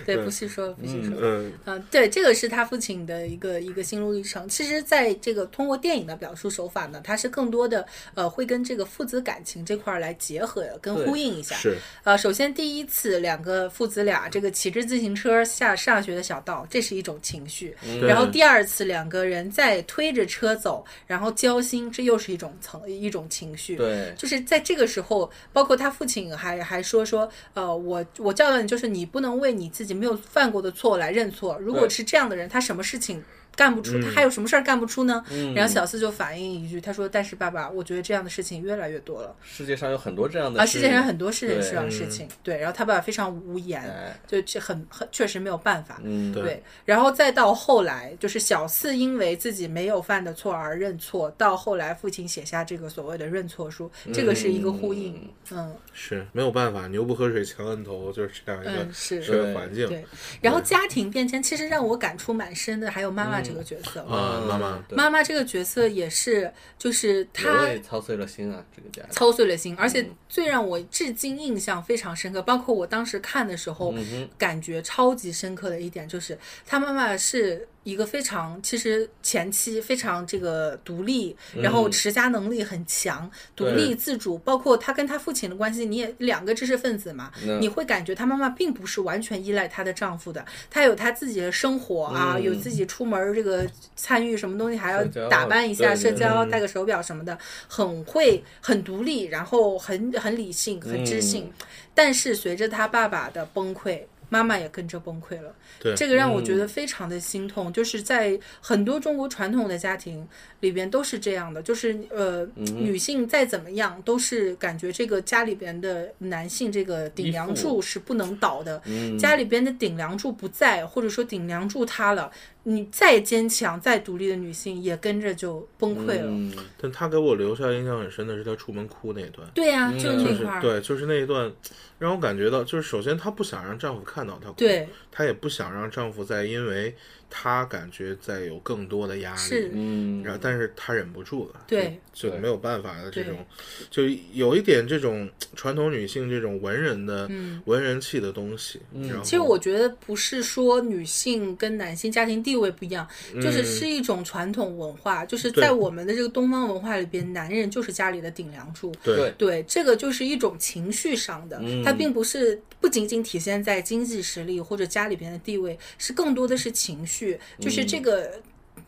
[SPEAKER 1] 对， 不细说了，不细说了。
[SPEAKER 4] 嗯，
[SPEAKER 1] 啊，对，这个是他父亲的一个一个心路历程。其实，在这个通过电影的表述手法呢，它是更多的呃，会跟这个父子感情这块儿来结合，跟
[SPEAKER 3] 对
[SPEAKER 1] 呼应一下。
[SPEAKER 4] 是
[SPEAKER 1] 呃，首先第一次，两个父子俩这个骑着自行车下上学的小道，这是一种情绪。
[SPEAKER 4] 对
[SPEAKER 1] 嗯然后第二次，两个人再推着车走，然后交心，这又是一种层一种情绪。
[SPEAKER 3] 对，
[SPEAKER 1] 就是在这个时候，包括他父亲还还说说，呃，我我教导你，就是你不能为你自己没有犯过的错来认错。如果
[SPEAKER 3] 对
[SPEAKER 1] 是这样的人，他什么事情干不出，他还有什么事儿干不出呢？
[SPEAKER 3] 嗯
[SPEAKER 1] 然后小四就反映一句，他说：“但是爸爸，我觉得这样的事情越来越多了
[SPEAKER 3] 世界上有很多这样的
[SPEAKER 1] 啊，世
[SPEAKER 3] 事
[SPEAKER 1] 界上很多事
[SPEAKER 3] 对
[SPEAKER 1] 情
[SPEAKER 3] 嗯
[SPEAKER 1] 是这样的事情。”对，然后他爸爸非常无言，
[SPEAKER 3] 哎
[SPEAKER 1] 就这很很确实没有办法。
[SPEAKER 3] 嗯，
[SPEAKER 4] 对
[SPEAKER 1] 对，然后再到后来，就是小四因为自己没有犯的错而认错，到后来父亲写下这个所谓的认错书，这个是一个呼应。嗯
[SPEAKER 4] 是没有办法，牛不喝水强摁头，就是这样一个
[SPEAKER 1] 嗯，是
[SPEAKER 4] 社会环境。
[SPEAKER 1] 对。然后家庭变迁，其实让我感触蛮深的，还有妈妈这个角色。
[SPEAKER 4] 啊妈妈
[SPEAKER 3] 嗯对
[SPEAKER 1] 妈妈这个角色也是，就是
[SPEAKER 3] 人
[SPEAKER 1] 她
[SPEAKER 3] 为操碎了心啊，这个家庭，
[SPEAKER 1] 操碎了心，而且最让我至今印象非常深刻，包括我当时看的时
[SPEAKER 3] 嗯
[SPEAKER 1] 候，感觉超级深刻的一点就是，她妈妈是一个非常其实前期非常这个独立，然后持家能力很强，独立自主，包括她跟她父亲的关系，你也两个知识分子嘛，
[SPEAKER 3] 嗯
[SPEAKER 1] 你会感觉她妈妈并不是完全依赖她的丈夫的，她有她自己的生活啊，有自己出门儿这个参与什么东西，还要
[SPEAKER 3] 嗯社交
[SPEAKER 1] 打扮一下
[SPEAKER 3] 对嗯
[SPEAKER 1] 社
[SPEAKER 3] 对
[SPEAKER 1] 交，戴个手表什么的，很会、很独立，然后很很理性、很知性。
[SPEAKER 3] 嗯
[SPEAKER 1] 但是随着他爸爸的崩溃，妈妈也跟着崩溃了。
[SPEAKER 4] 对
[SPEAKER 1] 这个让我
[SPEAKER 3] 嗯
[SPEAKER 1] 觉得非常的心痛，就是在很多中国传统的家庭里边都是这样的，就是呃，
[SPEAKER 4] 嗯
[SPEAKER 1] 女性再怎么样都是感觉这个家里边的男性这个顶梁
[SPEAKER 3] 依
[SPEAKER 1] 柱是不能倒的，
[SPEAKER 4] 嗯
[SPEAKER 1] 家里边的顶梁柱不在，或者说顶梁柱塌了，你再坚强、再独立的女性也跟着就崩溃了。
[SPEAKER 3] 嗯，
[SPEAKER 4] 但他给我留下印象很深的是他出门哭那一段，
[SPEAKER 1] 对呀、就是
[SPEAKER 4] 就
[SPEAKER 1] 那
[SPEAKER 4] 是
[SPEAKER 1] 块儿，
[SPEAKER 4] 嗯对，就是那一段，让我感觉到，就是首先她不想让丈夫看到她哭，
[SPEAKER 1] 对
[SPEAKER 4] 她也不想让丈夫再因为她感觉再有更多的压力，
[SPEAKER 1] 是，
[SPEAKER 3] 嗯，
[SPEAKER 4] 然后但是她忍不住了，
[SPEAKER 1] 对
[SPEAKER 4] 就
[SPEAKER 3] 对
[SPEAKER 4] 没有办法的
[SPEAKER 1] 对
[SPEAKER 4] 这种，就有一点这种传统女性这种文人的、文人气的东西。然后
[SPEAKER 1] 嗯其实我觉得不是说女性跟男性家庭地位不一样，就是是一种传统文化，就是
[SPEAKER 4] 嗯对
[SPEAKER 1] 在我们的这个东方文化里边，男人就是家里的顶梁柱。
[SPEAKER 4] 对
[SPEAKER 3] 对
[SPEAKER 1] 对，这个就是一种情绪上的，它并不是不仅仅体现在经济实力或者家里边的地位，是更多的是情绪，就是这个。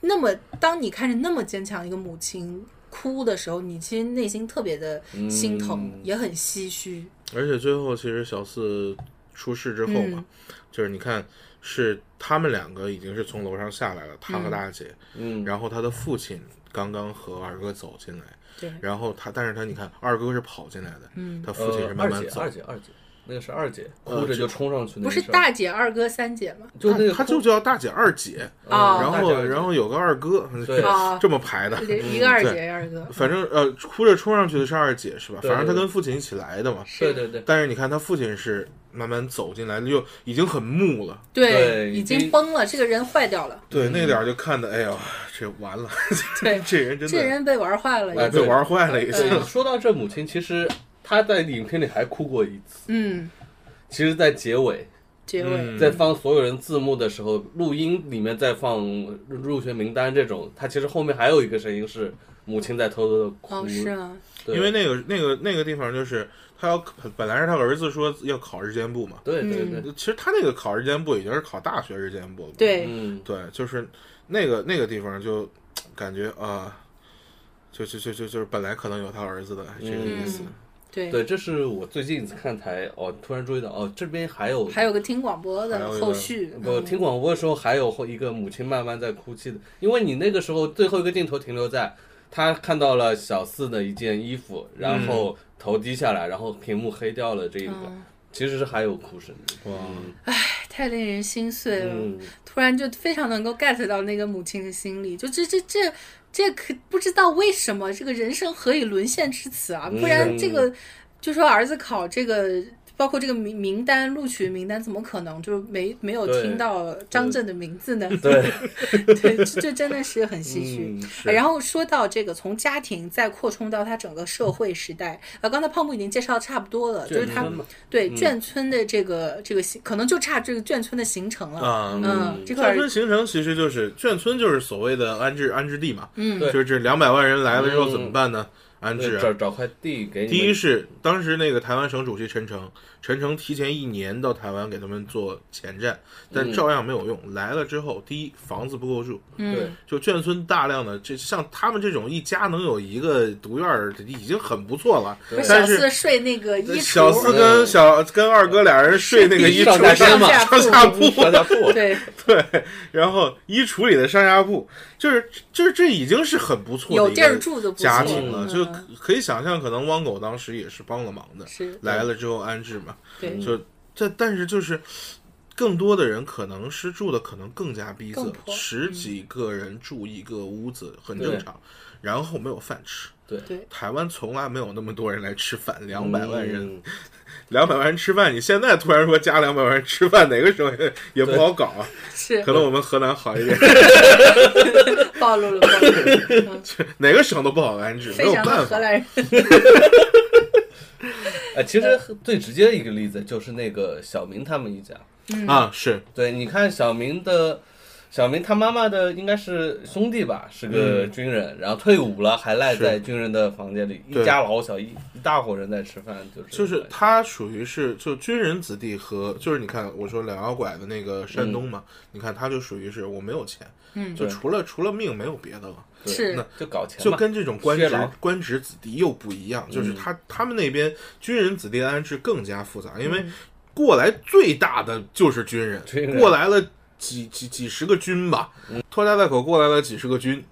[SPEAKER 1] 那么，当你看着那么坚强一个母亲哭的时候，你其实内心特别的心疼，
[SPEAKER 3] 嗯
[SPEAKER 1] 也很唏嘘。
[SPEAKER 4] 而且最后其实小四出事之后嘛，
[SPEAKER 1] 嗯
[SPEAKER 4] 就是你看是他们两个已经是从楼上下来了，他和大姐，
[SPEAKER 3] 嗯，
[SPEAKER 4] 然后他的父亲刚刚和二哥走进来，
[SPEAKER 1] 对，
[SPEAKER 4] 然后他但是他你看二哥是跑进来的，
[SPEAKER 1] 嗯
[SPEAKER 4] 他父亲是
[SPEAKER 3] 呃
[SPEAKER 4] 慢
[SPEAKER 3] 二
[SPEAKER 4] 慢
[SPEAKER 3] 姐，
[SPEAKER 4] 走，呃
[SPEAKER 3] 二姐，二姐，那个是二姐，哭着就冲上去，
[SPEAKER 1] 不是，大姐、二哥、三姐吗？
[SPEAKER 3] 就那个啊
[SPEAKER 4] 他就叫大姐二姐，
[SPEAKER 1] 哦
[SPEAKER 4] 然
[SPEAKER 3] 大姐
[SPEAKER 4] 后
[SPEAKER 3] 二姐
[SPEAKER 4] 然后有个二哥，
[SPEAKER 3] 对
[SPEAKER 1] 哦
[SPEAKER 4] 这么排的，
[SPEAKER 1] 一个二
[SPEAKER 4] 对
[SPEAKER 1] 姐，二哥。
[SPEAKER 4] 反正呃哭着冲上去的是二姐是吧？
[SPEAKER 3] 对
[SPEAKER 4] 反正他
[SPEAKER 3] 对
[SPEAKER 4] 跟父亲一起来的嘛，
[SPEAKER 3] 对 对对，
[SPEAKER 4] 但是你看他父亲是慢慢走进来，又已经很木了。
[SPEAKER 1] 对，
[SPEAKER 3] 对
[SPEAKER 1] 已
[SPEAKER 3] 已经
[SPEAKER 1] 经崩了，这个人坏掉了，
[SPEAKER 4] 对，
[SPEAKER 3] 嗯
[SPEAKER 4] 那点儿就看的，哎呦，这完了，
[SPEAKER 1] 对
[SPEAKER 4] 这人真
[SPEAKER 1] 这
[SPEAKER 4] 的
[SPEAKER 1] 人被玩坏了，
[SPEAKER 3] 哎
[SPEAKER 1] 已经
[SPEAKER 4] 被玩坏了已
[SPEAKER 3] 所
[SPEAKER 4] 经
[SPEAKER 3] 以。说到这母亲，其实她在影片里还哭过一次。
[SPEAKER 1] 嗯，
[SPEAKER 3] 其实，在结尾，
[SPEAKER 1] 结尾，
[SPEAKER 4] 嗯
[SPEAKER 3] 在放所有人字幕的时候，录音里面在放入学名单这种，她其实后面还有一个声音是母亲在偷偷的哭。
[SPEAKER 1] 哦，是吗？
[SPEAKER 3] 对
[SPEAKER 4] 因为那个那个那个地方就是他要本来是他儿子说要考日间部嘛，
[SPEAKER 3] 对对对，
[SPEAKER 4] 其实他那个考日间部已经是考大学日间部了嘛。
[SPEAKER 1] 嗯对，
[SPEAKER 3] 嗯，
[SPEAKER 4] 对，就是那个那个地方就感觉啊、就就就就就是本来可能有他儿子的这个意思。
[SPEAKER 1] 嗯，对，
[SPEAKER 3] 对，这是我最近看台哦，突然注意到哦，这边还有
[SPEAKER 1] 还有个听广播
[SPEAKER 4] 还
[SPEAKER 1] 的
[SPEAKER 4] 有一个
[SPEAKER 1] 后续，嗯
[SPEAKER 3] 我听广播的时候，还有后一个母亲慢慢在哭泣的，因为你那个时候最后一个镜头停留在她看到了小四的一件衣服，然后
[SPEAKER 4] 嗯
[SPEAKER 3] 头低下来，然后屏幕黑掉了这一
[SPEAKER 1] 嗯
[SPEAKER 3] 段，其实是还有哭声的。
[SPEAKER 4] 哇，
[SPEAKER 1] 哎太令人心碎了。
[SPEAKER 3] 嗯，
[SPEAKER 1] 突然就非常能够 get 到那个母亲的心理，就这这这这可不知道为什么这个人生何以沦陷至此啊！不然这个就说儿子考这个包括这个名名单录取名单，怎么可能就是没没有
[SPEAKER 3] 对
[SPEAKER 1] 听到张震的名字呢？
[SPEAKER 3] 对，
[SPEAKER 1] 对，这这真的是很唏嘘。
[SPEAKER 3] 嗯，
[SPEAKER 4] 是
[SPEAKER 1] 然后说到这个，从家庭再扩充到他整个社会时代，呃，刚才胖木已经介绍差不多了，就是他
[SPEAKER 3] 眷村嘛
[SPEAKER 1] 对
[SPEAKER 3] 嗯
[SPEAKER 1] 眷村的这个这个形，可能就差这个眷村的形成了。
[SPEAKER 4] 啊，
[SPEAKER 1] 嗯，这块
[SPEAKER 4] 眷
[SPEAKER 1] 儿
[SPEAKER 4] 村形成其实就是眷村，就是所谓的安置安置地嘛，
[SPEAKER 1] 嗯
[SPEAKER 3] 对
[SPEAKER 4] 就是这两百万人来了之后
[SPEAKER 3] 嗯
[SPEAKER 4] 怎么办呢？安置
[SPEAKER 3] 找
[SPEAKER 4] 啊。
[SPEAKER 3] 找块地给你们。
[SPEAKER 4] 第一是当时那个台湾省主席陈诚，陈诚提前一年到台湾给他们做前站，但
[SPEAKER 3] 嗯
[SPEAKER 4] 照样没有用。来了之后，第一房子不够住，
[SPEAKER 3] 对
[SPEAKER 1] 嗯，
[SPEAKER 4] 就眷村大量的这像他们这种一家能有一个独院儿已经很不错了
[SPEAKER 1] 不，是
[SPEAKER 4] 但
[SPEAKER 1] 小
[SPEAKER 4] 是呃
[SPEAKER 1] 四睡那个衣橱，
[SPEAKER 4] 小四
[SPEAKER 3] 嗯
[SPEAKER 4] 跟小跟二哥俩人睡那个衣
[SPEAKER 3] 上下
[SPEAKER 4] 橱上
[SPEAKER 3] 间嘛
[SPEAKER 4] 上下
[SPEAKER 1] 嗯
[SPEAKER 4] 铺，
[SPEAKER 3] 上下铺，
[SPEAKER 1] 对，
[SPEAKER 4] 对，然后衣橱里的上下铺，就是就是这已经是很不错
[SPEAKER 1] 有
[SPEAKER 4] 的一
[SPEAKER 1] 地儿
[SPEAKER 4] 个
[SPEAKER 1] 住就不错
[SPEAKER 4] 家庭了，
[SPEAKER 1] 嗯
[SPEAKER 4] 就可可以想象，可能汪狗当时也是帮了忙的，
[SPEAKER 1] 是
[SPEAKER 4] 来了之后安置嘛，
[SPEAKER 1] 对
[SPEAKER 4] 就这但是就是。更多的人可能是住的可能更加逼
[SPEAKER 1] 更
[SPEAKER 4] 仄，
[SPEAKER 1] 破
[SPEAKER 4] 十几个人住一个屋子很
[SPEAKER 3] 嗯对
[SPEAKER 4] 正常，然后没有饭吃。
[SPEAKER 3] 对
[SPEAKER 1] 对
[SPEAKER 4] 台湾从来没有那么多人来吃饭，两百万人
[SPEAKER 3] 嗯，
[SPEAKER 4] 两百万人吃饭，你现在突然说加两百万人吃饭，哪 个省也也不好搞啊。
[SPEAKER 1] 是
[SPEAKER 4] 可能我们河南好一点，
[SPEAKER 1] 暴露了暴露了，嗯
[SPEAKER 4] 哪个省都不好安置， 没
[SPEAKER 1] 非
[SPEAKER 4] 有
[SPEAKER 1] 常的
[SPEAKER 4] 办
[SPEAKER 1] 荷
[SPEAKER 4] 法。
[SPEAKER 1] 兰人，
[SPEAKER 3] 哎，其实最直接的一个例子就是那个小明他们一家。
[SPEAKER 1] 嗯
[SPEAKER 4] 啊，是
[SPEAKER 3] 对，你看小明的，小明他妈妈的应该是兄弟吧，是
[SPEAKER 4] 嗯
[SPEAKER 3] 个军人，然后退伍了，还赖在军人的房间里，一
[SPEAKER 4] 对
[SPEAKER 3] 家老小一一大伙人在吃饭，就是
[SPEAKER 4] 就
[SPEAKER 3] 就是
[SPEAKER 4] 他属于是就军人子弟和就是你看我说两摇拐的那个山东嘛，你看他就属于是我没有钱，
[SPEAKER 1] 嗯
[SPEAKER 4] 就
[SPEAKER 3] 嗯对
[SPEAKER 4] 除了除了命没有别的了。
[SPEAKER 3] 对
[SPEAKER 1] 是
[SPEAKER 4] 那
[SPEAKER 3] 就搞钱
[SPEAKER 4] 就
[SPEAKER 3] 嘛，
[SPEAKER 4] 跟这种官
[SPEAKER 3] 缺
[SPEAKER 4] 职
[SPEAKER 3] 劳嗯
[SPEAKER 4] 官职子弟又不一样，就是他他们那边军人子弟的安置更加复杂，因为过来最大的就是军人，
[SPEAKER 3] 嗯军人嗯
[SPEAKER 4] 过来了几几几十个军吧，拖家带口过来了几十个军，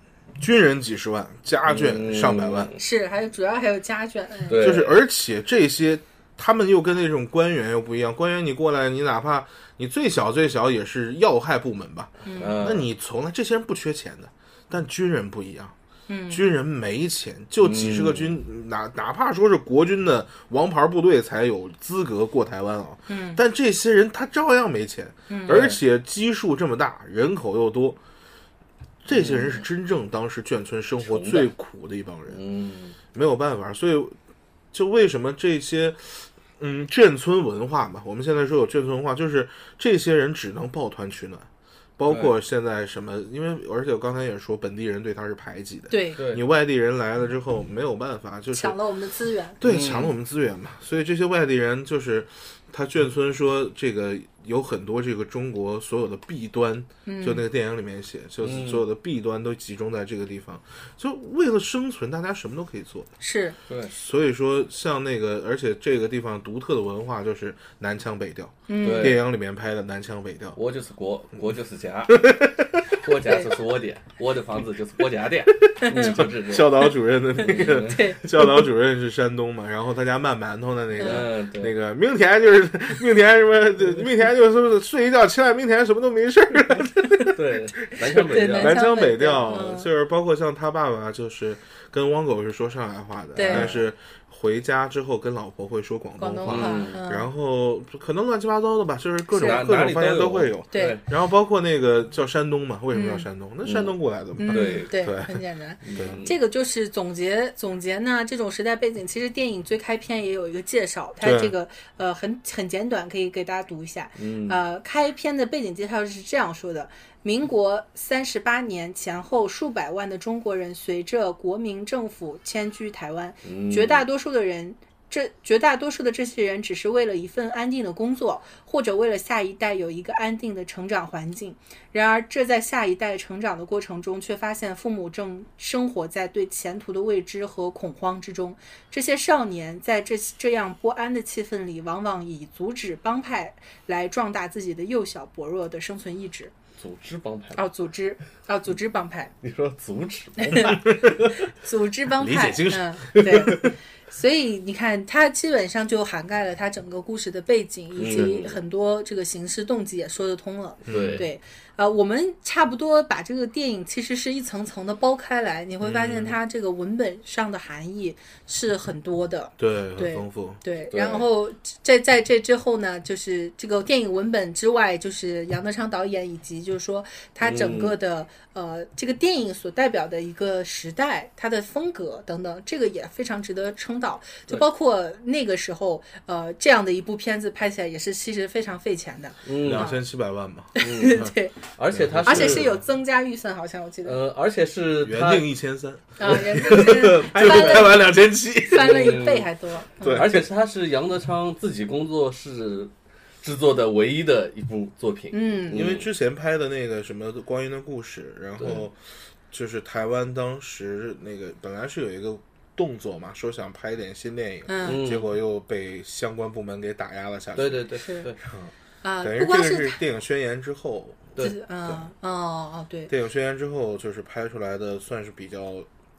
[SPEAKER 4] 军人几十万，家眷
[SPEAKER 3] 嗯
[SPEAKER 4] 上百万，
[SPEAKER 1] 是还有主要还有家眷，嗯
[SPEAKER 3] 对，
[SPEAKER 4] 就是而且这些他们又跟那种官员又不一样，官员你过来，你哪怕你最小最小也是要害部门吧，
[SPEAKER 3] 嗯，
[SPEAKER 4] 那你从来这些人不缺钱的，但军人不一样。
[SPEAKER 1] 嗯
[SPEAKER 4] 军人没钱，就几
[SPEAKER 3] 嗯
[SPEAKER 4] 十个军，哪哪怕说是国军的王牌部队才有资格过台湾啊。
[SPEAKER 1] 嗯，
[SPEAKER 4] 但这些人他照样没钱，而且基数这么大，人口又多，这些人是真正当时眷村生活
[SPEAKER 3] 嗯穷的
[SPEAKER 4] 最苦的一帮人，
[SPEAKER 3] 嗯，
[SPEAKER 4] 没有办法。所以，就为什么这些，嗯，眷村文化嘛，我们现在说有眷村文化，就是这些人只能抱团取暖。包括现在什么，因为而且我刚才也说，本地人对他是排挤的，
[SPEAKER 1] 对，
[SPEAKER 3] 对，
[SPEAKER 4] 你外地人来了之后没有办法，就是
[SPEAKER 1] 抢了我们的资源，
[SPEAKER 4] 对
[SPEAKER 3] 嗯
[SPEAKER 4] 抢了我们资源嘛，所以这些外地人就是他眷村说这个有很多这个中国所有的弊端，
[SPEAKER 1] 嗯
[SPEAKER 4] 就那个电影里面写，就是
[SPEAKER 3] 嗯
[SPEAKER 4] 所有的弊端都集中在这个地方，就为了生存，大家什么都可以做。
[SPEAKER 1] 是
[SPEAKER 3] 对
[SPEAKER 4] 所以说，像那个，而且这个地方独特的文化就是南腔北调，电
[SPEAKER 1] 嗯
[SPEAKER 3] 对，
[SPEAKER 4] 影里面拍的南腔北调，
[SPEAKER 3] 我就是国，
[SPEAKER 4] 嗯
[SPEAKER 3] 国就是 家，国家就是我的，我的房子就是国家 的，嗯就是这样，
[SPEAKER 4] 教导主任的那个。
[SPEAKER 1] 对，
[SPEAKER 4] 教导主任是山东嘛，然后他家卖馒头的那个、
[SPEAKER 3] 嗯对
[SPEAKER 4] 那个，明天就是明天什么，就明天就是睡一觉起来，明天什么都没事儿。
[SPEAKER 3] 对，南腔北
[SPEAKER 1] 对
[SPEAKER 3] 调
[SPEAKER 1] 南，
[SPEAKER 4] 南腔
[SPEAKER 1] 北
[SPEAKER 4] 调
[SPEAKER 1] 调嗯
[SPEAKER 4] 就是包括像他爸爸，就是跟汪狗是说上海话的，
[SPEAKER 1] 对
[SPEAKER 4] 但是回家之后跟老婆会说广
[SPEAKER 1] 广
[SPEAKER 4] 东
[SPEAKER 1] 东
[SPEAKER 4] 话，
[SPEAKER 1] 话，
[SPEAKER 3] 嗯
[SPEAKER 1] 嗯，
[SPEAKER 4] 然后可能乱七八糟的吧，就是各种
[SPEAKER 1] 是
[SPEAKER 4] 各
[SPEAKER 3] 啊哪
[SPEAKER 4] 种
[SPEAKER 3] 里
[SPEAKER 4] 方言都会有。
[SPEAKER 1] 对，
[SPEAKER 4] 然后包括那个叫山东嘛，为什么叫
[SPEAKER 1] 嗯
[SPEAKER 4] 山东？那山东过来的嘛。
[SPEAKER 1] 嗯
[SPEAKER 3] 对
[SPEAKER 1] 对，
[SPEAKER 4] 对
[SPEAKER 1] 很简单。
[SPEAKER 3] 嗯
[SPEAKER 4] 对
[SPEAKER 1] 这个就是总结总结呢，这种时代背景，其实电影最开篇也有一个介绍，它
[SPEAKER 4] 对
[SPEAKER 1] 这个呃很很简短，可以给大家读一下。
[SPEAKER 3] 嗯
[SPEAKER 1] 呃，开篇的背景介绍是这样说的：民国三十八年前后，数百万的中国人随着国民政府迁居台湾，
[SPEAKER 3] 嗯
[SPEAKER 1] 绝大多数的人。这绝大多数的这些人只是为了一份安定的工作，或者为了下一代有一个安定的成长环境。然而，这在下一代成长的过程中，却发现父母正生活在对前途的未知和恐慌之中。这些少年在这这样不安的气氛里，往往以阻止帮派来壮大自己的幼小薄弱的生存意志。
[SPEAKER 3] 组织帮派，
[SPEAKER 1] 哦，组织，哦，组织帮派，
[SPEAKER 3] 你说阻止帮派，
[SPEAKER 1] 组织帮
[SPEAKER 4] 理
[SPEAKER 1] 派，
[SPEAKER 4] 解精神
[SPEAKER 1] 嗯，对。所以你看，它基本上就涵盖了它整个故事的背景，以及
[SPEAKER 3] 嗯
[SPEAKER 1] 很多这个形式动机也说得通了。
[SPEAKER 3] 对
[SPEAKER 1] 对，呃，我们差不多把这个电影其实是一层层的剥开来，你会发现它这个文本上的含义是很多的。
[SPEAKER 4] 对，
[SPEAKER 1] 对
[SPEAKER 4] 很丰富。
[SPEAKER 1] 对，
[SPEAKER 3] 对
[SPEAKER 1] 然后在在这之后呢，就是这个电影文本之外，就是杨德昌导演以及就是说他整个的、呃这个电影所代表的一个时代，它的风格等等，这个也非常值得称道。就
[SPEAKER 3] 对
[SPEAKER 1] 包括那个时候，呃，这样的一部片子拍起来也是其实非常费钱的，
[SPEAKER 3] 嗯，
[SPEAKER 4] 两千七百万嘛，
[SPEAKER 1] 对，
[SPEAKER 3] 而且它
[SPEAKER 1] 而且是有增加预算，好像我记得，
[SPEAKER 3] 呃，而且是
[SPEAKER 4] 原
[SPEAKER 3] 它
[SPEAKER 4] 定一千三，
[SPEAKER 1] 啊，人家是
[SPEAKER 4] 最后拍完两千七。
[SPEAKER 1] 翻了一倍还多，嗯
[SPEAKER 4] 对
[SPEAKER 3] 而且是它是杨德昌自己工作室制作的唯一的一部作品。
[SPEAKER 1] 嗯
[SPEAKER 4] 因为之前拍的那个什么《光阴的故事》，然后就是台湾当时那个本来是有一个动作嘛，说想拍点新电影，
[SPEAKER 1] 嗯
[SPEAKER 3] 嗯
[SPEAKER 4] 结果又被相关部门给打压了下去。
[SPEAKER 3] 对对对
[SPEAKER 1] 是
[SPEAKER 3] 对，
[SPEAKER 1] 啊，
[SPEAKER 4] 等于
[SPEAKER 1] 不
[SPEAKER 4] 这
[SPEAKER 1] 光
[SPEAKER 4] 个
[SPEAKER 1] 是
[SPEAKER 4] 是电影宣言之后，
[SPEAKER 3] 对
[SPEAKER 1] 就是啊哦哦对。
[SPEAKER 4] 电影宣言之后就是拍出来的算是比较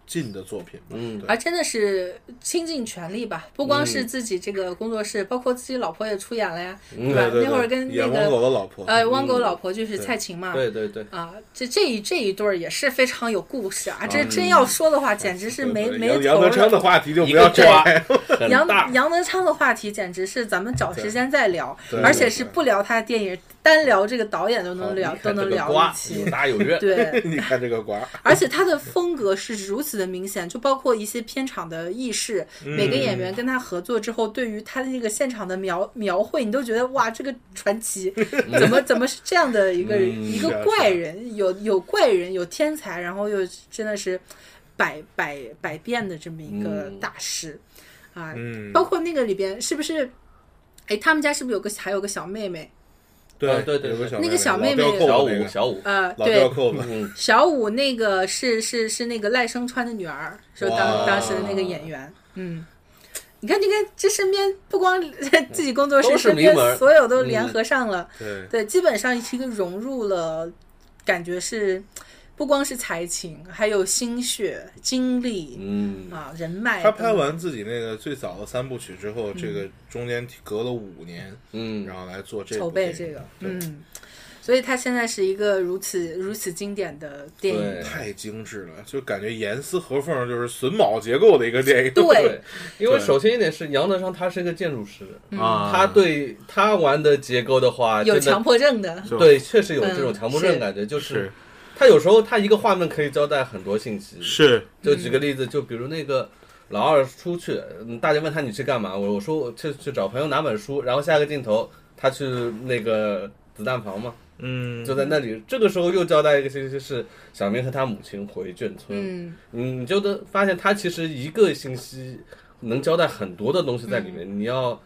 [SPEAKER 4] 近的作品吧。
[SPEAKER 3] 嗯
[SPEAKER 4] 对
[SPEAKER 1] 而真的是倾尽全力吧，不光是自己这个工作室，包括自己老婆也出演了呀，对
[SPEAKER 3] 嗯
[SPEAKER 1] 吧？
[SPEAKER 4] 对对，
[SPEAKER 1] 那会儿跟那
[SPEAKER 4] 演汪
[SPEAKER 1] 个
[SPEAKER 4] 狗的老婆，
[SPEAKER 1] 呃汪狗老婆就是蔡琴嘛，
[SPEAKER 3] 对对对，
[SPEAKER 1] 啊，这这一这一对儿也是非常有故事啊，这真要说的话，简直是没没
[SPEAKER 4] 杨杨
[SPEAKER 1] 头
[SPEAKER 4] 德昌的
[SPEAKER 1] 了。
[SPEAKER 4] 话题就不
[SPEAKER 3] 一
[SPEAKER 4] 要
[SPEAKER 3] 个
[SPEAKER 4] 展
[SPEAKER 3] 瓜
[SPEAKER 4] 开。
[SPEAKER 3] 很
[SPEAKER 1] 杨
[SPEAKER 3] 大，
[SPEAKER 1] 杨德昌的话题简直是咱们找时间再聊
[SPEAKER 4] 对，
[SPEAKER 1] 而且是不聊他的电影，单聊这个导演都
[SPEAKER 3] 好
[SPEAKER 1] 能聊
[SPEAKER 3] 你看
[SPEAKER 1] 都能
[SPEAKER 3] 这个
[SPEAKER 1] 聊
[SPEAKER 3] 瓜
[SPEAKER 1] 一期
[SPEAKER 3] 有。大有圆。
[SPEAKER 1] 对，
[SPEAKER 4] 你看这个瓜，
[SPEAKER 1] 而且他的风格是如此的明显，就包括一些片场的意识，
[SPEAKER 4] 嗯
[SPEAKER 1] 每个演员跟他合作之后，对于他的那个现场的描描绘，你都觉得哇，这个传奇， 怎么怎么是这样的一个人，
[SPEAKER 3] 嗯
[SPEAKER 1] 一
[SPEAKER 4] 是啊
[SPEAKER 1] 个怪人，有有怪人，有天才，然后又真的是百百百变的这么一个
[SPEAKER 3] 嗯
[SPEAKER 1] 大师，啊，
[SPEAKER 4] 嗯，
[SPEAKER 1] 包括那个里边是不是？哎，他们家是不是有个还有个小妹妹？
[SPEAKER 4] 对
[SPEAKER 3] 啊对对
[SPEAKER 4] 有个
[SPEAKER 3] 对
[SPEAKER 4] 小
[SPEAKER 1] 那个小妹妹
[SPEAKER 4] 老
[SPEAKER 1] 对
[SPEAKER 4] 吊
[SPEAKER 3] 小
[SPEAKER 4] 扣子那
[SPEAKER 3] 五
[SPEAKER 4] 个
[SPEAKER 3] 小五，
[SPEAKER 1] 呃，
[SPEAKER 4] 老
[SPEAKER 1] 对
[SPEAKER 4] 吊，扣子，
[SPEAKER 3] 嗯，
[SPEAKER 1] 小五那个是是是那个赖声川的女儿，是当
[SPEAKER 3] 哇
[SPEAKER 1] 当时的那个演员。嗯，你看，你看，这身边不光 自己工作室，
[SPEAKER 3] 都是
[SPEAKER 1] 身
[SPEAKER 3] 名门
[SPEAKER 1] 边
[SPEAKER 3] 儿嗯
[SPEAKER 1] 所有都联合上了。
[SPEAKER 4] 对，
[SPEAKER 1] 对，基本上是一个融入了，感觉是不光是才情，还有心血、精力、
[SPEAKER 3] 嗯，
[SPEAKER 1] 啊、人脉。
[SPEAKER 4] 他拍，完自己那个最早的三部曲之
[SPEAKER 1] 嗯
[SPEAKER 4] 后，这个中间隔了五年，
[SPEAKER 3] 嗯
[SPEAKER 4] 然后来做这部
[SPEAKER 1] 筹备
[SPEAKER 4] 电
[SPEAKER 1] 这
[SPEAKER 4] 影
[SPEAKER 1] 个，
[SPEAKER 4] 对
[SPEAKER 1] 嗯。所以他现在是一个如此如此经典的电影，
[SPEAKER 3] 对
[SPEAKER 4] 太精致了，就感觉严丝合缝，就是榫卯结构的一个电影。
[SPEAKER 1] 对
[SPEAKER 3] 对，因为
[SPEAKER 4] 对
[SPEAKER 3] 首先一点是杨德昌他是一个建筑师，
[SPEAKER 1] 嗯
[SPEAKER 4] 啊
[SPEAKER 3] 他对他玩的结构的话，
[SPEAKER 1] 有
[SPEAKER 3] 真的
[SPEAKER 1] 强迫症的，
[SPEAKER 3] 对，确实有
[SPEAKER 1] 嗯
[SPEAKER 3] 这种强迫症
[SPEAKER 1] 是
[SPEAKER 3] 感觉，就是是他有时候他一个画面可以交代很多信息。
[SPEAKER 4] 是，
[SPEAKER 3] 就举个例子，就比如那个老二出去，嗯大家问他你去干嘛？我我说我去去找朋友拿本书，然后下个镜头他去那个子弹房嘛，
[SPEAKER 4] 嗯，
[SPEAKER 3] 就在那里。这个时候又交代一个信息是小明和他母亲回眷村，
[SPEAKER 1] 嗯，
[SPEAKER 3] 嗯，你就能发现他其实一个信息能交代很多的东西在里
[SPEAKER 4] 嗯
[SPEAKER 3] 面，你要。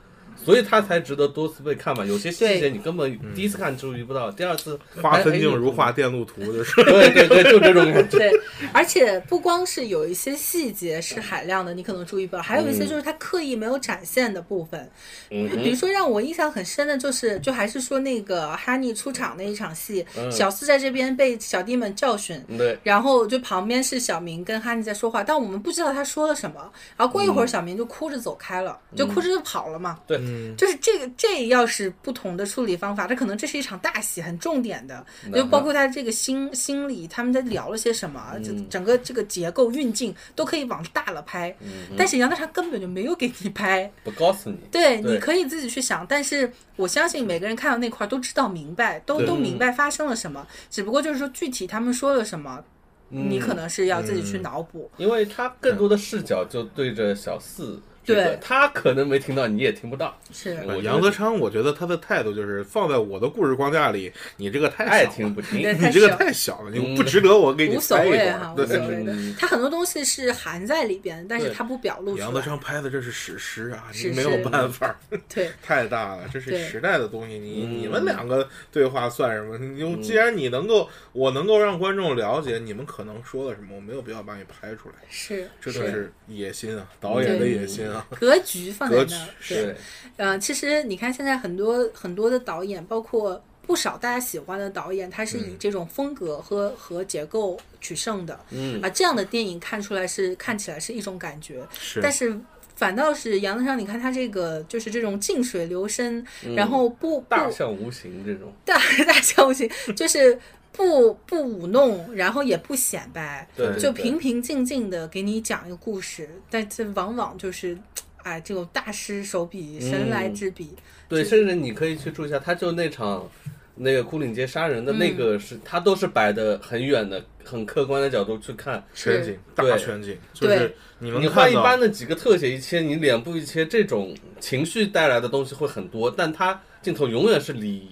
[SPEAKER 3] 所以他才值得多次被看嘛，有些细
[SPEAKER 1] 对
[SPEAKER 3] 节你根本第一次看注意不到，第二次
[SPEAKER 4] 花分镜
[SPEAKER 3] 镜
[SPEAKER 4] 如画电路图，就是
[SPEAKER 3] 对对对，就这种感觉。
[SPEAKER 1] 对，而且不光是有一些细节是海量的，你可能注意不到，还有一些就是他刻意没有展现的部分。
[SPEAKER 3] 嗯
[SPEAKER 1] 比如说让我印象很深的就是，就还是说那个哈尼出场那一场戏，
[SPEAKER 3] 嗯
[SPEAKER 1] 小四在这边被小弟们教训。
[SPEAKER 3] 对，
[SPEAKER 1] 然后就旁边是小明跟哈尼在说话，但我们不知道他说了什么。然后过一会儿，
[SPEAKER 3] 嗯
[SPEAKER 1] 小明就哭着走开了，就哭着就跑了嘛。
[SPEAKER 3] 对
[SPEAKER 1] 就是这个，这要是不同的处理方法，这可能这是一场大戏，很重点的，就包括他这个心心理，他们在聊了些什么，就
[SPEAKER 4] 嗯
[SPEAKER 1] 整个这个结构运镜都可以往大了拍。
[SPEAKER 4] 嗯
[SPEAKER 1] 但是杨德昌根本就没有给你拍，
[SPEAKER 3] 不告诉你。
[SPEAKER 1] 对，
[SPEAKER 3] 对
[SPEAKER 1] 你可以自己去想，但是我相信每个人看到那块儿都知道明白，都
[SPEAKER 4] 对嗯
[SPEAKER 1] 都明白发生了什么，只不过就是说具体他们说了什么，
[SPEAKER 4] 嗯
[SPEAKER 1] 你可能是要自己去脑补。
[SPEAKER 3] 嗯因为他更多的视角就对着小四，这
[SPEAKER 1] 对
[SPEAKER 3] 个他可能没听到，你也听不到。
[SPEAKER 4] 嗯
[SPEAKER 1] 是
[SPEAKER 3] 我觉得
[SPEAKER 4] 杨德昌，我觉得他的态度就是放在我的故事框架里，你这个太小了
[SPEAKER 3] 爱听不听
[SPEAKER 1] 对，
[SPEAKER 4] 你这个太小了，你不值得嗯我给你
[SPEAKER 1] 无所
[SPEAKER 4] 拍一会
[SPEAKER 1] 谓啊
[SPEAKER 4] 儿。
[SPEAKER 1] 哈，无
[SPEAKER 4] 对
[SPEAKER 1] 所谓的。他很多东西是含在里边，但是
[SPEAKER 3] 对
[SPEAKER 1] 他不表露
[SPEAKER 4] 杨
[SPEAKER 1] 出
[SPEAKER 4] 德
[SPEAKER 1] 来。
[SPEAKER 4] 昌拍的这是史诗啊，
[SPEAKER 1] 史
[SPEAKER 4] 你没有
[SPEAKER 1] 诗
[SPEAKER 4] 办法，
[SPEAKER 1] 对，
[SPEAKER 4] 太大了，这
[SPEAKER 1] 对
[SPEAKER 4] 是时代的东西。你
[SPEAKER 3] 嗯
[SPEAKER 4] 你们两个对话算什么？你就既然你能够，我能够让观众了解你们可能说了什么，我没有必要把你拍出来。
[SPEAKER 1] 是
[SPEAKER 4] 这就是野心啊，导演的野心啊，
[SPEAKER 1] 格局放在
[SPEAKER 4] 格
[SPEAKER 1] 那
[SPEAKER 4] 局
[SPEAKER 1] 儿。对，
[SPEAKER 3] 对，
[SPEAKER 1] 嗯、其实你看现在很多很多的导演，包括不少大家喜欢的导演，他是以
[SPEAKER 4] 嗯
[SPEAKER 1] 这种风格和、和结构取胜的。
[SPEAKER 3] 嗯
[SPEAKER 1] 啊，这样的电影看出来是看起来是一种感觉，
[SPEAKER 4] 是
[SPEAKER 1] 但是反倒是杨德昌，你看他这个就是这种静
[SPEAKER 4] 嗯
[SPEAKER 1] 水流深，然后不不
[SPEAKER 3] 嗯 大象无形这种，
[SPEAKER 1] 大大象无形，就是不不舞弄，然后也不显摆，
[SPEAKER 3] 对，对
[SPEAKER 1] 就
[SPEAKER 3] 对
[SPEAKER 1] 平平静静的给你讲一个故事，但这往往就是，哎，这种大师手笔，神
[SPEAKER 3] 嗯
[SPEAKER 1] 来之笔，
[SPEAKER 3] 对，甚至你可以去注意一下，他就那场那个牯岭街杀人的那个是，他都是摆的很远的、很客观的角度去看。
[SPEAKER 4] 全
[SPEAKER 1] 是
[SPEAKER 4] 景大
[SPEAKER 3] 对
[SPEAKER 4] 全景，就
[SPEAKER 1] 对
[SPEAKER 4] 是你能
[SPEAKER 3] 你换
[SPEAKER 4] 看
[SPEAKER 3] 一
[SPEAKER 4] 到
[SPEAKER 3] 般的几个特写一切，你脸部一切，这种情绪带来的东西会很多，但他镜头永远是离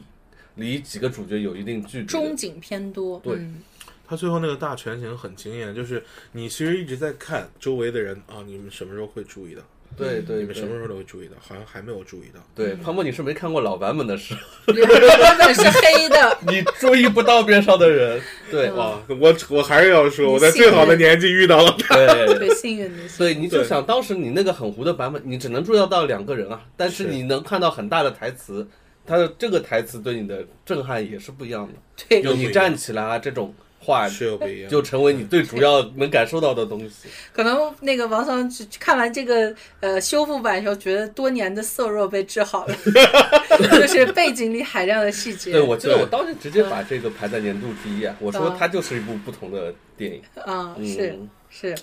[SPEAKER 3] 离几个主角有一定距离
[SPEAKER 1] 中
[SPEAKER 3] 的。
[SPEAKER 1] 景偏多，
[SPEAKER 3] 对
[SPEAKER 1] 嗯
[SPEAKER 4] 他最后那个大全景很惊艳，就是你其实一直在看周围的人啊，你们什么时候会注意到？
[SPEAKER 3] 对对
[SPEAKER 4] 你们什么
[SPEAKER 3] 对。
[SPEAKER 4] 时候都会注意到？好像还没有注意到。
[SPEAKER 3] 对，泡沫，你是没看过老版本的事，
[SPEAKER 1] 原本是黑的，
[SPEAKER 3] 你注意不到边上的人。 对，
[SPEAKER 1] 嗯
[SPEAKER 4] 哇，我我还是要说，
[SPEAKER 1] 你
[SPEAKER 4] 我在最好的年纪遇到了他。
[SPEAKER 3] 对，
[SPEAKER 1] 对，幸运的是，
[SPEAKER 3] 所以你就
[SPEAKER 4] 对
[SPEAKER 3] 想，当时你那个很糊的版本，你只能注意到两个人啊，但是
[SPEAKER 4] 是
[SPEAKER 3] 你能看到很大的台词，他的这个台词对你的震撼也是不一样的。
[SPEAKER 1] 对，
[SPEAKER 3] 有你站起来啊这种话，
[SPEAKER 4] 是有不一样，
[SPEAKER 3] 就成为你 最主要能感受到的东西。
[SPEAKER 1] 可能那个王上只看完这个呃修复版的时候，觉得多年的色弱被治 好了，就是背景里海量的细节。
[SPEAKER 3] 对，我记得
[SPEAKER 4] 对
[SPEAKER 3] 我当时直接把这个排在年度第一啊，我说它就是一部不同的电影。
[SPEAKER 1] 啊、
[SPEAKER 3] 嗯
[SPEAKER 1] 嗯是是，嗯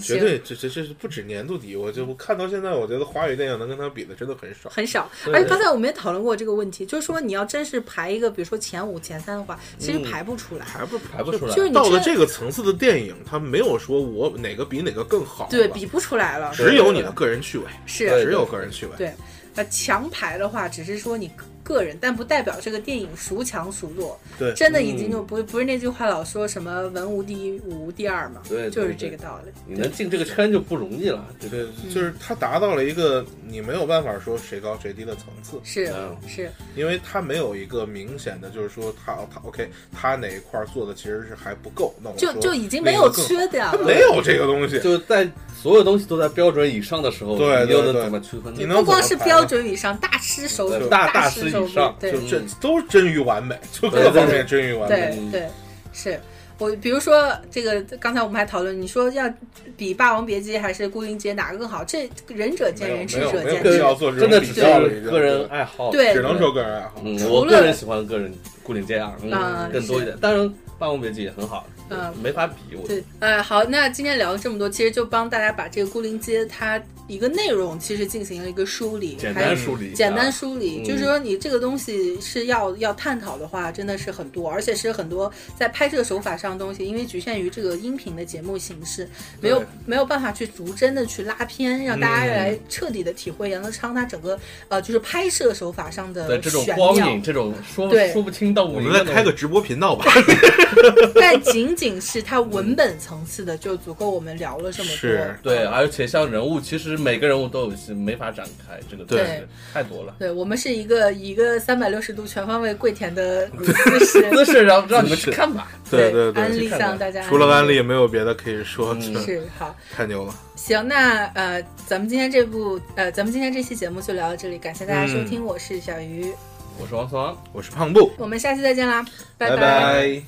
[SPEAKER 4] 绝
[SPEAKER 1] 行
[SPEAKER 4] 对这这这是不止年度第一，我就我看到现在，我觉得华语电影能跟他比的真的很少。
[SPEAKER 1] 很少。
[SPEAKER 3] 对
[SPEAKER 1] 而且刚才我们也讨论过这个问题，就是说你要真是排一个，比如说前五、前三的话，其实
[SPEAKER 3] 嗯
[SPEAKER 1] 排不出来。
[SPEAKER 4] 还不
[SPEAKER 3] 排不出来
[SPEAKER 1] 就是你
[SPEAKER 4] 到了
[SPEAKER 1] 这
[SPEAKER 4] 这个层次的电影，它没有说我哪个比哪个更好了，
[SPEAKER 1] 对比不出来了，
[SPEAKER 4] 只有你的个人趣味，
[SPEAKER 1] 是
[SPEAKER 4] 只有个人趣味。
[SPEAKER 1] 对。那强排的话，只是说你个人，但不代表这个电影孰强孰弱。
[SPEAKER 4] 对嗯
[SPEAKER 1] 真的已经就不、不是那句话老说什么文无第一，武无第二嘛，
[SPEAKER 3] 对对
[SPEAKER 1] 就是这
[SPEAKER 3] 对
[SPEAKER 1] 个道理。
[SPEAKER 3] 你能进这个圈就不容易了，
[SPEAKER 1] 嗯
[SPEAKER 3] 这
[SPEAKER 4] 对
[SPEAKER 3] 个，
[SPEAKER 4] 就是它达到了一个你没有办法说谁高谁低的层次，
[SPEAKER 1] 是
[SPEAKER 3] 嗯
[SPEAKER 1] 是，
[SPEAKER 4] 因为它没有一个明显的，就是说它它 OK，它哪一块做的其实是还不够，那我
[SPEAKER 1] 就
[SPEAKER 4] 说
[SPEAKER 1] 就已经没有
[SPEAKER 4] 另一个更
[SPEAKER 1] 缺点
[SPEAKER 4] 它
[SPEAKER 1] 了。
[SPEAKER 4] 没有这个东西，
[SPEAKER 3] 就在所有东西都在标准以上的时候，
[SPEAKER 4] 对
[SPEAKER 3] 你又
[SPEAKER 4] 对
[SPEAKER 3] 能
[SPEAKER 4] 对
[SPEAKER 3] 怎么区分呢？
[SPEAKER 4] 你能
[SPEAKER 1] 不光是
[SPEAKER 4] 怎么排
[SPEAKER 1] 标
[SPEAKER 4] 呢
[SPEAKER 1] 准以上，大师手
[SPEAKER 3] 对
[SPEAKER 1] 笔，
[SPEAKER 3] 大大
[SPEAKER 1] 师
[SPEAKER 3] 师
[SPEAKER 1] 手
[SPEAKER 3] 以
[SPEAKER 1] 笔
[SPEAKER 3] 上
[SPEAKER 1] 对
[SPEAKER 4] 就这都是真于完美， 就各方面真于完美。
[SPEAKER 1] 对对，是我比如说这个，刚才我们还讨论，你说要比《霸王别姬》还是《孤鹰街》哪个更好？这仁者见
[SPEAKER 4] 没有
[SPEAKER 1] 仁，智
[SPEAKER 4] 没有
[SPEAKER 1] 者
[SPEAKER 4] 没有
[SPEAKER 1] 见
[SPEAKER 4] 必
[SPEAKER 1] 智
[SPEAKER 4] 要。做这
[SPEAKER 3] 真
[SPEAKER 4] 种
[SPEAKER 3] 的
[SPEAKER 4] 比
[SPEAKER 3] 只
[SPEAKER 4] 较了，
[SPEAKER 3] 是
[SPEAKER 4] 已经
[SPEAKER 3] 个人，爱好，
[SPEAKER 1] 对
[SPEAKER 4] 只能说个人啊爱好。
[SPEAKER 3] 嗯，
[SPEAKER 1] 除
[SPEAKER 3] 我
[SPEAKER 1] 了
[SPEAKER 3] 个人喜欢个人固定街啊，
[SPEAKER 1] 啊
[SPEAKER 3] 嗯，更多一点。当然，《霸王别姬》也很好，
[SPEAKER 1] 嗯
[SPEAKER 3] 没法比。我
[SPEAKER 1] 对，呃，好，那今天聊了这么多，其实就帮大家把这个《孤零街》它一个内容，其实进行了一个梳理，
[SPEAKER 3] 简
[SPEAKER 1] 还有
[SPEAKER 3] 单梳理一下，
[SPEAKER 1] 简单梳理，
[SPEAKER 3] 嗯
[SPEAKER 1] 就是说你这个东西是要要探讨的话，真的是很多，而且是很多在拍摄手法上的东西，因为局限于这个音频的节目形式，没有
[SPEAKER 3] 对嗯
[SPEAKER 1] 没有办法去逐帧的去拉片，让大家来彻底的体会杨德昌他整个呃就是拍摄手法上
[SPEAKER 3] 对
[SPEAKER 1] 的
[SPEAKER 3] 这种
[SPEAKER 1] 玄
[SPEAKER 3] 光
[SPEAKER 1] 妙
[SPEAKER 3] 影，，这种说
[SPEAKER 1] 对
[SPEAKER 3] 说不清道不
[SPEAKER 4] 我
[SPEAKER 3] 明的
[SPEAKER 4] 们再
[SPEAKER 3] 那
[SPEAKER 4] 开
[SPEAKER 3] 种
[SPEAKER 4] 个直播频道吧。
[SPEAKER 1] 但仅仅是它文本层次的就足够我们聊了这么多
[SPEAKER 4] 是。
[SPEAKER 3] 对，而且像人物，其实每个人物都有戏，没法展开，这个
[SPEAKER 4] 对
[SPEAKER 3] 东西太多了。
[SPEAKER 1] 对我们是一个一个三百六十度全方位跪舔 的姿势，
[SPEAKER 3] 姿势让让你们去看吧，
[SPEAKER 4] 对对
[SPEAKER 1] 安
[SPEAKER 4] 对，
[SPEAKER 1] 利
[SPEAKER 3] 看看
[SPEAKER 1] 向大家安利，
[SPEAKER 4] 除了安利也没有别的可以说，
[SPEAKER 3] 嗯
[SPEAKER 4] 这
[SPEAKER 1] 是好。
[SPEAKER 4] 太牛了。
[SPEAKER 1] 行，那呃，咱们今天这部呃，咱们今天这期节目就聊到这里，感谢大家收听，我是小鱼，
[SPEAKER 3] 我是王思王。
[SPEAKER 4] 我是胖布，
[SPEAKER 1] 我们下期再见啦，拜
[SPEAKER 4] 拜